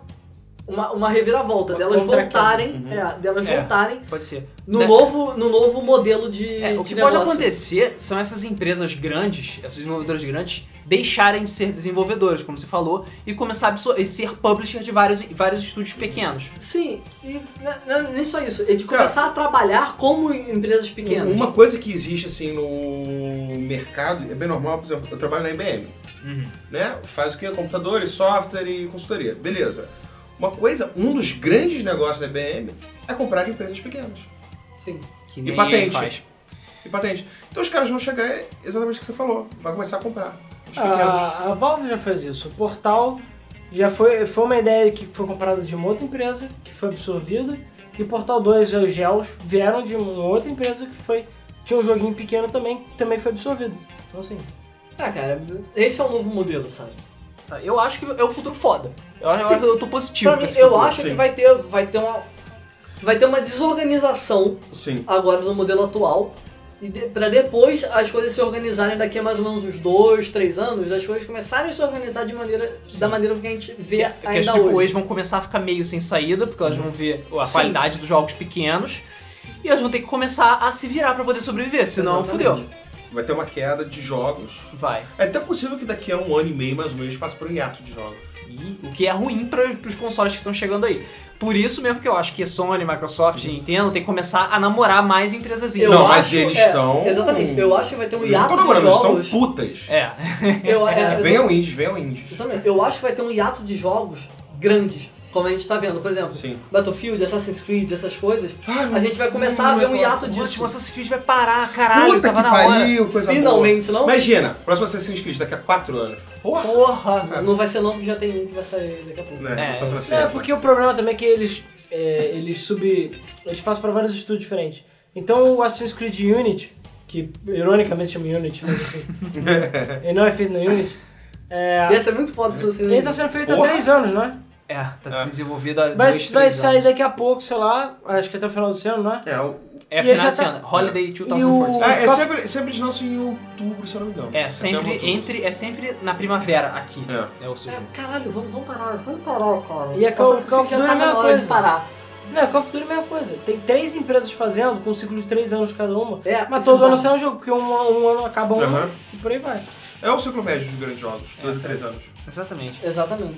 Speaker 4: uma, uma reviravolta,
Speaker 1: Uma
Speaker 4: delas
Speaker 1: contraqueda.
Speaker 4: voltarem, é, delas
Speaker 1: É.
Speaker 4: voltarem
Speaker 1: Pode ser.
Speaker 4: no,
Speaker 1: Né?
Speaker 4: novo, no novo modelo de,
Speaker 1: É, o
Speaker 4: de
Speaker 1: que pode
Speaker 4: negócio.
Speaker 1: acontecer são essas empresas grandes, essas desenvolvedoras grandes, deixarem de ser desenvolvedoras, como você falou, e começar a absor- e ser publisher de vários, vários estúdios pequenos.
Speaker 4: Sim, e n- n- nem só isso, é de começar a trabalhar como em- empresas pequenas.
Speaker 3: Uma coisa que existe assim no mercado, é bem normal, por exemplo, eu trabalho na IBM.
Speaker 4: Uhum.
Speaker 3: Né? Faz o que? Computadores, software e consultoria. Beleza. Uma coisa, um dos grandes negócios da IBM é comprar empresas pequenas.
Speaker 4: Sim.
Speaker 1: Que nem
Speaker 3: patente.
Speaker 1: faz.
Speaker 3: E patente. Então os caras vão chegar é exatamente o que você falou. Vai começar a comprar. Os
Speaker 2: Ah.
Speaker 3: pequenos.
Speaker 2: A, a Valve já fez isso. O Portal já foi, foi uma ideia que foi comprada de uma outra empresa, que foi absorvida. E o Portal 2 e os Gels vieram de uma outra empresa que foi. Tinha um joguinho pequeno também, que também foi absorvido. Então assim.
Speaker 4: Ah, cara, esse é o novo modelo, sabe? Ah,
Speaker 1: Tá, Eu acho que é o futuro foda. Eu, acho- eu,
Speaker 4: Sim.
Speaker 1: acho que eu tô positivo.
Speaker 4: pra
Speaker 1: com
Speaker 4: mim,
Speaker 1: esse
Speaker 4: eu
Speaker 1: futuro.
Speaker 4: acho que
Speaker 3: sim.
Speaker 4: vai ter, vai ter uma vai ter uma desorganização
Speaker 3: Sim.
Speaker 4: agora do modelo atual e de, para depois as coisas se organizarem daqui a mais ou menos uns dois, três anos, as coisas começarem a se organizar de maneira da maneira que a gente vê
Speaker 3: é
Speaker 1: que as
Speaker 4: ainda
Speaker 1: AAAs
Speaker 3: tipo
Speaker 4: hoje. Uhum.
Speaker 1: vão começar a ficar meio sem saída, porque elas vão ver a
Speaker 4: Sim.
Speaker 1: qualidade dos jogos pequenos. E elas vão ter que começar a se virar pra poder sobreviver, senão
Speaker 4: Exatamente.
Speaker 1: fudeu.
Speaker 3: Vai ter uma queda de jogos.
Speaker 1: Vai.
Speaker 3: É até possível que daqui a um ano e meio, mais ou menos, passe por um hiato de jogos.
Speaker 1: E o que é ruim para os consoles que estão chegando aí. Por isso mesmo que eu acho que Sony, Microsoft e Nintendo tem que começar a namorar mais empresas
Speaker 4: Eu
Speaker 1: indie.
Speaker 3: Não, mas
Speaker 4: acho-
Speaker 3: eles
Speaker 4: é,
Speaker 3: estão-
Speaker 4: Exatamente. Eu acho que vai ter um
Speaker 3: Eles não
Speaker 4: hiato
Speaker 3: estão
Speaker 4: de
Speaker 3: namorando, é eles são
Speaker 4: jogos.
Speaker 3: putas.
Speaker 1: É.
Speaker 4: Eu, é,
Speaker 3: Venham índios, venham índios.
Speaker 4: Justamente, eu acho que vai ter um hiato de jogos grandes, como a gente tá vendo, por exemplo,
Speaker 3: Sim.
Speaker 4: Battlefield, Assassin's Creed, essas coisas.
Speaker 3: Ah,
Speaker 4: A gente vai começar a ver um hiato
Speaker 1: O
Speaker 4: disso.
Speaker 1: último Assassin's Creed vai parar, caralho,
Speaker 3: Puta
Speaker 1: tava
Speaker 3: que
Speaker 1: na hora.
Speaker 3: pariu, coisa boa.
Speaker 4: Finalmente, não?
Speaker 3: Imagina, próximo Assassin's Creed daqui a 4 anos. Porra!
Speaker 4: Porra! Não vai ser não, porque já tem um que vai sair daqui a pouco.
Speaker 3: É. Né,
Speaker 1: É,
Speaker 3: só pra ser.
Speaker 2: É, porque o problema também é que eles. é, eles sub. Eles passam pra vários estúdios diferentes. Então o Assassin's Creed Unity, que ironicamente chama Unity, mas enfim. ele não é feito na Unity. É,
Speaker 4: Ia ser muito foda se você
Speaker 2: ele tá sendo feito há
Speaker 3: Porra.
Speaker 2: 3 anos, não é?
Speaker 1: É, tá se desenvolvendo há
Speaker 2: Vai,
Speaker 1: dois,
Speaker 2: vai
Speaker 1: três
Speaker 2: sair
Speaker 1: anos.
Speaker 2: daqui a pouco, sei lá, acho que até o final do ano, não é?
Speaker 3: É, o-
Speaker 1: É
Speaker 2: E ele
Speaker 1: final
Speaker 2: já
Speaker 1: de
Speaker 2: tá-
Speaker 1: ano. Holiday
Speaker 2: E o-
Speaker 1: 2014.
Speaker 3: Ah, é
Speaker 2: Qual-
Speaker 3: sempre, sempre eles lançam em outubro, se eu não me engano.
Speaker 1: É, sempre
Speaker 3: Setembro, outubro.
Speaker 1: entre. É sempre na primavera aqui.
Speaker 3: É.
Speaker 1: É, ou seja.
Speaker 4: É, caralho, vamos, vamos parar, vamos parar, cara.
Speaker 2: E a Call-
Speaker 4: Assassin's
Speaker 2: Call
Speaker 4: Creed
Speaker 2: of Duty é
Speaker 4: já
Speaker 2: a
Speaker 4: tava
Speaker 2: mesma
Speaker 4: na hora de
Speaker 2: coisa.
Speaker 4: parar.
Speaker 2: Não, Call of Duty é a mesma coisa. Tem três empresas fazendo, com um ciclo de três anos cada uma.
Speaker 4: É,
Speaker 2: mas
Speaker 4: isso é
Speaker 2: todo ano
Speaker 4: bizarro.
Speaker 2: sai um jogo, porque um, um ano acaba um
Speaker 3: Aham.
Speaker 2: e por aí vai.
Speaker 3: É o ciclo médio dos grandes jogos, 2 a 3 anos.
Speaker 1: Exatamente.
Speaker 4: Exatamente.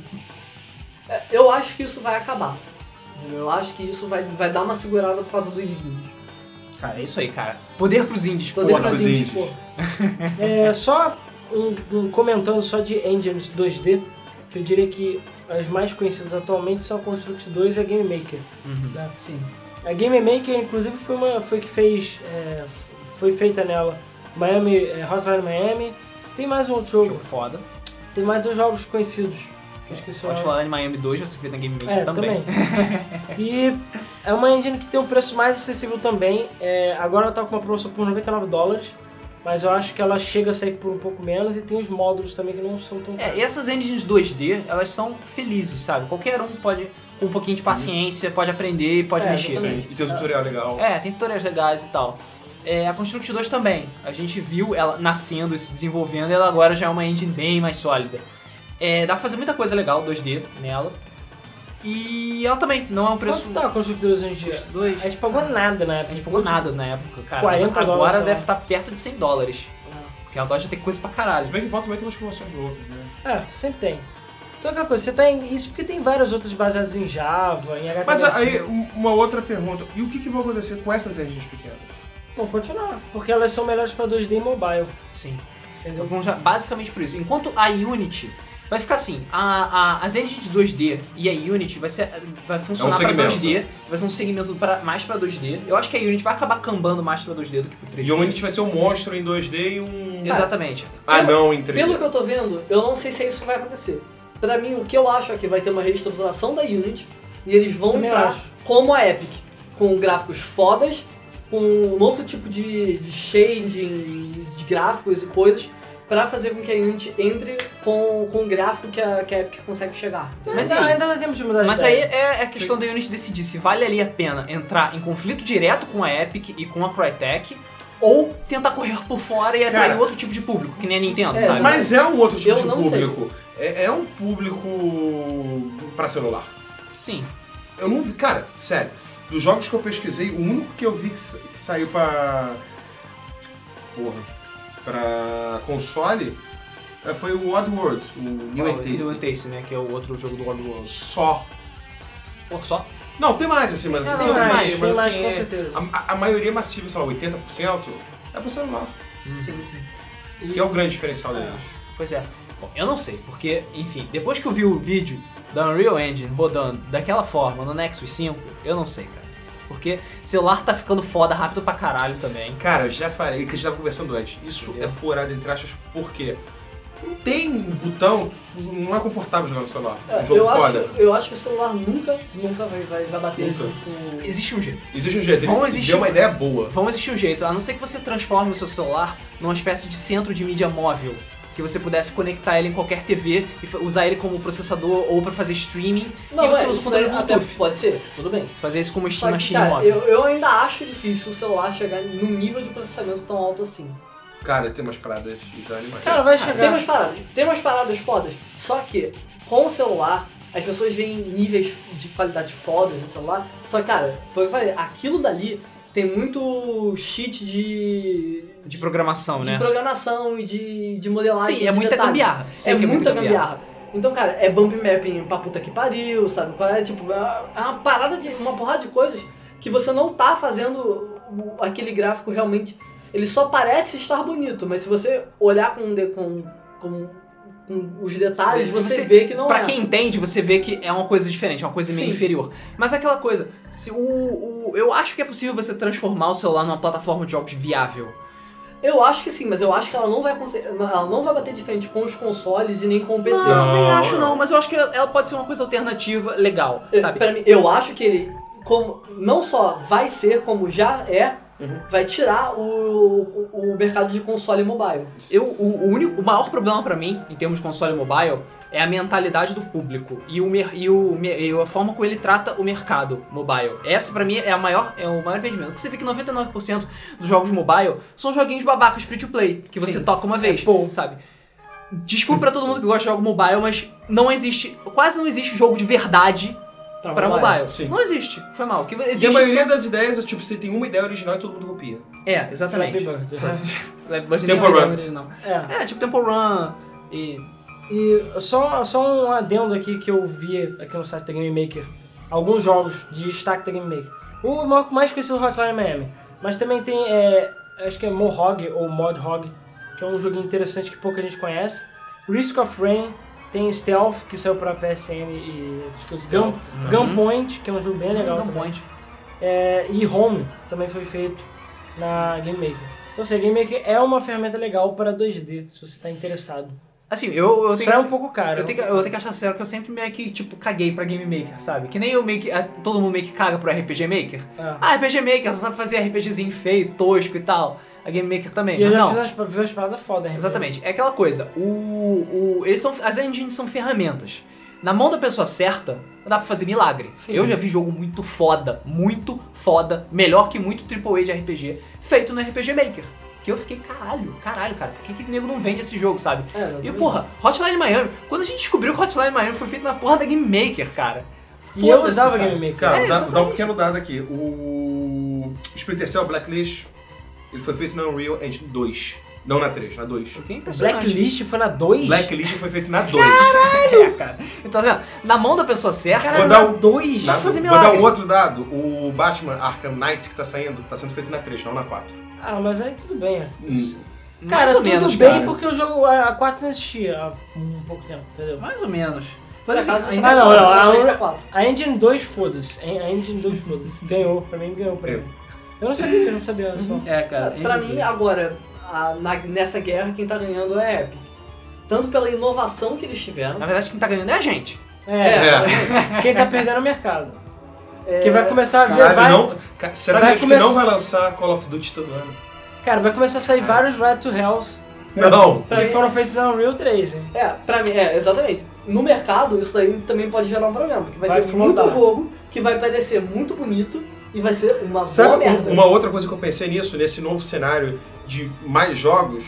Speaker 4: É, Eu acho que isso vai acabar. entendeu? Eu acho que isso vai, vai dar uma segurada por causa do índios.
Speaker 1: Cara, é isso aí, cara. Poder pros indies,
Speaker 4: Poder
Speaker 1: porra.
Speaker 3: pros
Speaker 4: fazer
Speaker 3: índios.
Speaker 4: tipo,
Speaker 2: É, só um, um comentando só de engines 2D, que eu diria que as mais conhecidas atualmente são a Construct 2 e a Game Maker. né?
Speaker 4: Sim.
Speaker 2: A Game Maker, inclusive, foi uma foi que fez. é, foi feita nela Miami, é, Hotline Miami. Tem mais um outro jogo.
Speaker 1: Jogo foda.
Speaker 2: Tem mais dois jogos conhecidos. que Eu esqueci o nome.
Speaker 1: Hotline Miami 2 já se vê na Game Maker
Speaker 2: É, também. e é uma engine que tem um preço mais acessível também. É, agora ela tá com uma promoção por 99 dólares, mas eu acho que ela chega a sair por um pouco menos e tem os módulos também que não são tão caros.
Speaker 1: É, e essas engines 2D, elas são felizes, sabe? Qualquer um pode, com um pouquinho de paciência, pode aprender e pode
Speaker 2: Uhum. É,
Speaker 1: mexer.
Speaker 2: exatamente.
Speaker 3: E tem um tutorial legal.
Speaker 1: É, tem tutoriais legais e tal. É, a Construct 2 também. A gente viu ela nascendo e se desenvolvendo, e ela agora já é uma engine bem mais sólida. É, dá pra fazer muita coisa legal 2D nela. E ela também não é um preço.
Speaker 2: Quanto tá a construção hoje em dia?
Speaker 1: Custo dois?
Speaker 2: A gente pagou nada, né?
Speaker 1: A gente pagou nada na época, cara. Mas
Speaker 2: 40 dólares,
Speaker 1: agora
Speaker 2: sei lá.
Speaker 1: deve estar perto de 100 dólares. Porque agora já tem coisa pra
Speaker 3: Se
Speaker 1: caralho.
Speaker 3: bem que volta vai ter umas promoções loucas, né?
Speaker 2: É, sempre tem. Então é aquela coisa, você tá em. Isso porque tem várias outras baseadas em Java, em HTML.
Speaker 3: Mas aí, um- uma outra pergunta. E o que, que vai acontecer com essas engines pequenas?
Speaker 2: Vão continuar, porque elas são melhores pra 2D e mobile,
Speaker 1: Sim.
Speaker 2: entendeu?
Speaker 1: Então, já- basicamente por isso. Enquanto a Unity vai ficar assim, a, a, as engines de 2D e a Unity vai, ser, vai funcionar pra
Speaker 3: É um
Speaker 1: 2D,
Speaker 3: segmento.
Speaker 1: vai ser um segmento pra, mais pra 2D. Eu acho que a Unity vai acabar cambando mais pra 2D do que pro 3D.
Speaker 3: E o Unity vai ser um monstro em 2D e um.
Speaker 1: Exatamente.
Speaker 3: Ah, não, em 3D.
Speaker 4: Pelo que eu tô vendo, eu não sei se é isso que vai acontecer. Pra mim, o que eu acho é que vai ter uma reestruturação da Unity e eles vão
Speaker 2: Também
Speaker 4: entrar
Speaker 2: acho.
Speaker 4: como a Epic, com gráficos fodas, com um novo tipo de, de shading, de gráficos e coisas, pra fazer com que a Unity entre com, com o gráfico que a, que a Epic consegue chegar.
Speaker 1: Mas
Speaker 2: Mas ainda,
Speaker 1: aí-
Speaker 2: ainda dá tempo de mudar de
Speaker 1: Mas aí
Speaker 2: ideia.
Speaker 1: é a questão da Unity decidir se vale ali a pena entrar em conflito direto com a Epic e com a Crytek ou tentar correr por fora e atrair
Speaker 3: Cara,
Speaker 1: outro tipo de público, que nem a Nintendo,
Speaker 4: É,
Speaker 1: sabe?
Speaker 3: Mas é um outro tipo
Speaker 4: Eu
Speaker 3: de
Speaker 4: não sei.
Speaker 3: público. É, é um público pra celular.
Speaker 1: Sim.
Speaker 3: Eu não vi, cara, sério. Dos jogos que eu pesquisei, o único que eu vi que, sa- que saiu pra. Porra. Pra console eh, foi o Oddworld, o New
Speaker 1: Ah,
Speaker 3: and
Speaker 1: New
Speaker 3: Tasty.
Speaker 1: Tasty, né? Que é o outro jogo do World War.
Speaker 3: Só.
Speaker 1: Pô, só?
Speaker 3: Não, tem mais assim, mas.
Speaker 1: Não,
Speaker 2: Tem
Speaker 1: não,
Speaker 2: mais,
Speaker 1: mais,
Speaker 2: tem
Speaker 3: mas,
Speaker 2: mais,
Speaker 3: assim,
Speaker 2: com
Speaker 3: é-
Speaker 2: certeza.
Speaker 3: a, a maioria é massiva, sei lá, 80%, é pro celular.
Speaker 4: Sim, sim.
Speaker 3: Que é o grande diferencial deles.
Speaker 1: Pois é. Bom, eu não sei, porque, enfim, depois que eu vi o vídeo da Unreal Engine rodando daquela forma no Nexus 5, eu não sei, cara. Porque celular tá ficando foda rápido pra caralho também.
Speaker 3: Cara, eu já falei que a gente tava conversando antes. Isso é furado entre aspas, por quê? Não tem botão, não é confortável jogar no celular.
Speaker 4: É,
Speaker 3: um jogo
Speaker 4: eu, acho,
Speaker 3: foda.
Speaker 4: eu acho que o celular nunca, nunca vai, vai, vai bater
Speaker 3: Nunca.
Speaker 4: com-
Speaker 1: Existe um jeito.
Speaker 3: Existe um jeito,
Speaker 1: Vão
Speaker 3: ele
Speaker 1: existir-
Speaker 3: deu uma ideia boa.
Speaker 1: Vamos existir um jeito, a não ser que você transforme o seu celular numa espécie de centro de mídia móvel, que você pudesse conectar ele em qualquer TV e fa- usar ele como processador ou pra fazer streaming, e
Speaker 4: Não,
Speaker 1: você
Speaker 4: é,
Speaker 1: usa o
Speaker 4: isso
Speaker 1: controle
Speaker 4: daí até
Speaker 1: Bluetooth.
Speaker 4: pode ser, tudo bem.
Speaker 1: Fazer isso com uma
Speaker 4: Só que,
Speaker 1: machine
Speaker 4: cara,
Speaker 1: móvel.
Speaker 4: eu, eu ainda acho difícil o celular chegar num nível de processamento tão alto assim.
Speaker 3: Cara, tem umas paradas já animais.
Speaker 2: Cara,
Speaker 1: Ah,
Speaker 2: vai
Speaker 4: Cara, tem
Speaker 2: chegar.
Speaker 4: umas paradas, tem umas paradas fodas, só que com o celular, as pessoas veem níveis de qualidade fodas no celular, só que, cara, foi o que eu falei, aquilo dali tem muito cheat de...
Speaker 1: De programação,
Speaker 4: de
Speaker 1: né?
Speaker 4: programação e de, de modelagem
Speaker 1: Sim, é
Speaker 4: de
Speaker 1: muita
Speaker 4: detalhes.
Speaker 1: gambiarra. Sei
Speaker 4: é
Speaker 1: que é
Speaker 4: muita
Speaker 1: muita
Speaker 4: gambiarra. Então, cara, é bump mapping pra puta que pariu, sabe? Qual é, tipo, é uma- é uma parada de. uma porrada de coisas que você não tá fazendo o- aquele gráfico realmente. Ele só parece estar bonito, mas se você olhar com, de- com, com, com os detalhes,
Speaker 1: Se
Speaker 4: você,
Speaker 1: você-
Speaker 4: vê que não
Speaker 1: Pra
Speaker 4: é.
Speaker 1: quem entende, você vê que é uma coisa diferente, é uma coisa meio
Speaker 4: Sim.
Speaker 1: inferior. Mas é aquela coisa, se o, o- eu acho que é possível você transformar o celular numa plataforma de jogos viável.
Speaker 4: Eu acho que sim, mas eu acho que ela não vai conseguir. Ela não vai bater de frente com os consoles e nem com o PC.
Speaker 1: Não, nem
Speaker 3: Não,
Speaker 1: acho
Speaker 3: não.
Speaker 1: não, mas eu acho que ela, ela pode ser uma coisa alternativa legal,
Speaker 4: Eu-
Speaker 1: sabe?
Speaker 4: pra mim, eu acho que ele, como, não só vai ser, como já é, vai tirar o, o, o mercado de console mobile.
Speaker 1: Eu, o, o único, o maior problema pra mim, em termos de console mobile, é a mentalidade do público e, o, mer- e, o, me- e a forma como ele trata o mercado mobile. Essa pra mim é, a maior, é o maior impedimento. Porque Você vê que 99% dos jogos mobile são joguinhos babacas free to play, que você
Speaker 4: Sim.
Speaker 1: toca uma vez,
Speaker 2: bom.
Speaker 1: sabe? Desculpa pra todo mundo que gosta de jogo mobile, mas não existe, quase não existe jogo de verdade
Speaker 4: Pra,
Speaker 1: pra mobile.
Speaker 3: sim.
Speaker 1: Não existe, foi mal. O que
Speaker 3: E
Speaker 1: existe
Speaker 3: a maioria
Speaker 1: só-
Speaker 3: das ideias é tipo, você tem uma ideia original e todo mundo copia.
Speaker 1: É,
Speaker 2: Flappy
Speaker 1: exatamente.
Speaker 2: Bird.
Speaker 1: Mas
Speaker 3: Temple
Speaker 1: tem uma ideia
Speaker 3: Run.
Speaker 1: original.
Speaker 2: É.
Speaker 1: É, tipo Temple Run e
Speaker 2: E só, só um adendo aqui que eu vi aqui no site da Game Maker. Alguns jogos de destaque da Game Maker. O maior- mais conhecido é o Hotline Miami. Mas também tem, é, acho que é Mohog ou Modhog, que é um joguinho interessante que pouca gente conhece. Risk of Rain, tem Stealth, que saiu pra PSN e outras coisas. Gun, Gunpoint, que é um jogo bem legal
Speaker 1: uhum.
Speaker 2: também.
Speaker 1: Gunpoint.
Speaker 2: É, e Home também foi feito na Game Maker. Então, assim, a Game Maker é uma ferramenta legal para 2D, se você está interessado.
Speaker 1: Assim, eu, eu tenho
Speaker 2: Só é um pouco caro.
Speaker 1: eu tenho, que, eu tenho que achar sincero que eu sempre meio que, tipo, caguei pra Game Maker, sabe? Que nem eu meio que. a- Todo mundo meio que caga pro RPG Maker.
Speaker 2: É.
Speaker 1: Ah, RPG Maker, só sabe fazer RPGzinho feio, tosco e tal. A Game Maker também.
Speaker 2: E eu
Speaker 1: mas
Speaker 2: já
Speaker 1: não.
Speaker 2: fiz umas, vi umas paradas foda, né?
Speaker 1: Exatamente. É aquela coisa. O, o, eles são, as engines são ferramentas. na mão da pessoa certa, dá pra fazer milagre.
Speaker 4: Sim.
Speaker 1: Eu já vi jogo muito foda, muito foda, melhor que muito AAA de RPG, feito no RPG Maker. Que eu fiquei, caralho, caralho, cara, por que, que o nego não vende esse jogo, sabe?
Speaker 4: É,
Speaker 1: E
Speaker 4: exatamente.
Speaker 1: porra, Hotline Miami, quando a gente descobriu que Hotline Miami foi feito na porra da Game Maker, cara.
Speaker 2: E eu
Speaker 1: foda-se,
Speaker 2: usava
Speaker 1: sabe?
Speaker 2: Game Maker.
Speaker 3: Cara,
Speaker 1: É,
Speaker 3: dá, dá um
Speaker 1: exatamente.
Speaker 3: pequeno dado aqui. O Splinter Cell Blacklist, ele foi feito na Unreal Engine 2. Não na 3, na 2.
Speaker 1: O que é impressionante.
Speaker 2: Blacklist foi na 2?
Speaker 3: Blacklist foi feito na 2.
Speaker 1: É, cara. Então, tá vendo? Na mão da pessoa certa,
Speaker 2: Cara,
Speaker 3: Vou
Speaker 2: na
Speaker 3: dar um-
Speaker 2: 2?
Speaker 3: Na-
Speaker 1: fazer
Speaker 3: vou dar
Speaker 1: milagre.
Speaker 3: um outro dado. O Batman Arkham Knight que tá saindo, tá sendo feito na 3, não na 4.
Speaker 2: Ah, mas aí tudo bem.
Speaker 3: Hum.
Speaker 1: mais
Speaker 2: Cara,
Speaker 1: ou
Speaker 2: tudo
Speaker 1: menos,
Speaker 2: bem
Speaker 1: cara.
Speaker 2: porque o jogo a 4 não existia há um pouco tempo, entendeu?
Speaker 1: Mais ou menos.
Speaker 4: Por acaso você
Speaker 2: Ah,
Speaker 4: tá
Speaker 2: não,
Speaker 4: falando
Speaker 2: não,
Speaker 4: da
Speaker 2: a-
Speaker 4: 3 pra 4.
Speaker 2: A Engine 2, foda-se. A Engine 2, foda-se. Ganhou, pra mim ganhou pra
Speaker 3: Eu.
Speaker 2: mim. Eu não sabia, eu não sabia só.
Speaker 1: É, cara.
Speaker 4: Pra
Speaker 1: entendi.
Speaker 4: mim, agora, a- na- nessa guerra, quem tá ganhando é a Epic. Tanto pela inovação que eles tiveram.
Speaker 1: Na verdade, quem tá ganhando é a gente.
Speaker 2: É, quem tá perdendo é o mercado.
Speaker 1: É,
Speaker 2: Quem vai começar a ver.
Speaker 3: Caralho,
Speaker 2: vai-
Speaker 3: não. ca- Será
Speaker 2: vai
Speaker 3: que
Speaker 2: começar-
Speaker 3: não vai lançar Call of Duty todo ano?
Speaker 2: Cara, vai começar a sair vários Riot to Hells
Speaker 3: Não!
Speaker 1: Tá
Speaker 2: que foram feitos na Unreal 3, hein?
Speaker 4: É, pra mim, é, exatamente. No mercado, isso daí também pode gerar um problema, porque vai,
Speaker 2: Vai
Speaker 4: ter
Speaker 2: flodar.
Speaker 4: muito jogo que vai parecer muito bonito e vai ser uma boa
Speaker 3: Sabe um-
Speaker 4: merda.
Speaker 3: uma outra coisa que eu pensei nisso, nesse novo cenário de mais jogos,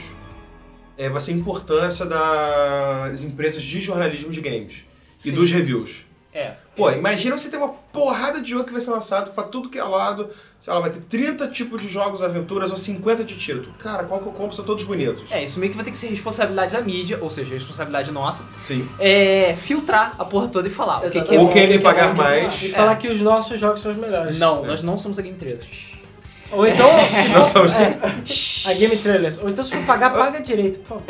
Speaker 3: é, vai ser a importância das empresas de jornalismo de games e
Speaker 1: Sim.
Speaker 3: dos reviews.
Speaker 1: É.
Speaker 3: Pô, imagina você ter uma porrada de jogo que vai ser lançado pra tudo que é lado. Sei lá, vai ter 30 tipos de jogos, aventuras ou 50 de tiro. Tu, Cara, qual que eu compro? São todos bonitos.
Speaker 1: É, isso meio que vai ter que ser responsabilidade da mídia, ou seja, responsabilidade nossa,
Speaker 3: Sim.
Speaker 1: é filtrar a porra toda e falar. O que, que é
Speaker 4: Exatamente.
Speaker 1: bom,
Speaker 3: Ou quem
Speaker 1: o que
Speaker 3: me
Speaker 1: que é
Speaker 3: pagar
Speaker 1: bom, o que é bom.
Speaker 3: mais.
Speaker 2: E falar que os nossos jogos são os melhores.
Speaker 1: Não, nós não somos a Game Trailer.
Speaker 2: Ou então, se
Speaker 3: Não são os-
Speaker 2: é, a Game Trailers. Ou então se for pagar, paga direito, por favor.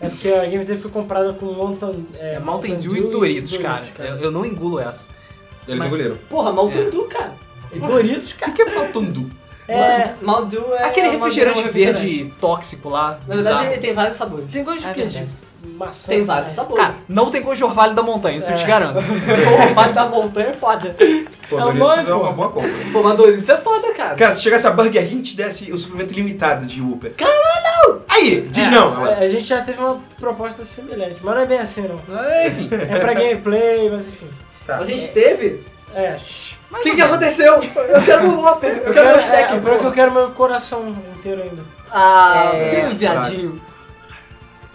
Speaker 2: É porque a Game Trailer foi comprada com Mountain, é,
Speaker 1: É Mountain Dew e Doritos, cara. Eu, eu não engulo essa.
Speaker 3: Eles
Speaker 1: Mas-
Speaker 3: engoliram.
Speaker 4: Porra, Maltundu, cara.
Speaker 2: E Doritos,
Speaker 3: O
Speaker 2: cara.
Speaker 3: que que é
Speaker 1: um
Speaker 3: Patundu?
Speaker 2: É,
Speaker 4: Maldu é.
Speaker 1: Aquele
Speaker 4: uma-
Speaker 1: refrigerante
Speaker 4: um
Speaker 1: verde tóxico lá.
Speaker 4: Na verdade,
Speaker 1: bizarro.
Speaker 4: ele tem vários sabores.
Speaker 2: tem gosto de
Speaker 1: Ah,
Speaker 4: É
Speaker 2: quê? De
Speaker 4: verdade.
Speaker 2: maçã? né?
Speaker 4: Tem
Speaker 2: sei lá.
Speaker 4: vários sabores.
Speaker 1: é. Cara, não tem gosto de orvalho da montanha, isso eu te
Speaker 2: É.
Speaker 1: garanto.
Speaker 4: Porra, o Mato da Montanha é foda.
Speaker 3: Pô,
Speaker 2: É um
Speaker 3: Doritos
Speaker 2: nome,
Speaker 3: é uma
Speaker 2: pô.
Speaker 3: boa compra.
Speaker 4: Pô, mas Doritos é foda, cara.
Speaker 3: Cara, se chegasse a Burger King, te desse o suplemento limitado de Uber. Caralho! Aí, diz não.
Speaker 2: É, A gente já teve uma proposta semelhante, mas não é bem assim, não.
Speaker 4: Ah,
Speaker 1: Enfim,
Speaker 2: É pra gameplay, mas enfim.
Speaker 3: Tá.
Speaker 4: A gente teve.
Speaker 2: É, shh.
Speaker 4: O que, que aconteceu? Eu quero o Whopper, eu quero o stack.
Speaker 2: é, pior que eu quero meu coração inteiro ainda.
Speaker 4: Ah,
Speaker 1: É,
Speaker 4: aquele viadinho.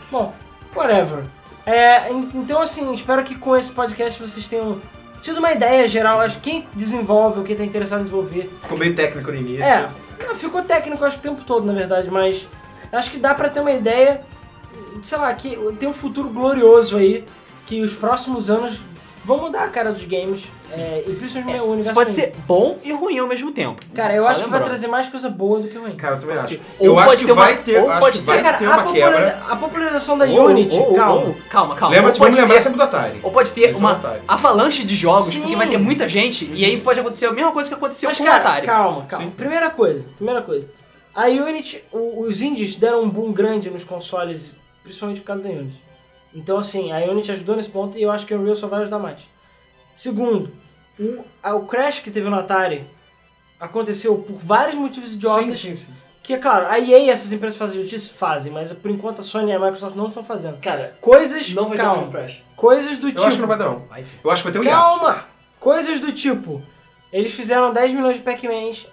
Speaker 2: Bom, whatever. É, en- então assim, espero que com esse podcast vocês tenham tido uma ideia geral. Acho que quem desenvolve ou quem tá interessado em desenvolver.
Speaker 3: Ficou meio técnico no início.
Speaker 2: É, não, ficou técnico acho que o tempo todo, na verdade, mas acho que dá pra ter uma ideia, sei lá, que tem um futuro glorioso aí, que os próximos anos vão mudar a cara dos games. é, e principalmente o universo.
Speaker 1: isso pode
Speaker 2: indie.
Speaker 1: ser bom e ruim ao mesmo tempo.
Speaker 2: assim. Cara, eu
Speaker 1: Só
Speaker 2: acho que vai
Speaker 1: lembrando.
Speaker 2: trazer mais coisa boa do que ruim.
Speaker 3: Cara, eu também acho.
Speaker 1: ser.
Speaker 3: Eu
Speaker 1: Ou
Speaker 3: acho
Speaker 1: pode
Speaker 3: que
Speaker 1: ter uma-
Speaker 3: vai ter,
Speaker 1: ou
Speaker 3: acho
Speaker 1: pode
Speaker 3: que
Speaker 1: ter,
Speaker 3: vai
Speaker 2: cara,
Speaker 3: ter
Speaker 2: a,
Speaker 3: uma
Speaker 2: populariza-
Speaker 3: quebra.
Speaker 2: a popularização da
Speaker 1: Ou-
Speaker 2: Unity,
Speaker 1: ou- ou-
Speaker 2: calma.
Speaker 1: calma, calma.
Speaker 3: Lembra tipo,
Speaker 1: Ou pode
Speaker 3: de me
Speaker 1: ter-
Speaker 3: lembrar sempre do Atari.
Speaker 1: Ou pode ter
Speaker 3: Esse é
Speaker 1: uma
Speaker 3: o Atari.
Speaker 1: avalanche de jogos,
Speaker 2: Sim.
Speaker 1: porque vai ter muita gente, e aí pode acontecer a mesma coisa que aconteceu
Speaker 2: Mas,
Speaker 1: com
Speaker 2: cara,
Speaker 1: o Atari.
Speaker 2: calma, calma.
Speaker 3: Sim.
Speaker 2: Primeira coisa, primeira coisa. A Unity, o- os indies deram um boom grande nos consoles, principalmente por causa da Unity. Então, assim, a Unity ajudou nesse ponto e eu acho que a Unreal só vai ajudar mais. Segundo, o, a- o crash que teve no Atari aconteceu por vários motivos
Speaker 3: Sim,
Speaker 2: idiotas.
Speaker 3: sim, sim.
Speaker 2: Que, é claro, a EA e essas empresas fazem justiça? Fazem, mas por enquanto a Sony e a Microsoft não estão fazendo.
Speaker 4: Cara,
Speaker 2: Coisas,
Speaker 4: não vai ter um
Speaker 2: calma,
Speaker 4: crash.
Speaker 2: coisas do
Speaker 3: Eu
Speaker 2: tipo...
Speaker 3: acho que não vai dar, não.
Speaker 1: Vai ter.
Speaker 3: Eu acho que vai ter um hiato.
Speaker 2: Calma! Coisas do tipo, eles fizeram 10 milhões de Pac-Mans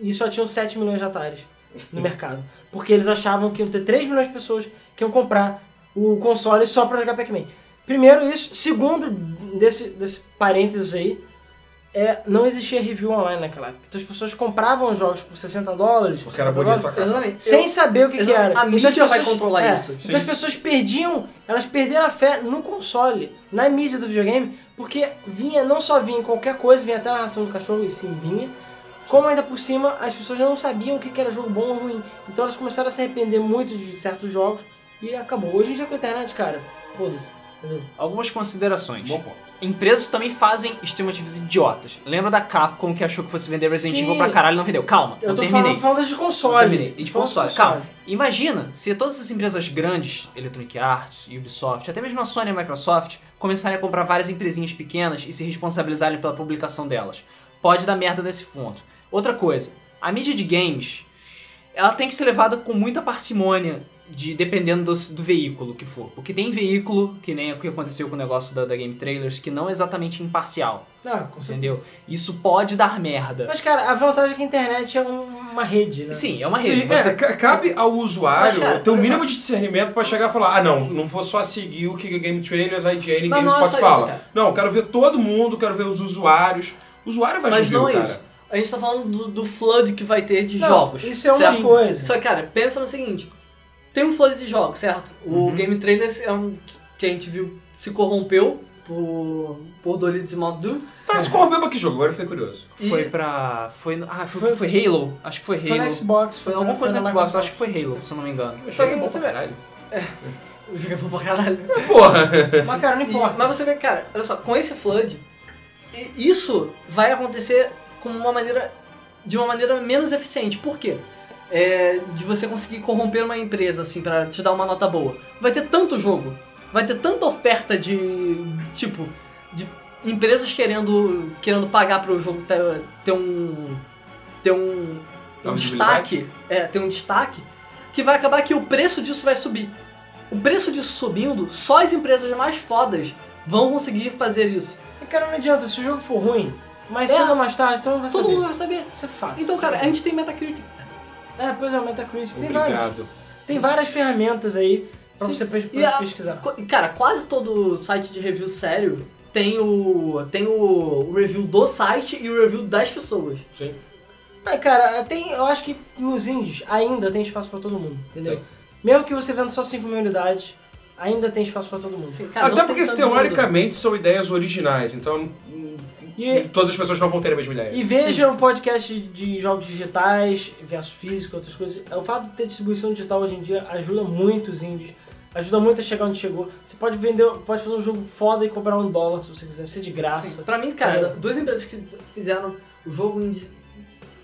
Speaker 2: e só tinham 7 milhões de Ataris no mercado. Porque eles achavam que iam ter 3 milhões de pessoas que iam comprar o console só pra jogar Pac-Man. Primeiro isso. Segundo, desse, desse parênteses aí, é, não existia review online naquela época. Então as pessoas compravam os jogos por 60 dólares.
Speaker 3: Porque
Speaker 2: 70
Speaker 3: era bonito
Speaker 2: dólares,
Speaker 3: a cara.
Speaker 4: Exatamente.
Speaker 2: Sem saber o que, que
Speaker 4: Exato.
Speaker 2: era. Então, tipo,
Speaker 4: A mídia
Speaker 2: as
Speaker 4: vai controlar isso.
Speaker 2: Então
Speaker 3: Sim.
Speaker 2: as pessoas perdiam, elas perderam a fé no console, na mídia do videogame, porque vinha, não só vinha qualquer coisa, vinha até a ração do cachorro, e sim vinha, como ainda por cima as pessoas não sabiam o que que era jogo bom ou ruim. Então elas começaram a se arrepender muito de certos jogos e acabou. Hoje em dia com a internet, cara, foda-se. entendeu?
Speaker 1: Algumas considerações.
Speaker 3: Bom ponto.
Speaker 1: Empresas também fazem estimativas idiotas. Lembra da Capcom que achou que fosse vender Resident
Speaker 2: Sim.
Speaker 1: Evil pra caralho e não vendeu? Calma, eu,
Speaker 2: Eu tô
Speaker 1: terminei.
Speaker 2: falando, falando de
Speaker 1: Eu
Speaker 2: console.
Speaker 1: terminei. E de
Speaker 2: Falando
Speaker 1: console. Calma. Imagina se todas essas empresas grandes, Electronic Arts, Ubisoft, até mesmo a Sony e a Microsoft, começarem a comprar várias empresinhas pequenas e se responsabilizarem pela publicação delas. Pode dar merda nesse ponto. Outra coisa, a mídia de games, ela tem que ser levada com muita parcimônia de dependendo do, do veículo que for. Porque tem veículo, que nem o que aconteceu com o negócio da, da Game Trailers, que não é exatamente imparcial,
Speaker 2: Ah, com certeza.
Speaker 1: entendeu? Isso pode dar merda.
Speaker 2: Mas, cara, a vantagem é que a internet é um- uma rede, né?
Speaker 1: Sim, é uma
Speaker 3: Sim,
Speaker 1: rede. você-
Speaker 3: é, ca- cabe ao usuário
Speaker 4: Mas, cara,
Speaker 3: ter o
Speaker 4: por
Speaker 3: mínimo de discernimento pra chegar e falar: ah, não, não vou só seguir o que a Game Trailers, a IGN e
Speaker 4: Mas não é
Speaker 3: GameSpot
Speaker 4: só isso,
Speaker 3: fala.
Speaker 4: cara.
Speaker 3: não, quero ver todo mundo, quero ver os usuários. O usuário vai
Speaker 4: Mas
Speaker 3: julgar,
Speaker 4: não é
Speaker 3: cara.
Speaker 4: isso. A gente tá falando do, do flood que vai ter de
Speaker 2: Não,
Speaker 4: jogos.
Speaker 2: Isso é uma
Speaker 4: certo?
Speaker 2: coisa.
Speaker 4: Só que, cara, pensa no seguinte: tem um flood de jogos, certo? O Game Trailers é um que a gente viu se corrompeu por, por Doritos e Mount Doom.
Speaker 3: Tá, se corrompeu pra que jogo? Agora eu fiquei curioso.
Speaker 4: E-
Speaker 1: Foi pra. Foi. Ah, foi,
Speaker 2: Foi-
Speaker 1: foi Halo. Acho que foi
Speaker 2: Foi
Speaker 1: Halo.
Speaker 2: na Xbox,
Speaker 1: Foi alguma coisa
Speaker 2: na
Speaker 1: no Xbox,
Speaker 2: Microsoft.
Speaker 1: acho que foi Halo, se eu não me engano.
Speaker 4: Só que
Speaker 3: Achei bom
Speaker 4: você
Speaker 3: pra
Speaker 4: vê-
Speaker 3: caralho.
Speaker 4: O jogo é bom pra caralho.
Speaker 3: Porra!
Speaker 2: Mas, cara, não
Speaker 4: E-
Speaker 2: importa.
Speaker 4: mas você vê, cara, olha só, com esse flood, i- isso vai acontecer com uma maneira, de uma maneira menos eficiente. Por quê? É, de você conseguir corromper uma empresa, assim, pra te dar uma nota boa. Vai ter tanto jogo, vai ter tanta oferta de, tipo, de empresas querendo, querendo pagar pro jogo ter, ter um, ter um,
Speaker 3: Dar
Speaker 4: um
Speaker 3: visibilidade?
Speaker 4: destaque, é, ter um destaque, que vai acabar que o preço disso vai subir. O preço disso subindo, só as empresas mais fodas vão conseguir fazer isso.
Speaker 2: E, cara, não adianta, se o jogo for ruim, mais
Speaker 4: É.
Speaker 2: cedo ou mais tarde, todo mundo vai
Speaker 4: Todo
Speaker 2: saber.
Speaker 4: mundo vai saber.
Speaker 2: Isso é fato.
Speaker 4: Então, cara, a gente tem Metacritic.
Speaker 2: É, pois é, Metacritic. Tem várias,
Speaker 3: Obrigado.
Speaker 2: tem várias ferramentas aí pra
Speaker 4: Sim.
Speaker 2: você pes-
Speaker 4: E a-
Speaker 2: pesquisar.
Speaker 4: Co- Cara, quase todo site de review sério tem o, tem o review do site e o review das pessoas.
Speaker 3: Sim.
Speaker 2: Ah, cara, tem, eu acho que nos indies ainda tem espaço pra todo mundo, entendeu? Mesmo que você venda só 5 mil unidades, ainda tem espaço pra todo mundo.
Speaker 4: Assim, cara,
Speaker 3: Até
Speaker 4: não tem
Speaker 3: porque
Speaker 4: tanto jogo.
Speaker 3: teoricamente são ideias originais, então hum,
Speaker 2: E-
Speaker 3: todas as pessoas não vão ter a mesma ideia.
Speaker 2: E veja o podcast de jogos digitais versus físico, outras coisas. É, O fato de ter distribuição digital hoje em dia ajuda muito os indies, ajuda muito a chegar onde chegou. Você pode vender, pode fazer um jogo foda e cobrar um dólar se você quiser, ser de
Speaker 4: Sim,
Speaker 2: graça.
Speaker 4: pra mim, cara, duas empresas que fizeram o jogo indi-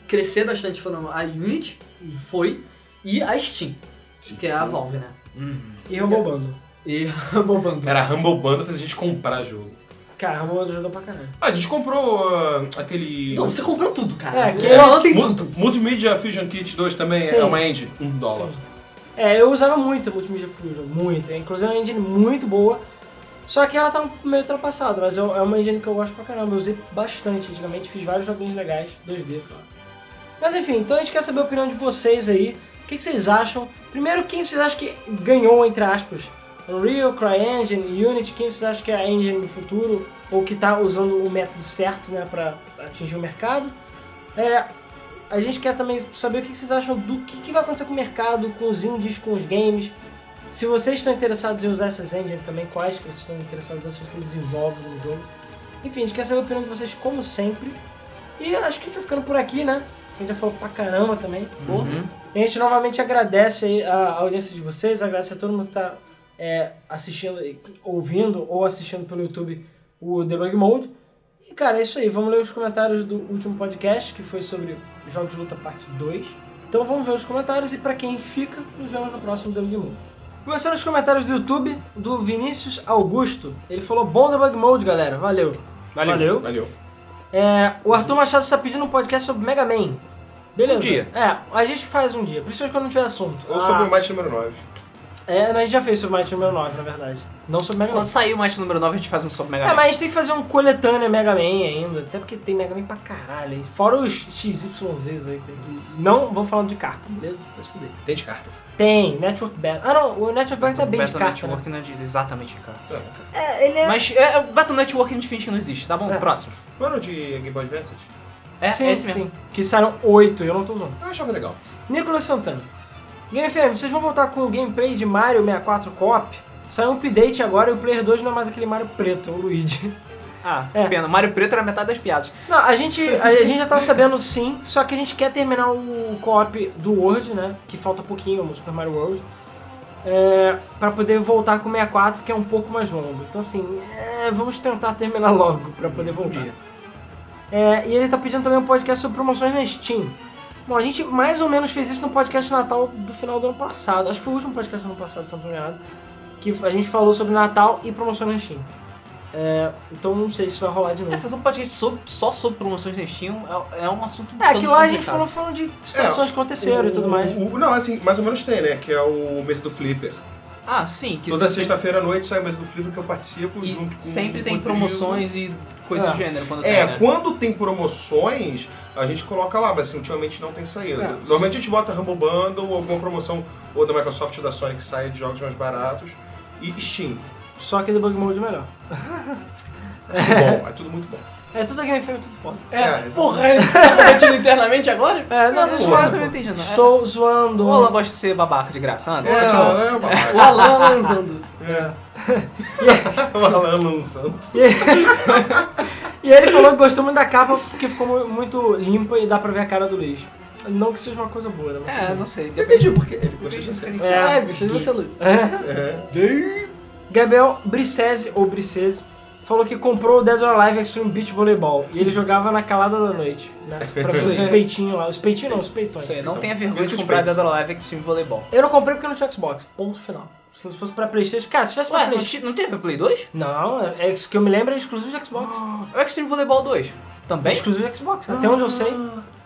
Speaker 4: crescer bastante foram a Unity, e foi, e a Steam, que é a Valve, né?
Speaker 2: E rebobando.
Speaker 4: E bombando.
Speaker 3: Cara, a Humble Banda fez a gente comprar jogo.
Speaker 2: Cara, rebobando joga pra caralho.
Speaker 3: Ah, a gente comprou ah, aquele.
Speaker 4: Não, você comprou tudo, cara.
Speaker 2: É, que-
Speaker 4: Ela tem
Speaker 3: Mul-
Speaker 4: tudo.
Speaker 3: Multimedia Fusion Kit 2 também
Speaker 2: Sim.
Speaker 3: é uma engine? Um dólar.
Speaker 2: Sim. É, eu usava muito a Multimedia Fusion, muito. É, inclusive é uma engine muito boa. Só que ela tá meio ultrapassada, mas eu- é uma engine que eu gosto pra caramba. Eu usei bastante antigamente, fiz vários joguinhos legais, 2D, claro. Mas enfim, então a gente quer saber a opinião de vocês aí. O que, que vocês acham? Primeiro, quem vocês acham que ganhou, entre aspas? Unreal, CryEngine, Unity, quem vocês acham que é a engine do futuro? Ou que tá usando o método certo, né, pra atingir o mercado? É, a gente quer também saber o que vocês acham do que, que vai acontecer com o mercado, com os indies, com os games. Se vocês estão interessados em usar essas engines também, quais que vocês estão interessados em usar, se vocês desenvolvem no jogo. Enfim, a gente quer saber a opinião de vocês, como sempre. E acho que a gente vai ficando por aqui, né? A gente já falou pra caramba também.
Speaker 4: Pô,
Speaker 2: E a gente novamente agradece aí a a audiência de vocês, agradece a todo mundo que está assistindo, ouvindo ou assistindo pelo YouTube o Debug Mode. E cara, é isso aí. Vamos ler os comentários do último podcast, que foi sobre Jogos de Luta Parte 2. Então vamos ver os comentários e para quem fica, nos vemos no próximo Debug Mode. Começando os comentários do YouTube, do Vinícius Augusto. Ele falou: Bom Debug Mode, galera. Valeu. Valeu.
Speaker 3: Valeu.
Speaker 2: É, o Arthur Machado está pedindo um podcast sobre Mega Man. Beleza.
Speaker 1: Um dia.
Speaker 2: É, a gente faz um dia, principalmente quando não tiver assunto.
Speaker 3: Ou sobre
Speaker 2: Ah,
Speaker 3: o match número 9.
Speaker 2: É, a gente já fez sobre Might número 9, na verdade. Não sobre Mega Man.
Speaker 1: Quando sair o match número 9, a gente faz um sobre Mega
Speaker 2: É,
Speaker 1: Man.
Speaker 2: mas a gente tem que fazer um coletâneo Mega Man ainda, até porque tem Mega Man pra caralho. aí. Fora os XYZs aí. que Tem. Não vamos falando de carta, beleza? Vai se fuder.
Speaker 3: Tem de carta.
Speaker 2: Tem, Network Battle. Ah não, o Network Battle tá bem de
Speaker 1: Battle
Speaker 2: carta. né?
Speaker 1: Network não é de- exatamente de carta.
Speaker 3: É.
Speaker 1: Mas é, é, o Battle Network a gente finge que não existe, tá bom?
Speaker 2: É.
Speaker 1: Próximo.
Speaker 3: Não era o de Game Boy Advance?
Speaker 1: É,
Speaker 2: sim,
Speaker 1: é esse mesmo.
Speaker 2: sim. Que saíram 8, eu não tô usando.
Speaker 3: Eu achava legal.
Speaker 2: Nicolas Santana. Game FM, vocês vão voltar com o gameplay de Mario 64 Cop? Saiu um update agora e o Player 2 não é mais aquele Mario preto, é o Luigi.
Speaker 1: Ah,
Speaker 2: É.
Speaker 1: que pena. Mario Preto era metade das piadas.
Speaker 2: Não, a gente, a, a gente já tava sabendo sim, só que a gente quer terminar o co-op do World, né? Que falta pouquinho, o Super Mario World. É, pra poder voltar com o 64, que é um pouco mais longo. Então assim, é, vamos tentar terminar logo pra poder voltar. É, e ele tá pedindo também um podcast sobre promoções na Steam. Bom, a gente mais ou menos fez isso no podcast de Natal do final do ano passado. Acho que foi o último podcast do ano passado, se eu não tô enganado. Que a gente falou sobre Natal e promoções na Steam. É, então não sei se vai rolar de
Speaker 1: É,
Speaker 2: novo.
Speaker 1: fazer um podcast sobre- só sobre promoções na Steam é, é um assunto
Speaker 2: É, que lá a gente
Speaker 1: complicado.
Speaker 2: falou falando de situações que aconteceram e tudo mais.
Speaker 3: O- o- não, assim, mais ou menos tem, né? Que é o mês do Flipper.
Speaker 1: Ah, sim. Que
Speaker 3: Toda
Speaker 1: se-
Speaker 3: sexta-feira à noite sai o mês do Flipper que eu participo.
Speaker 1: E
Speaker 3: junto com
Speaker 1: sempre
Speaker 3: o
Speaker 1: tem
Speaker 3: Rodrigo.
Speaker 1: promoções e coisas
Speaker 2: É.
Speaker 1: do gênero quando
Speaker 3: É,
Speaker 1: tem, né?
Speaker 3: quando tem promoções, a gente coloca lá, mas assim, ultimamente não tem saída.
Speaker 2: É.
Speaker 3: Normalmente a gente bota Humble Bundle, alguma promoção ou da Microsoft ou da Sony que sai de jogos mais baratos. E Steam.
Speaker 2: Só que debug mode é melhor.
Speaker 3: É tudo bom, é tudo muito bom.
Speaker 2: É tudo a Game Freak, tudo foda.
Speaker 3: É, exatamente.
Speaker 4: porra, ele tá competindo internamente agora?
Speaker 2: É, não,
Speaker 1: Não, tô
Speaker 2: tô
Speaker 3: porra.
Speaker 1: zoando,
Speaker 2: zoando.
Speaker 1: eu não entendi, não. é.
Speaker 2: Estou zoando.
Speaker 1: O Alan gosta de ser babaca de graça, anda.
Speaker 3: É,
Speaker 1: tchau.
Speaker 3: ela é uma
Speaker 4: O Alan lançando.
Speaker 3: é uma lã lançando.
Speaker 2: E ele falou que gostou muito da capa porque ficou mu- muito limpa e dá pra ver a cara do Luiz. Não que seja uma coisa boa, né? mas
Speaker 1: É,
Speaker 2: tudo
Speaker 1: não sei.
Speaker 3: Eu
Speaker 1: Depende
Speaker 3: entendi porque ele
Speaker 1: do
Speaker 3: gosta de você.
Speaker 2: É.
Speaker 1: diferencial.
Speaker 4: É, bicho, você Lu.
Speaker 3: É.
Speaker 2: bem. Gabriel Bricese, ou Bricese, falou que comprou o Dead or Alive Extreme Beach Voleibol e ele jogava na calada da noite, né? Pra ver os peitinhos lá. Os peitinhos não, os peitões.
Speaker 1: Isso aí, não
Speaker 3: Então,
Speaker 1: tenha vergonha
Speaker 3: vê
Speaker 1: de
Speaker 3: seus
Speaker 1: comprar
Speaker 3: peitos.
Speaker 1: Dead or Alive Extreme Voleibol.
Speaker 2: Eu não comprei porque não tinha Xbox. Ponto final. Se não fosse pra Playstation... Cara, se tivesse pra
Speaker 1: Ué, não,
Speaker 2: Playstation...
Speaker 1: ti- não teve Play 2?
Speaker 2: Não, é, é isso que eu me lembro é exclusivo de Xbox.
Speaker 1: É o Extreme Voleibol 2.
Speaker 2: É
Speaker 1: Também?
Speaker 2: exclusivo de Xbox,
Speaker 1: Ah.
Speaker 2: até onde eu sei.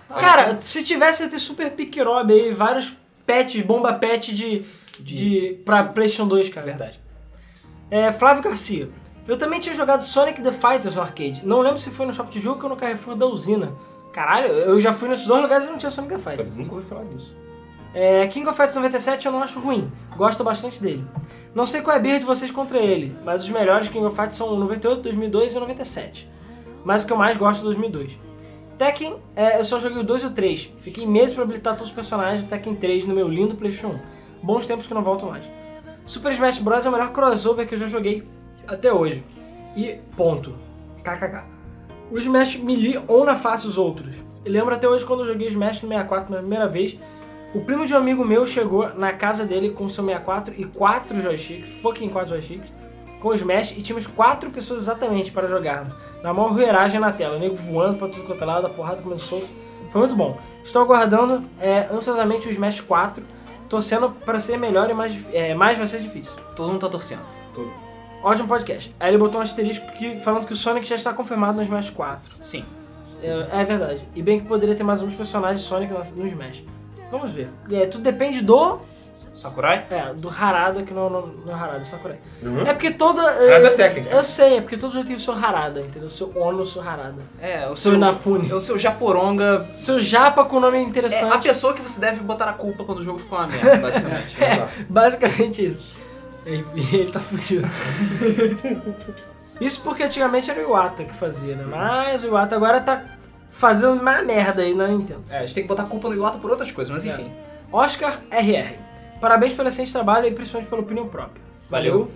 Speaker 2: Cara, se tivesse ia ter Super Pickrob aí, vários patches, bomba patch de, de, pra PlayStation 2, cara.
Speaker 1: Verdade.
Speaker 2: É, Flávio Garcia. Eu também tinha jogado Sonic the Fighters no arcade. Não lembro se foi no Shop de Jogo ou no Carrefour da usina. Caralho, eu já fui nesses dois lugares e não tinha Sonic the
Speaker 3: Eu
Speaker 2: Fighters.
Speaker 3: nunca ouvi falar disso.
Speaker 2: É, King of Fighters 97 eu não acho ruim. Gosto bastante dele. Não sei qual é a birra de vocês contra ele, mas os melhores King of Fighters são o 98, 2002 e o 97. Mas o que eu mais gosto é o 2002. Tekken, é, eu só joguei o 2 e o 3. Fiquei meses pra habilitar todos os personagens do Tekken 3 no meu lindo PlayStation 1. Bons tempos que não voltam mais. Super Smash Bros. é o melhor crossover que eu já joguei até hoje. E ponto. KKK. O Smash Melee on na face os outros. E lembro até hoje quando eu joguei o Smash no 64 pela primeira vez. O primo de um amigo meu chegou na casa dele com seu 64 e 4 joysticks, fucking 4 joysticks, com o Smash e tínhamos 4 pessoas exatamente para jogar. Na maior rueragem na tela, o nego voando pra tudo quanto é lado, a porrada começou. Foi muito bom. Estou aguardando é, ansiosamente o Smash 4, torcendo para ser melhor e mais, dif- é, mais vai ser difícil.
Speaker 1: Todo mundo tá torcendo.
Speaker 3: Tô-
Speaker 2: Ótimo podcast. Aí ele botou um asterisco que, falando que o Sonic já está confirmado no Smash 4.
Speaker 1: Sim.
Speaker 2: É, é verdade. E bem que poderia ter mais uns personagens Sonic no no Smash. Vamos ver. É, tudo depende do.
Speaker 1: Sakurai?
Speaker 2: É, do Harada, que não é o nome. Não é Harada, é Sakurai.
Speaker 3: Uhum.
Speaker 2: É porque toda. é,
Speaker 3: Harada é técnica.
Speaker 2: Eu sei, é porque todos os jeitos sou Harada, entendeu? Eu sou Ono, eu sou Harada.
Speaker 1: É, o
Speaker 2: Sou
Speaker 1: seu...
Speaker 2: Inafune.
Speaker 1: É o seu Japoronga.
Speaker 2: Seu japa com nome
Speaker 1: É a
Speaker 2: interessante.
Speaker 1: pessoa que você deve botar a culpa quando o jogo ficou uma merda, basicamente. né?
Speaker 3: É,
Speaker 2: Basicamente isso. E ele tá fudido. isso porque antigamente era o Iwata que fazia, né? Mas o Iwata agora tá fazendo mais merda aí na Nintendo.
Speaker 1: É, a gente tem que botar a culpa no Iwata por outras coisas, mas enfim.
Speaker 2: Oscar RR. Parabéns pelo excelente trabalho e principalmente pela opinião própria. Valeu.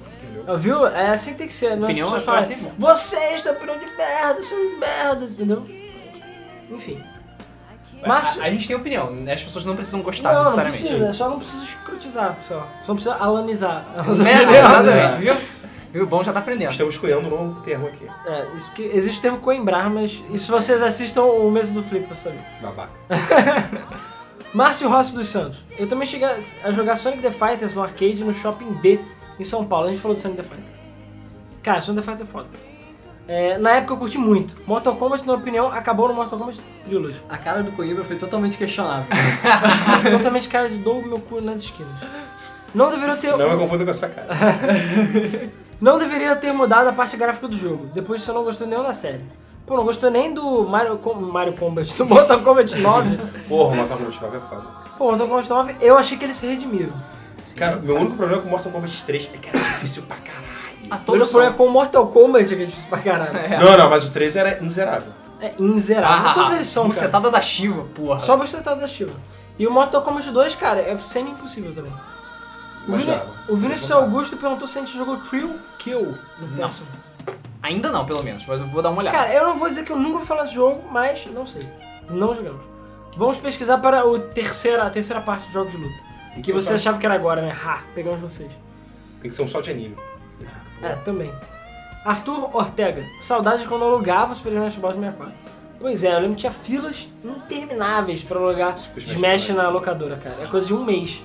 Speaker 2: Viu? É assim que tem que ser. Não é
Speaker 1: Opinião
Speaker 2: pessoas
Speaker 1: é pra
Speaker 2: falarem,
Speaker 1: ser bom.
Speaker 2: Vocês da opinião de merda, são merdas, entendeu? Enfim. Márcio-
Speaker 1: A, a gente tem opinião, né? as pessoas não precisam gostar
Speaker 2: Não, não
Speaker 1: necessariamente.
Speaker 2: precisa, né? só não precisa escrotizar, só. Só não precisa alanizar.
Speaker 1: Né?
Speaker 3: É.
Speaker 1: Exatamente, viu? Viu? Bom, já tá aprendendo.
Speaker 3: Estamos cunhando um novo termo aqui.
Speaker 2: É, isso que existe o termo coimbrar, mas isso vocês assistam o mês do Flip pra saber.
Speaker 3: Babaca.
Speaker 2: Márcio Rossi dos Santos. Eu também cheguei a- a jogar Sonic the Fighters no arcade no Shopping D, em São Paulo. A gente falou do Sonic the Fighter. Cara, Sonic the Fighter é foda. É, na época eu curti muito. Mortal Kombat, na minha opinião, acabou no Mortal Kombat Trilogy.
Speaker 4: A cara do Coimbra foi totalmente questionável.
Speaker 2: Totalmente cara de dou meu cu nas esquinas. Não deveria ter...
Speaker 3: Não é me confunda com essa cara.
Speaker 2: Não deveria ter mudado a parte gráfica do jogo. Depois disso eu não gostei nenhum da série. Pô, não gostou nem do Mario, Com- Mario Kombat, do Mortal Kombat 9.
Speaker 3: Porra, Mortal Kombat 9 é foda.
Speaker 2: Pô, Mortal Kombat 9, eu achei que eles se redimiram.
Speaker 3: Cara, meu único problema com Mortal Kombat 3 é que era difícil pra caralho.
Speaker 4: Ah.
Speaker 1: A
Speaker 2: O meu
Speaker 1: todos
Speaker 2: problema é com o Mortal Kombat que é difícil pra caralho.
Speaker 1: É.
Speaker 3: Não, não, mas o 3 era inzerável.
Speaker 2: É inzerável.
Speaker 1: Ah,
Speaker 2: Todos eles são, cara.
Speaker 1: Bucetada da tá Shiva, porra.
Speaker 2: Só bucetada da Shiva. E o Mortal Kombat 2, cara, é semi-impossível também. O,
Speaker 3: Mas
Speaker 2: Vini,
Speaker 3: dava.
Speaker 2: o Vinícius
Speaker 3: Dava.
Speaker 2: Augusto perguntou se a gente jogou Trill Kill no
Speaker 1: Não. Tá.
Speaker 2: PS1.
Speaker 1: Ainda não, pelo menos, mas eu vou dar uma olhada.
Speaker 2: Cara, eu não vou dizer que eu nunca vou falar desse jogo, mas não sei. Não jogamos. Vamos pesquisar para o terceira, a terceira parte do jogo de luta.
Speaker 3: Tem
Speaker 2: Que
Speaker 3: ser
Speaker 2: você
Speaker 3: um-
Speaker 2: achava que era agora, né? Ha, pegamos vocês.
Speaker 3: Tem que ser um só de anime.
Speaker 2: É, também. Arthur Ortega, saudades quando eu alugava o Super Smash Bros. 64. Pois é, eu lembro que tinha filas intermináveis pra alugar
Speaker 3: Super
Speaker 2: Smash,
Speaker 3: Smash Bros.
Speaker 2: na locadora, cara. É coisa de um mês.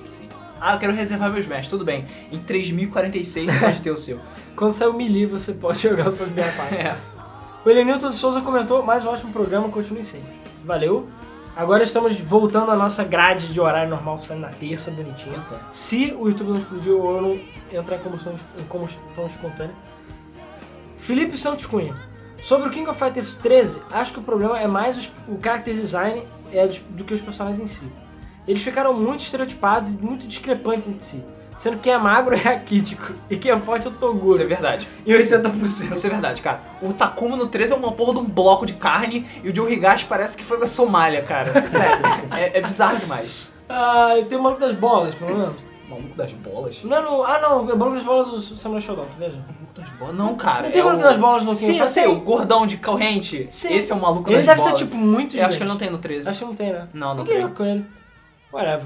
Speaker 1: Ah, eu quero reservar meus mesh, tudo bem. Em 3046 você pode ter o seu.
Speaker 2: Quando sair o melee, você pode jogar o seu Biapai.
Speaker 1: É.
Speaker 2: O Elenilton de Souza comentou, mais um ótimo programa, continue sempre. Valeu. Agora estamos voltando à nossa grade de horário normal, saindo na terça, bonitinha. Se o YouTube não explodir ou eu não entrar em combustão, em combustão espontânea. Felipe Santos Cunha. Sobre o King of Fighters 13, acho que o problema é mais os- o character design é dos- do que os personagens em si. Eles ficaram muito estereotipados e muito discrepantes entre si. Sendo que quem é magro é a Kitiko e quem é forte é o
Speaker 1: Isso é
Speaker 2: Toguro.
Speaker 1: verdade.
Speaker 2: E 80%.
Speaker 1: Isso é verdade, cara. O Takuma no 13 é uma porra de um bloco de carne e o de Higashi parece que foi pra Somália, cara. Sério. é, é bizarro demais.
Speaker 2: Ah, tem o maluco das bolas, pelo menos.
Speaker 1: Maluco das bolas?
Speaker 2: Não é no. Ah, não, é o maluco das bolas do Samurai Shodown, tu veja.
Speaker 1: Das bolas? Não, cara.
Speaker 2: Não tem
Speaker 1: é
Speaker 2: maluco
Speaker 1: o-
Speaker 2: das bolas no
Speaker 1: Sim,
Speaker 2: King
Speaker 1: eu
Speaker 2: of
Speaker 1: sei.
Speaker 2: Fighters?
Speaker 1: O gordão de corrente.
Speaker 2: Sim.
Speaker 1: Esse é o maluco
Speaker 2: Ele
Speaker 1: das
Speaker 2: deve
Speaker 1: bolas.
Speaker 2: estar, tipo, muito
Speaker 1: Eu acho que ele não
Speaker 2: gigante.
Speaker 1: tem no 13.
Speaker 2: Acho que não tem, né?
Speaker 1: Não, não
Speaker 2: Ninguém
Speaker 1: tem.
Speaker 2: joga com ele. Whatever.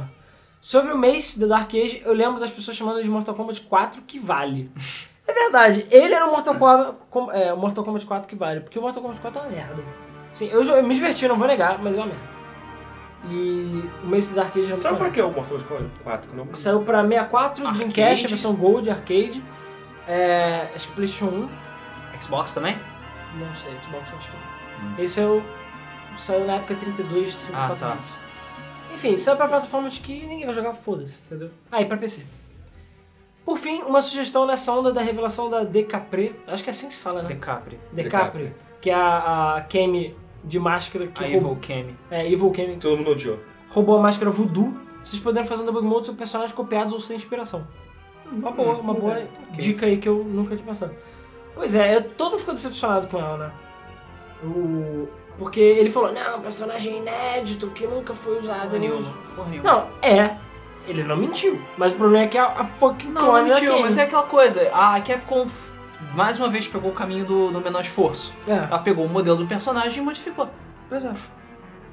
Speaker 2: Sobre o Mace da Dark Age, eu lembro das pessoas chamando ele de Mortal Kombat 4 que vale. é verdade, ele era o Mortal Kombat, com- é, o Mortal Kombat 4 que vale, porque o Mortal Kombat 4 é uma merda. Sim, eu, jo- eu me diverti, eu não vou negar, mas é uma merda. E o Mace da Dark Age é muito
Speaker 3: Sabe pra
Speaker 2: maneiro.
Speaker 3: que é o Mortal Kombat 4? Não?
Speaker 2: Saiu pra 64,
Speaker 1: Arcade.
Speaker 2: Dreamcast, a versão Gold, Arcade, é, acho que Playstation 1,
Speaker 1: Xbox também?
Speaker 2: não sei, Xbox acho que não. Esse é o. Saiu na época 32, 54
Speaker 1: Hum. Ah, tá.
Speaker 2: bits. Enfim, saiu pra plataformas que ninguém vai jogar, foda-se, entendeu? Ah, e pra PC. Por fim, uma sugestão nessa onda da revelação da Decapre. Acho que é assim que se fala, né?
Speaker 1: Decapri.
Speaker 2: Decapre. Que é a, a Kemi de máscara que
Speaker 1: A
Speaker 2: roubou.
Speaker 1: Evil Kami.
Speaker 2: É, Evil Kemi.
Speaker 3: Todo mundo odiou.
Speaker 2: Roubou a máscara voodoo. Vocês poderiam fazer um debug mode sobre personagens copiados ou sem inspiração. Uma boa, uma
Speaker 1: Hum,
Speaker 2: boa
Speaker 1: é,
Speaker 2: dica aí que eu nunca tinha passado. Pois é, eu, todo mundo ficou decepcionado com ela, né? O... Porque ele falou, não, um personagem inédito que nunca foi usado em nenhum.
Speaker 1: Porra nenhuma.
Speaker 2: Não, é. Ele não mentiu. Mas o problema é que a, a fucking
Speaker 1: Não, não
Speaker 2: clone da
Speaker 1: mentiu,
Speaker 2: Kane.
Speaker 1: mas é aquela coisa. A Capcom f- mais uma vez pegou o caminho do, do menor esforço.
Speaker 2: É,
Speaker 1: Ela pegou o modelo do personagem e modificou. Pois é.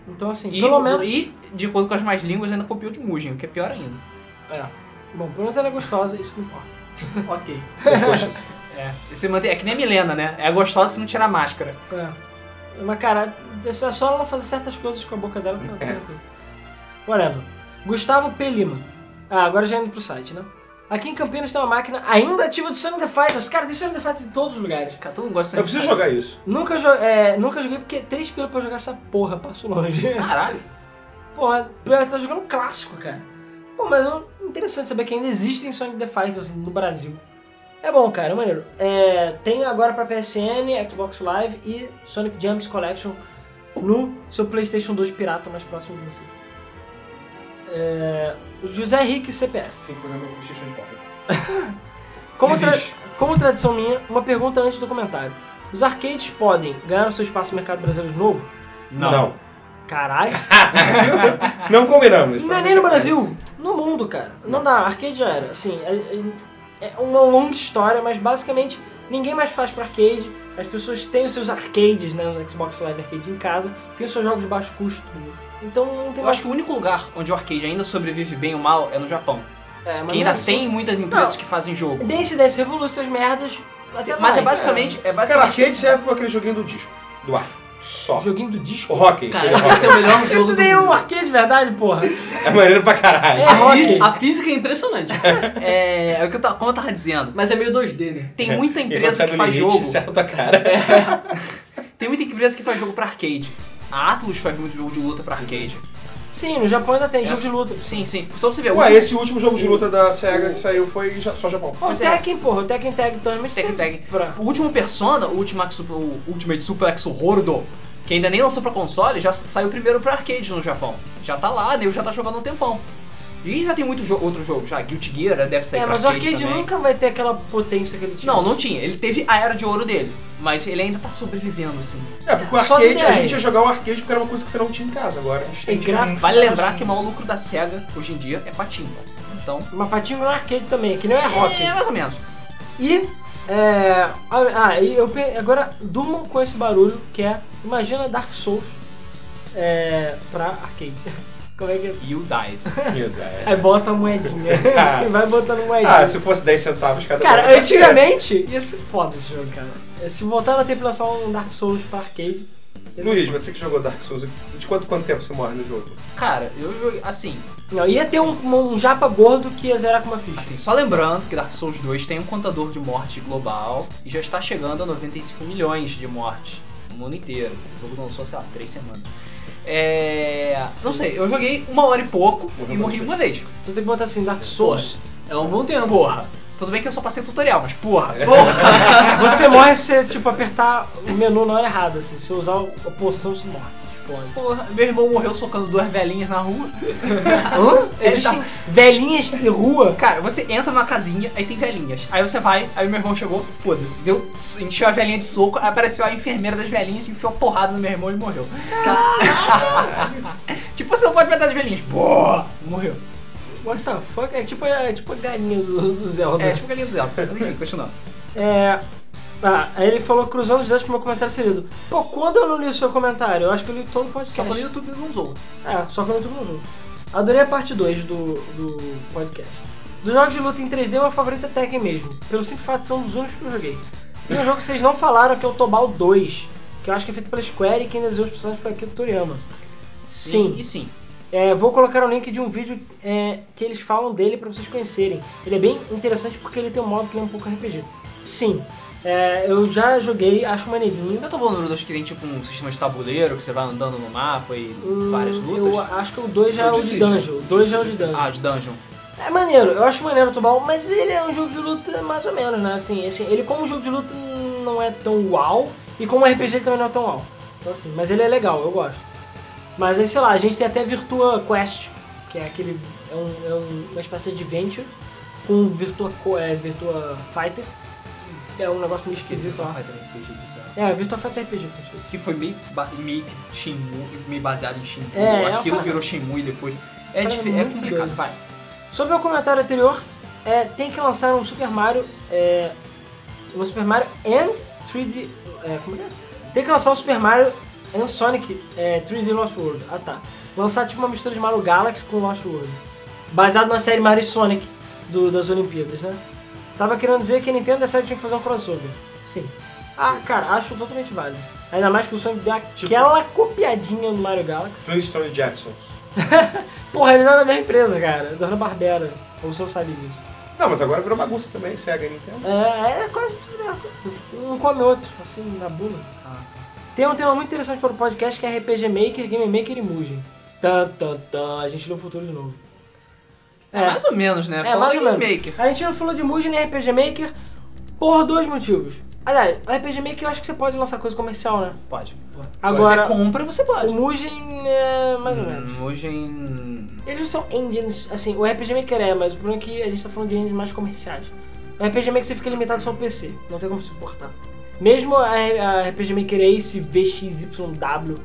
Speaker 2: Então assim,
Speaker 1: E,
Speaker 2: pelo menos...
Speaker 1: e, de acordo com as mais línguas, ainda copiou de Mugen, o que é pior ainda.
Speaker 2: É. Bom, pelo menos ela é gostosa, isso que importa.
Speaker 1: ok.
Speaker 3: Poxa,
Speaker 1: É. E Você mantém, é que nem a Milena, né? É gostosa se não tirar a máscara.
Speaker 2: É. Mas, cara, é só- é só ela não fazer certas coisas com a boca dela que tá tranquilo. Whatever. Gustavo P. Lima. Ah, agora já indo pro site, né? Aqui em Campinas tem uma máquina ainda ativa de Sonic the Fighters. Cara, tem Sonic the Fighters em todos os lugares.
Speaker 1: Cara, todo mundo gosta de
Speaker 3: eu preciso jogar isso.
Speaker 2: Nunca, jo é, nunca joguei porque três pila pra jogar essa porra, passo longe.
Speaker 1: Caralho.
Speaker 2: Porra, pior que tá jogando um clássico, cara. Pô, mas é interessante saber que ainda existem Sonic the Fighters assim, no Brasil. É bom, cara, é maneiro. É, tem agora pra PSN, Xbox Live e Sonic Jumps Collection no seu PlayStation 2 pirata mais próximo de você. É, José Henrique CPF.
Speaker 3: Tem que pegar meu PlayStation de volta.
Speaker 2: Como, tra-
Speaker 3: Existe.
Speaker 2: como tradição minha, uma pergunta antes do comentário. Os arcades podem ganhar o seu espaço no mercado brasileiro de novo?
Speaker 1: Não.
Speaker 3: Não.
Speaker 2: Caralho!
Speaker 3: Não combinamos.
Speaker 2: Não é nem no Brasil, no mundo, cara. Não dá, arcade já era. Assim, é, é uma longa história, mas basicamente ninguém mais faz pra arcade. As pessoas têm os seus arcades, né? No Xbox Live Arcade em casa, tem os seus jogos de baixo custo. Então não tem
Speaker 1: Eu acho que o único lugar onde o arcade ainda sobrevive bem ou mal é no Japão.
Speaker 2: É, mas
Speaker 1: que ainda
Speaker 2: não é
Speaker 1: tem muitas empresas que fazem jogo.
Speaker 2: só- Dance Dance Revolution, essas merdas. até
Speaker 1: Mas
Speaker 2: vai,
Speaker 1: é basicamente. É
Speaker 3: Cara,
Speaker 1: basicamente.
Speaker 3: arcade serve pra aquele joguinho do disco. Do ar. Só.
Speaker 2: cara. Joguinho do
Speaker 3: O
Speaker 2: disco.
Speaker 3: rock.
Speaker 1: Cara,
Speaker 3: aquele rock.
Speaker 1: esse é o melhor jogo.
Speaker 2: Isso
Speaker 1: do
Speaker 2: nem é um
Speaker 1: mundo.
Speaker 2: arcade de verdade, porra.
Speaker 3: É maneiro pra caralho.
Speaker 2: É
Speaker 4: A, fi-
Speaker 2: rock.
Speaker 4: a física é impressionante,
Speaker 1: É, é o que eu tava, como eu tava dizendo.
Speaker 4: mas é meio 2D, né?
Speaker 1: Tem muita
Speaker 3: E
Speaker 1: empresa
Speaker 3: quando
Speaker 1: que
Speaker 3: sai do
Speaker 1: faz
Speaker 3: limite,
Speaker 1: jogo.
Speaker 3: sai na tua cara.
Speaker 1: Tem muita empresa que faz jogo pra arcade. A Atlus faz muito jogo de luta pra arcade.
Speaker 2: Sim, no Japão ainda tem, jogo
Speaker 1: Essa-
Speaker 2: de luta.
Speaker 1: Sim, sim. Só pra você ver. É, o
Speaker 3: Ué,
Speaker 1: último-
Speaker 3: esse último jogo de luta da SEGA que saiu foi ja- só Japão.
Speaker 2: Pô, o
Speaker 1: Mas é.
Speaker 2: Tekken, porra, o Tekken Tag Tournament.
Speaker 1: Tekken
Speaker 2: tem
Speaker 1: Tag.
Speaker 2: pra-
Speaker 1: O último Persona, o Ultimate Super, o Ultimate Super Exo Hordo, que ainda nem lançou pra console, já saiu primeiro pra arcade no Japão. Já tá lá, nego já tá jogando há um tempão. E já tem muito jo outro jogo, já. Guilty Gear né, deve sair
Speaker 2: É,
Speaker 1: pra
Speaker 2: mas o
Speaker 1: arcade,
Speaker 2: arcade
Speaker 1: também.
Speaker 2: nunca vai ter aquela potência que ele tinha.
Speaker 1: Não, não tinha. Ele teve a era de ouro dele, mas ele ainda tá sobrevivendo, assim.
Speaker 3: É, porque o
Speaker 2: Só
Speaker 3: arcade, a
Speaker 2: ideia.
Speaker 3: gente ia jogar o arcade porque era uma coisa que você não tinha em casa. Agora a gente
Speaker 2: E
Speaker 3: tem.
Speaker 2: gráficos.
Speaker 1: Vale lembrar que o maior lucro da SEGA, hoje em dia, é patinho. Então...
Speaker 2: Mas patinho é um arcade também, que não é rock.
Speaker 1: É, mais ou menos.
Speaker 2: E. É. Ah, ah, e eu pe- agora durmam com esse barulho que é. Imagina Dark Souls é, pra arcade. Como é que é?
Speaker 1: You died.
Speaker 3: Meu Deus.
Speaker 2: Aí bota a moedinha.
Speaker 3: Cara.
Speaker 2: Vai botando moedinha.
Speaker 3: Ah, é. se fosse 10 centavos cada
Speaker 2: Cara,
Speaker 3: um.
Speaker 2: antigamente ia ser foda esse jogo, cara. Se voltar na templação um Dark Souls pra arcade. ia ser
Speaker 3: Luiz,
Speaker 2: foda.
Speaker 3: você que jogou Dark Souls, de quanto, quanto tempo você morre no jogo?
Speaker 1: Cara, eu joguei... Assim,
Speaker 2: Não, ia ter um, um japa gordo que ia zerar com uma ficha.
Speaker 1: Assim, só lembrando que Dark Souls 2 tem um contador de morte global e já está chegando a 95 milhões de mortes no mundo inteiro. O jogo lançou, sei lá, 3 semanas. É. Não sei, eu joguei uma hora e pouco
Speaker 3: Morreu
Speaker 1: e morri
Speaker 3: bastante.
Speaker 1: uma vez.
Speaker 2: Tu tem que botar assim, Dark Souls.
Speaker 1: É
Speaker 4: Então,
Speaker 1: um bom tempo. Porra. Tudo bem que eu só passei o tutorial, mas porra.
Speaker 2: Você morre se você, tipo, apertar o menu na hora errada, assim. Se usar o- a poção, você morre. Explode.
Speaker 1: Porra, meu irmão morreu socando duas velhinhas na rua.
Speaker 2: Hã? tá-
Speaker 1: Ele
Speaker 2: Existem velhinhas em rua?
Speaker 1: Cara, você entra numa casinha, aí tem velhinhas. Aí você vai, aí meu irmão chegou, foda-se. Deu, encheu a velhinha de soco, aí apareceu a enfermeira das velhinhas, enfiou a porrada no meu irmão e morreu. tipo, você não pode matar as velhinhas. Boa! Morreu.
Speaker 2: What the fuck? É tipo, é tipo a galinha do, do Zelda.
Speaker 1: É, tipo galinha do Zelda. Mas Enfim, continuando.
Speaker 2: É. Ah, aí ele falou cruzando os dedos pro meu comentário serido. Pô, quando eu não li o seu comentário? Eu acho que eu li todo o podcast.
Speaker 1: Só quando o YouTube não usou.
Speaker 2: É, só quando eu tô no jogo. Adorei a parte 2 do, do podcast. Dos jogos de luta em 3D, meu favorito é Tekken mesmo. Pelo simples fato de ser um dos únicos que eu joguei. Tem um jogo que vocês não falaram, que é o Tobal 2. Que eu acho que é feito pela Square e quem desenhou os personagens foi aqui o Toriyama. Sim.
Speaker 1: E sim.
Speaker 2: É, vou colocar um link de um vídeo é, que eles falam dele pra vocês conhecerem. Ele é bem interessante porque ele tem um modo que lembra um pouco RPG. Sim, é, eu já joguei, acho maneirinho.
Speaker 1: Eu tô falando do 2 que tem tipo um sistema de tabuleiro que você vai andando no mapa e
Speaker 2: Hum,
Speaker 1: várias lutas.
Speaker 2: Eu acho que o 2 já é o
Speaker 3: Soul
Speaker 2: de
Speaker 3: Decision.
Speaker 2: Dungeon. O 2 já é o de Dungeon.
Speaker 1: Ah, de dungeon.
Speaker 2: É maneiro, eu acho maneiro o Tubal, mas ele é um jogo de luta mais ou menos, né? Assim, assim, ele como jogo de luta não é tão uau, e como RPG ele também não é tão uau. Então assim, mas ele é legal, eu gosto. Mas aí, sei lá, a gente tem até Virtua Quest, que é aquele. é, um- é um- uma espécie de adventure com Virtua, Co- é, Virtua Fighter. É um negócio meio
Speaker 1: Então,
Speaker 2: esquisito lá. É, Virtua Fighter RPG, como se fosse.
Speaker 1: que foi meio, ba meio que Shenmue, meio baseado em Shenmue.
Speaker 2: É, é uma
Speaker 1: Aquilo
Speaker 2: parada-
Speaker 1: virou Shenmue depois. É,
Speaker 2: parada
Speaker 1: difí- é
Speaker 2: muito
Speaker 1: complicado,
Speaker 2: doida.
Speaker 1: vai.
Speaker 2: Sobre o comentário anterior, é, tem que lançar um Super Mario. É, um Super Mario and 3D. É, como é? que é? Tem que lançar um Super Mario and Sonic é, 3D Lost World. Ah tá. Lançar tipo uma mistura de Mario Galaxy com Lost World. Baseado na série Mario e Sonic do- das Olimpíadas, né? Tava querendo dizer que a Nintendo e a Sega tinha que fazer um crossover. Sim. Ah, cara, acho totalmente válido. Ainda mais que o Sonic deu aquela copiadinha no Mario Galaxy.
Speaker 3: Flintstone Jackson.
Speaker 2: Porra, ele não é da mesma empresa, cara. Da Barbera. Ou você não sabe disso.
Speaker 3: Não, mas agora virou bagunça também, Sega e Nintendo.
Speaker 2: É, é quase tudo mesmo. Um come outro, assim, na bula. Tem um tema muito interessante para o podcast que é RPG Maker, Game Maker e Mugen. Tan, tan, tan. A gente lê o futuro de novo. É,
Speaker 1: Mais ou menos, né?
Speaker 2: é,
Speaker 1: Falou
Speaker 2: mais ou
Speaker 1: em
Speaker 2: menos.
Speaker 1: Maker.
Speaker 2: A gente não falou de Mugen nem RPG Maker por dois motivos. Aliás, o RPG Maker eu acho que você pode lançar coisa comercial, né?
Speaker 1: Pode. Se
Speaker 2: Agora,
Speaker 1: você compra, você
Speaker 2: o
Speaker 1: pode.
Speaker 2: Mugen é mais ou menos.
Speaker 1: Hum, Hoje em...
Speaker 2: Eles não são engines, assim, o RPG Maker é, mas o problema é que a gente tá falando de engines mais comerciais. O RPG Maker você fica limitado só ao PC, não tem como suportar. Mesmo a, a RPG Maker Ace, VXYW,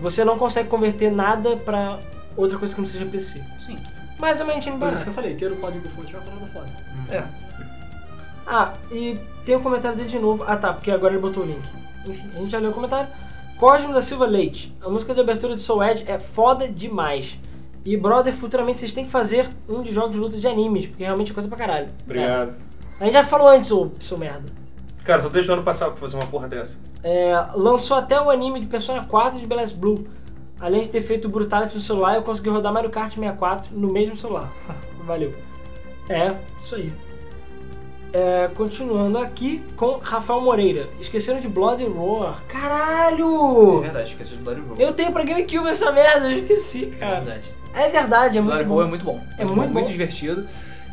Speaker 2: você não consegue converter nada pra outra coisa que não seja PC.
Speaker 1: Sim.
Speaker 2: Mais ou menos,
Speaker 4: Por isso que
Speaker 2: barata.
Speaker 4: eu falei, ter o código fonte é uma parada foda.
Speaker 2: É. Ah, e tem o comentário dele de novo. Ah tá, porque agora ele botou o link. Enfim, a gente já leu o comentário. Cosmo da Silva Leite. A música de abertura de Soul Edge é foda demais. E, brother, futuramente vocês têm que fazer um de jogos de luta de animes, porque realmente é coisa pra caralho.
Speaker 3: Obrigado.
Speaker 2: É. A gente já falou antes, ô seu merda.
Speaker 3: Cara, só desde o ano passado pra fazer uma porra dessa.
Speaker 2: É, lançou até o anime de Persona 4 de Blast Blue. Além de ter feito o Brutality no celular, eu consegui rodar Mario Kart 64 no mesmo celular. Valeu. É, isso aí. É, continuando aqui com Rafael Moreira. Esqueceram de Blood Roar.
Speaker 1: É
Speaker 2: Caralho!
Speaker 1: verdade, esqueci de Bloody Roar.
Speaker 2: Eu tenho pra GameCube essa merda, eu esqueci,
Speaker 1: É
Speaker 2: cara.
Speaker 1: verdade.
Speaker 2: É verdade, é muito
Speaker 1: Bloody Roar é
Speaker 2: bom.
Speaker 1: muito bom.
Speaker 2: É muito bom.
Speaker 1: Muito divertido.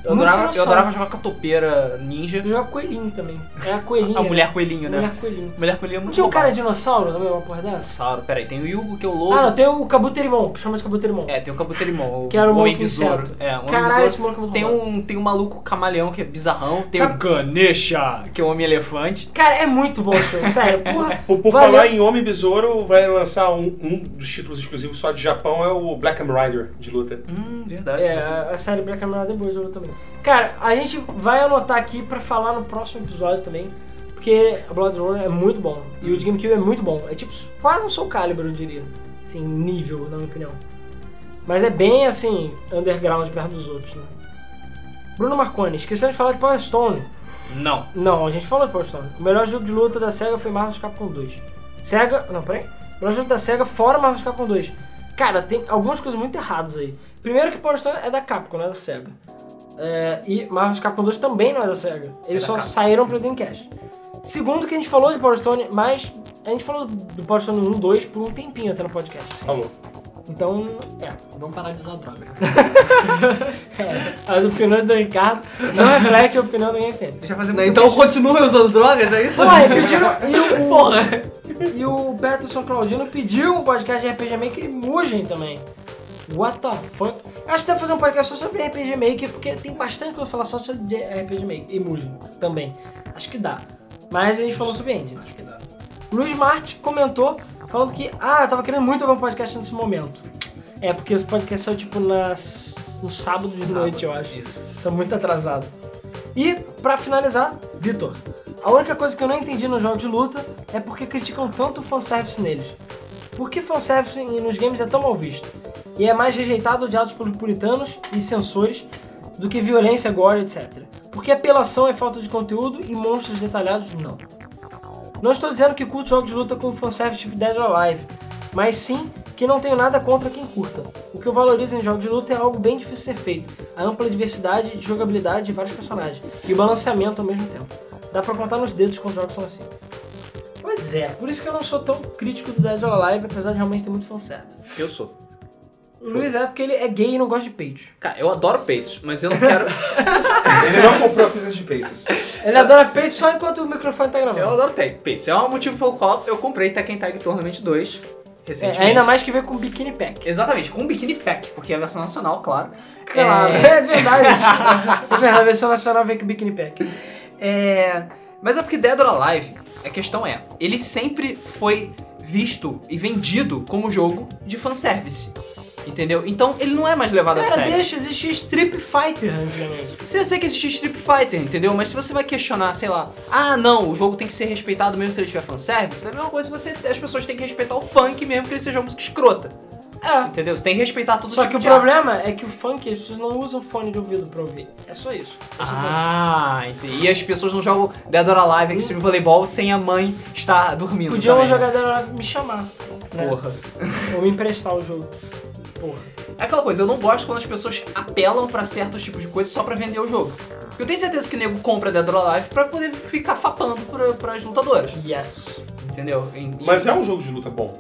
Speaker 1: Eu
Speaker 2: Muito sem
Speaker 1: adorava, eu
Speaker 2: noção.
Speaker 1: adorava jogar com a topeira ninja.
Speaker 2: Eu jogo coelhinho também. É a coelhinha.
Speaker 1: A mulher coelhinho, né?
Speaker 2: Mulher coelhinho.
Speaker 1: Mulher coelhinho é
Speaker 2: Não
Speaker 1: muito
Speaker 2: tinha o cara
Speaker 1: de...
Speaker 2: dinossauro também, uma porra dessa?
Speaker 1: Dinossauro, peraí. Tem o Yugo, que é o lobo.
Speaker 2: Ah, não, tem o Cabuterimon, que chama de Cabuterimon.
Speaker 1: É, tem o Cabuterimon.
Speaker 2: Que era o
Speaker 1: o Homem
Speaker 2: maluco
Speaker 1: Besouro.
Speaker 2: inseto.
Speaker 1: É, o Homem
Speaker 2: Caralho,
Speaker 1: Besouro.
Speaker 2: esse maluco é muito
Speaker 1: Tem
Speaker 2: roubado.
Speaker 1: um, tem um maluco camaleão que é bizarrão, tem
Speaker 2: Tá-
Speaker 1: o Ganesha, que é o Homem-Elefante.
Speaker 2: Cara, é muito bom esse jogo, sério. Porra,
Speaker 3: Por, por
Speaker 2: valeu.
Speaker 3: falar em Homem Besouro, vai lançar um, um dos títulos exclusivos só de Japão, é o Black and Rider de luta.
Speaker 1: Hum, verdade.
Speaker 2: É, a- a série Black Mirror depois eu também. Cara, a gente vai anotar aqui pra falar no próximo episódio também, porque a Blood Roar é muito bom.
Speaker 1: Hum.
Speaker 2: E o de GameCube é muito bom. É tipo quase um Soul Calibur, eu diria. Assim, nível, na minha opinião. Mas é bem, assim, underground perto dos outros, né? Bruno Marconi, esquecendo de falar de Power Stone.
Speaker 1: Não.
Speaker 2: Não, a gente falou de Power Stone. O melhor jogo de luta da SEGA foi Marvel's Capcom 2. SEGA. Não, peraí. O melhor jogo da SEGA fora Marvel's Capcom 2. Cara, tem algumas coisas muito erradas aí. Primeiro que Power Stone é da Capcom, não é da SEGA. É, e Marvel's Capcom 2 também não é da SEGA. Eles
Speaker 1: da
Speaker 2: só
Speaker 1: Capcom.
Speaker 2: saíram pra Dreamcast. Segundo que a gente falou de Power Stone, mas a gente falou do Power Stone 1 2 por um tempinho até no podcast.
Speaker 3: Falou.
Speaker 2: Então, é.
Speaker 4: Vamos parar de usar droga.
Speaker 2: As opiniões do Ricardo não refletem a opinião do GameFM.
Speaker 5: Deixa eu fazer muito
Speaker 4: então continue usando drogas, é
Speaker 1: então-
Speaker 4: isso?
Speaker 2: Porra, repetiram. E o,
Speaker 4: Porra.
Speaker 2: E o Peterson Claudino pediu um podcast de RPG Maker e Mugen também. What the fuck? Acho que deve fazer um podcast só sobre RPG Maker, porque tem bastante coisa pra falar só sobre RPG Maker e Mugen também. Acho que dá. Mas a gente falou sobre Engine. Acho que dá. Luiz Marte comentou falando que, ah, eu tava querendo muito ouvir um podcast nesse momento. É, porque esse podcast saiu tipo nas, no sábado de noite, eu acho.
Speaker 5: Isso.
Speaker 2: Sou muito atrasado. E, pra finalizar, Vitor. A única coisa que eu não entendi no jogo de luta é porque criticam tanto o fanservice neles. Por que fanservice em- nos games é tão mal visto? E é mais rejeitado odiado por puritanos e censores do que violência, gore, etc. Porque apelação é falta de conteúdo e monstros detalhados não. Não estou dizendo que curto jogos de luta com fanservice tipo Dead or Alive, mas sim que não tenho nada contra quem curta. O que eu valorizo em jogos de luta é algo bem difícil de ser feito, a ampla diversidade de jogabilidade de vários personagens, e o balanceamento ao mesmo tempo. Dá pra contar nos dedos quando jogos são assim. Pois é, por isso que eu não sou tão crítico do Dead or Alive, apesar de realmente ter muito fanservice.
Speaker 1: Eu sou.
Speaker 2: O Luiz é porque ele é gay e não gosta de peitos.
Speaker 1: Cara, eu adoro peitos, mas eu não quero.
Speaker 3: Ele não comprou a física de peitos.
Speaker 2: Ele adora peitos só enquanto o microfone tá
Speaker 1: eu
Speaker 2: gravando.
Speaker 1: adoro te- peitos. É um motivo pelo qual eu comprei Tekken Tag Tournament 2
Speaker 2: É,
Speaker 1: recentemente.
Speaker 2: ainda mais que vem com biquíni pack.
Speaker 1: Exatamente, com um biquíni pack, porque é a versão nacional, claro.
Speaker 2: Claro,
Speaker 1: É,
Speaker 2: é, verdade. é verdade, a versão nacional vem com biquíni pack.
Speaker 1: é, Mas é porque Dead or Alive, a questão é, ele sempre foi visto e vendido como jogo de fanservice. Entendeu? Então ele não é mais levado a
Speaker 2: Cara,
Speaker 1: sério.
Speaker 2: deixa, existia Strip Fighter antigamente.
Speaker 1: Se eu sei que existe Street Fighter, entendeu? Mas se você vai questionar, sei lá, ah não, o jogo tem que ser respeitado mesmo se ele tiver fanservice, é a mesma coisa que você. As pessoas têm que respeitar o funk mesmo que ele seja uma música escrota.
Speaker 2: É.
Speaker 1: Entendeu? Você tem que respeitar todo
Speaker 2: Só
Speaker 1: tipo
Speaker 2: que o
Speaker 1: de arte.
Speaker 2: problema é que o funk, as pessoas não usam fone de ouvido pra ouvir. É só isso. Esse é o problema.
Speaker 1: Ah, entendi. E as pessoas não jogam Dead or Alive Extreme Voleibol sem a mãe estar dormindo.
Speaker 2: Hum. Podiam
Speaker 1: também.
Speaker 2: um jogador me chamar. né?
Speaker 1: Porra.
Speaker 2: Ou me emprestar o jogo. Porra.
Speaker 1: É aquela coisa, eu não gosto quando as pessoas apelam pra certos tipos de coisa só pra vender o jogo. Eu tenho certeza que o nego compra Dead or Alive pra poder ficar fapando pra, pras lutadoras.
Speaker 2: Yes.
Speaker 1: Entendeu? Em-
Speaker 3: Mas é um jogo de luta bom.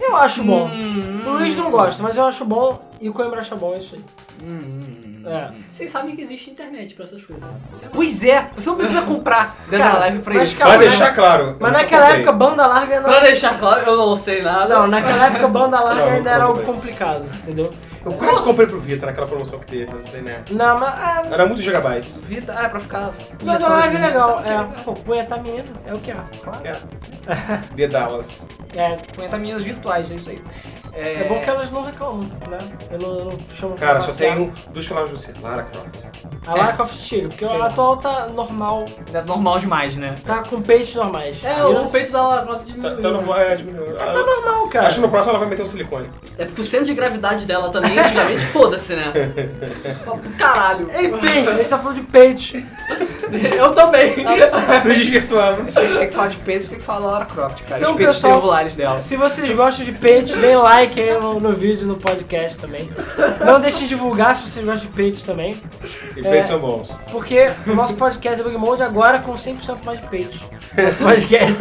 Speaker 2: Eu acho bom.
Speaker 1: Hum,
Speaker 2: O Luiz não gosta, mas eu acho bom e o Coimbra acha bom é isso aí.
Speaker 1: hum, hum.
Speaker 2: É.
Speaker 4: Vocês sabem que existe internet pra essas coisas. né? Sei lá.
Speaker 1: Pois é, você não precisa comprar Dead or
Speaker 2: Cara,
Speaker 1: Alive pra
Speaker 2: mas
Speaker 1: isso.
Speaker 2: calma,
Speaker 3: Vai
Speaker 2: Calma, né?
Speaker 3: deixar claro.
Speaker 2: Mas
Speaker 3: eu
Speaker 2: naquela
Speaker 3: comprei.
Speaker 2: época, banda larga
Speaker 4: Pra
Speaker 2: não.
Speaker 4: deixar claro, eu não sei nada.
Speaker 2: Não, naquela época banda larga
Speaker 3: Não,
Speaker 2: ainda era
Speaker 3: tudo
Speaker 2: algo
Speaker 3: bem.
Speaker 2: complicado, entendeu?
Speaker 3: Eu quase comprei pro Vita naquela promoção que teve, mas não tem né?
Speaker 2: Não, mas. Ah,
Speaker 3: Era muito gigabytes.
Speaker 1: Vida, ah, é pra ficar. né?
Speaker 2: Dead or Alive é legal. É. Pô, punhetar menino é o que há.
Speaker 3: É. The Dallas.
Speaker 2: É,
Speaker 1: 50 meninas virtuais, é isso aí.
Speaker 2: É bom que elas não reclamam, né? Eu não, eu não chamo pra
Speaker 3: Cara, só um-
Speaker 2: passear.
Speaker 3: tenho duas palavras pra você. Lara Croft.
Speaker 2: A Lara Croft tira, porque
Speaker 1: Sim.
Speaker 2: a atual tá normal,
Speaker 1: É normal demais, né?
Speaker 2: tá com peitos normais.
Speaker 4: É,
Speaker 2: Vira-
Speaker 4: o peito da Lara Croft
Speaker 3: Tá,
Speaker 4: diminuiu.
Speaker 3: tá
Speaker 4: né?
Speaker 3: normal, é, diminuiu.
Speaker 2: tá normal, cara.
Speaker 3: Acho que no próximo ela vai meter um silicone.
Speaker 4: É porque o centro de gravidade dela também, antigamente, foda-se, né? Pra- pro Caralho.
Speaker 2: Enfim, a gente tá falando de peitos.
Speaker 4: Eu também.
Speaker 3: Nos desvirtuamos.
Speaker 1: Vocês têm que falar de peso, vocês têm que falar da Lara Croft, cara.
Speaker 2: Então,
Speaker 1: Os peitos
Speaker 2: pessoal-
Speaker 1: triangulares dela.
Speaker 2: Se vocês gostam de peitos, deem like aí no, no vídeo, no podcast também. Não deixem de divulgar se vocês gostam de peitos também.
Speaker 3: E peitos são bons.
Speaker 2: Porque o nosso podcast do Big Mode agora é com 100% mais de peitos. Nosso podcast.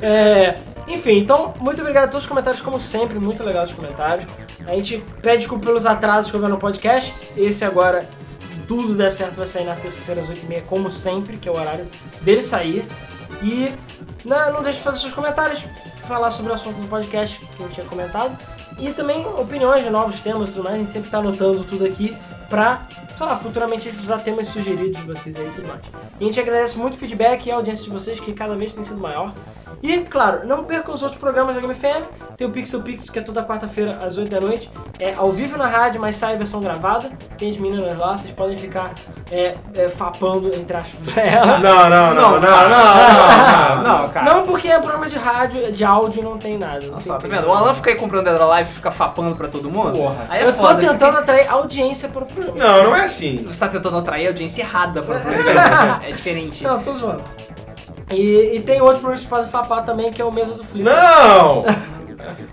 Speaker 2: É, enfim, então, muito obrigado a todos os comentários, como sempre, muito legal os comentários. A gente pede desculpa pelos atrasos que houve no podcast. Esse agora, se tudo der certo, vai sair na terça-feira às 8h30, como sempre, que é o horário dele sair. E não, não deixe de fazer seus comentários, falar sobre o assunto do podcast que eu tinha comentado. E também opiniões de novos temas e tudo mais. A gente sempre tá anotando tudo aqui pra, sei lá, futuramente a gente usar temas sugeridos de vocês aí e tudo mais. E a gente agradece muito o feedback e a audiência de vocês, que cada vez tem sido maior. E, claro, não percam os outros programas da Game FM. Tem o Pixel Pixel, que é toda quarta-feira às 8 da noite. É ao vivo na rádio, mas sai a versão gravada. Tem as meninas lá, vocês podem ficar é, é, fapando, entre aspas, pra ela.
Speaker 3: Não, não, Ah. não, não, não, não, não.
Speaker 1: Ah, Não, cara.
Speaker 2: Não, porque é programa de rádio, de áudio, não tem nada. Não
Speaker 1: Nossa, tá
Speaker 2: tem
Speaker 1: vendo? O Alan fica aí comprando Dead or Alive e fica fapando pra todo mundo.
Speaker 3: Porra.
Speaker 1: Aí é
Speaker 2: eu tô
Speaker 1: foda.
Speaker 2: tentando atrair audiência pro programa.
Speaker 3: Não, não é assim.
Speaker 1: Você tá tentando atrair a audiência errada pra programa. É diferente.
Speaker 2: Não, tô zoando. E, e tem outro programa que vocês podem fapar também, que é o Mesa do Flip.
Speaker 3: Não!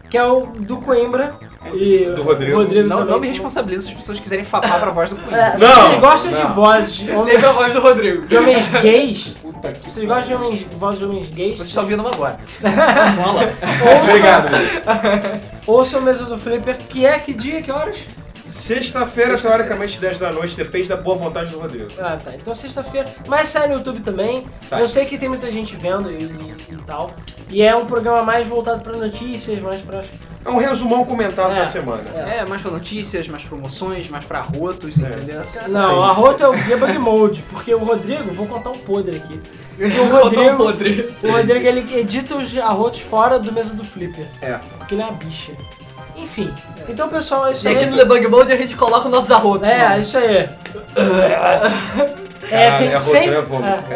Speaker 2: Que é o do Coimbra, E
Speaker 3: Do Rodrigo.
Speaker 2: o Rodrigo
Speaker 1: Não,
Speaker 2: também.
Speaker 1: não me responsabilizo se as pessoas quiserem fapar pra voz do
Speaker 2: É,
Speaker 1: Coringa.
Speaker 2: se
Speaker 3: Não,
Speaker 2: vocês gostam de
Speaker 3: não.
Speaker 2: vozes de
Speaker 4: Teve
Speaker 2: homens,
Speaker 4: a voz do Rodrigo.
Speaker 2: de homens gays,
Speaker 3: Puta que.
Speaker 2: vocês gostam de homens, vozes de homens gays,
Speaker 1: Vocês estão vindo agora.
Speaker 3: Obrigado. gente.
Speaker 2: ouçam o Mesa do Flipper, que é que dia, que horas?
Speaker 3: Sexta-feira, tá- teoricamente, 10 da noite, depende da boa vontade do Rodrigo.
Speaker 2: Ah, tá. Então sexta-feira. Mas sai no YouTube também.
Speaker 3: Sai.
Speaker 2: Eu sei que tem muita gente vendo e, e- e tal. E é um programa mais voltado pra notícias, mais pra.
Speaker 3: É um resumão comentado
Speaker 2: É.
Speaker 3: da semana.
Speaker 2: É.
Speaker 1: É, mais pra notícias, mais promoções, mais pra rotos, entendeu?
Speaker 2: Não, a rota é o debug mode, porque o Rodrigo, vou contar um podre aqui.
Speaker 4: Eu
Speaker 2: o
Speaker 4: vou botar um
Speaker 2: Rodrigo-
Speaker 4: podre.
Speaker 2: O Rodrigo ele edita os arrotos fora do mesa do Flipper,
Speaker 3: É.
Speaker 2: porque ele é uma bicha. Enfim, então pessoal, é isso
Speaker 4: E
Speaker 2: aí.
Speaker 4: aqui no Debug Mode a gente coloca os nossos arrotos.
Speaker 2: É, é
Speaker 4: mano.
Speaker 2: isso aí. É,
Speaker 3: Caralho,
Speaker 2: tem
Speaker 3: é
Speaker 2: sempre.
Speaker 3: Rodrigo é vômito.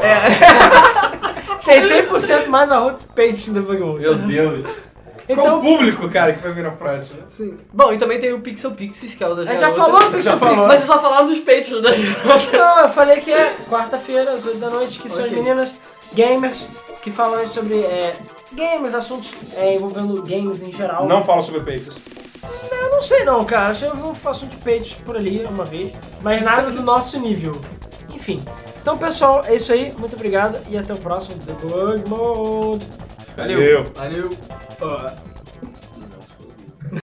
Speaker 2: é, Tem 100% mais arrotos peixe no debug mode.
Speaker 3: Meu Deus. Qual o
Speaker 2: Então,
Speaker 3: público, cara, que vai vir na próxima?
Speaker 4: Sim. Bom, e também tem o Pixel Pixies, que é o das
Speaker 2: a gente já
Speaker 4: garotas.
Speaker 2: falou do Pixel
Speaker 3: né? Já falou.
Speaker 2: Pix.
Speaker 4: Mas vocês só falaram dos peitos né? das garotas.
Speaker 2: Não, eu falei que é quarta-feira, às 8 da noite, que são as
Speaker 4: Ok.
Speaker 2: meninas gamers que falam aí sobre é, games, assuntos é, envolvendo games em geral.
Speaker 3: Não fala sobre peitos.
Speaker 2: Eu não sei não, cara. Acho que eu vou faço um peitos por ali uma vez, mas nada do nosso nível. Enfim. Então, pessoal, é isso aí. Muito obrigado e até o próximo The Bug Mode.
Speaker 3: Valeu.
Speaker 4: Valeu.
Speaker 2: Ah.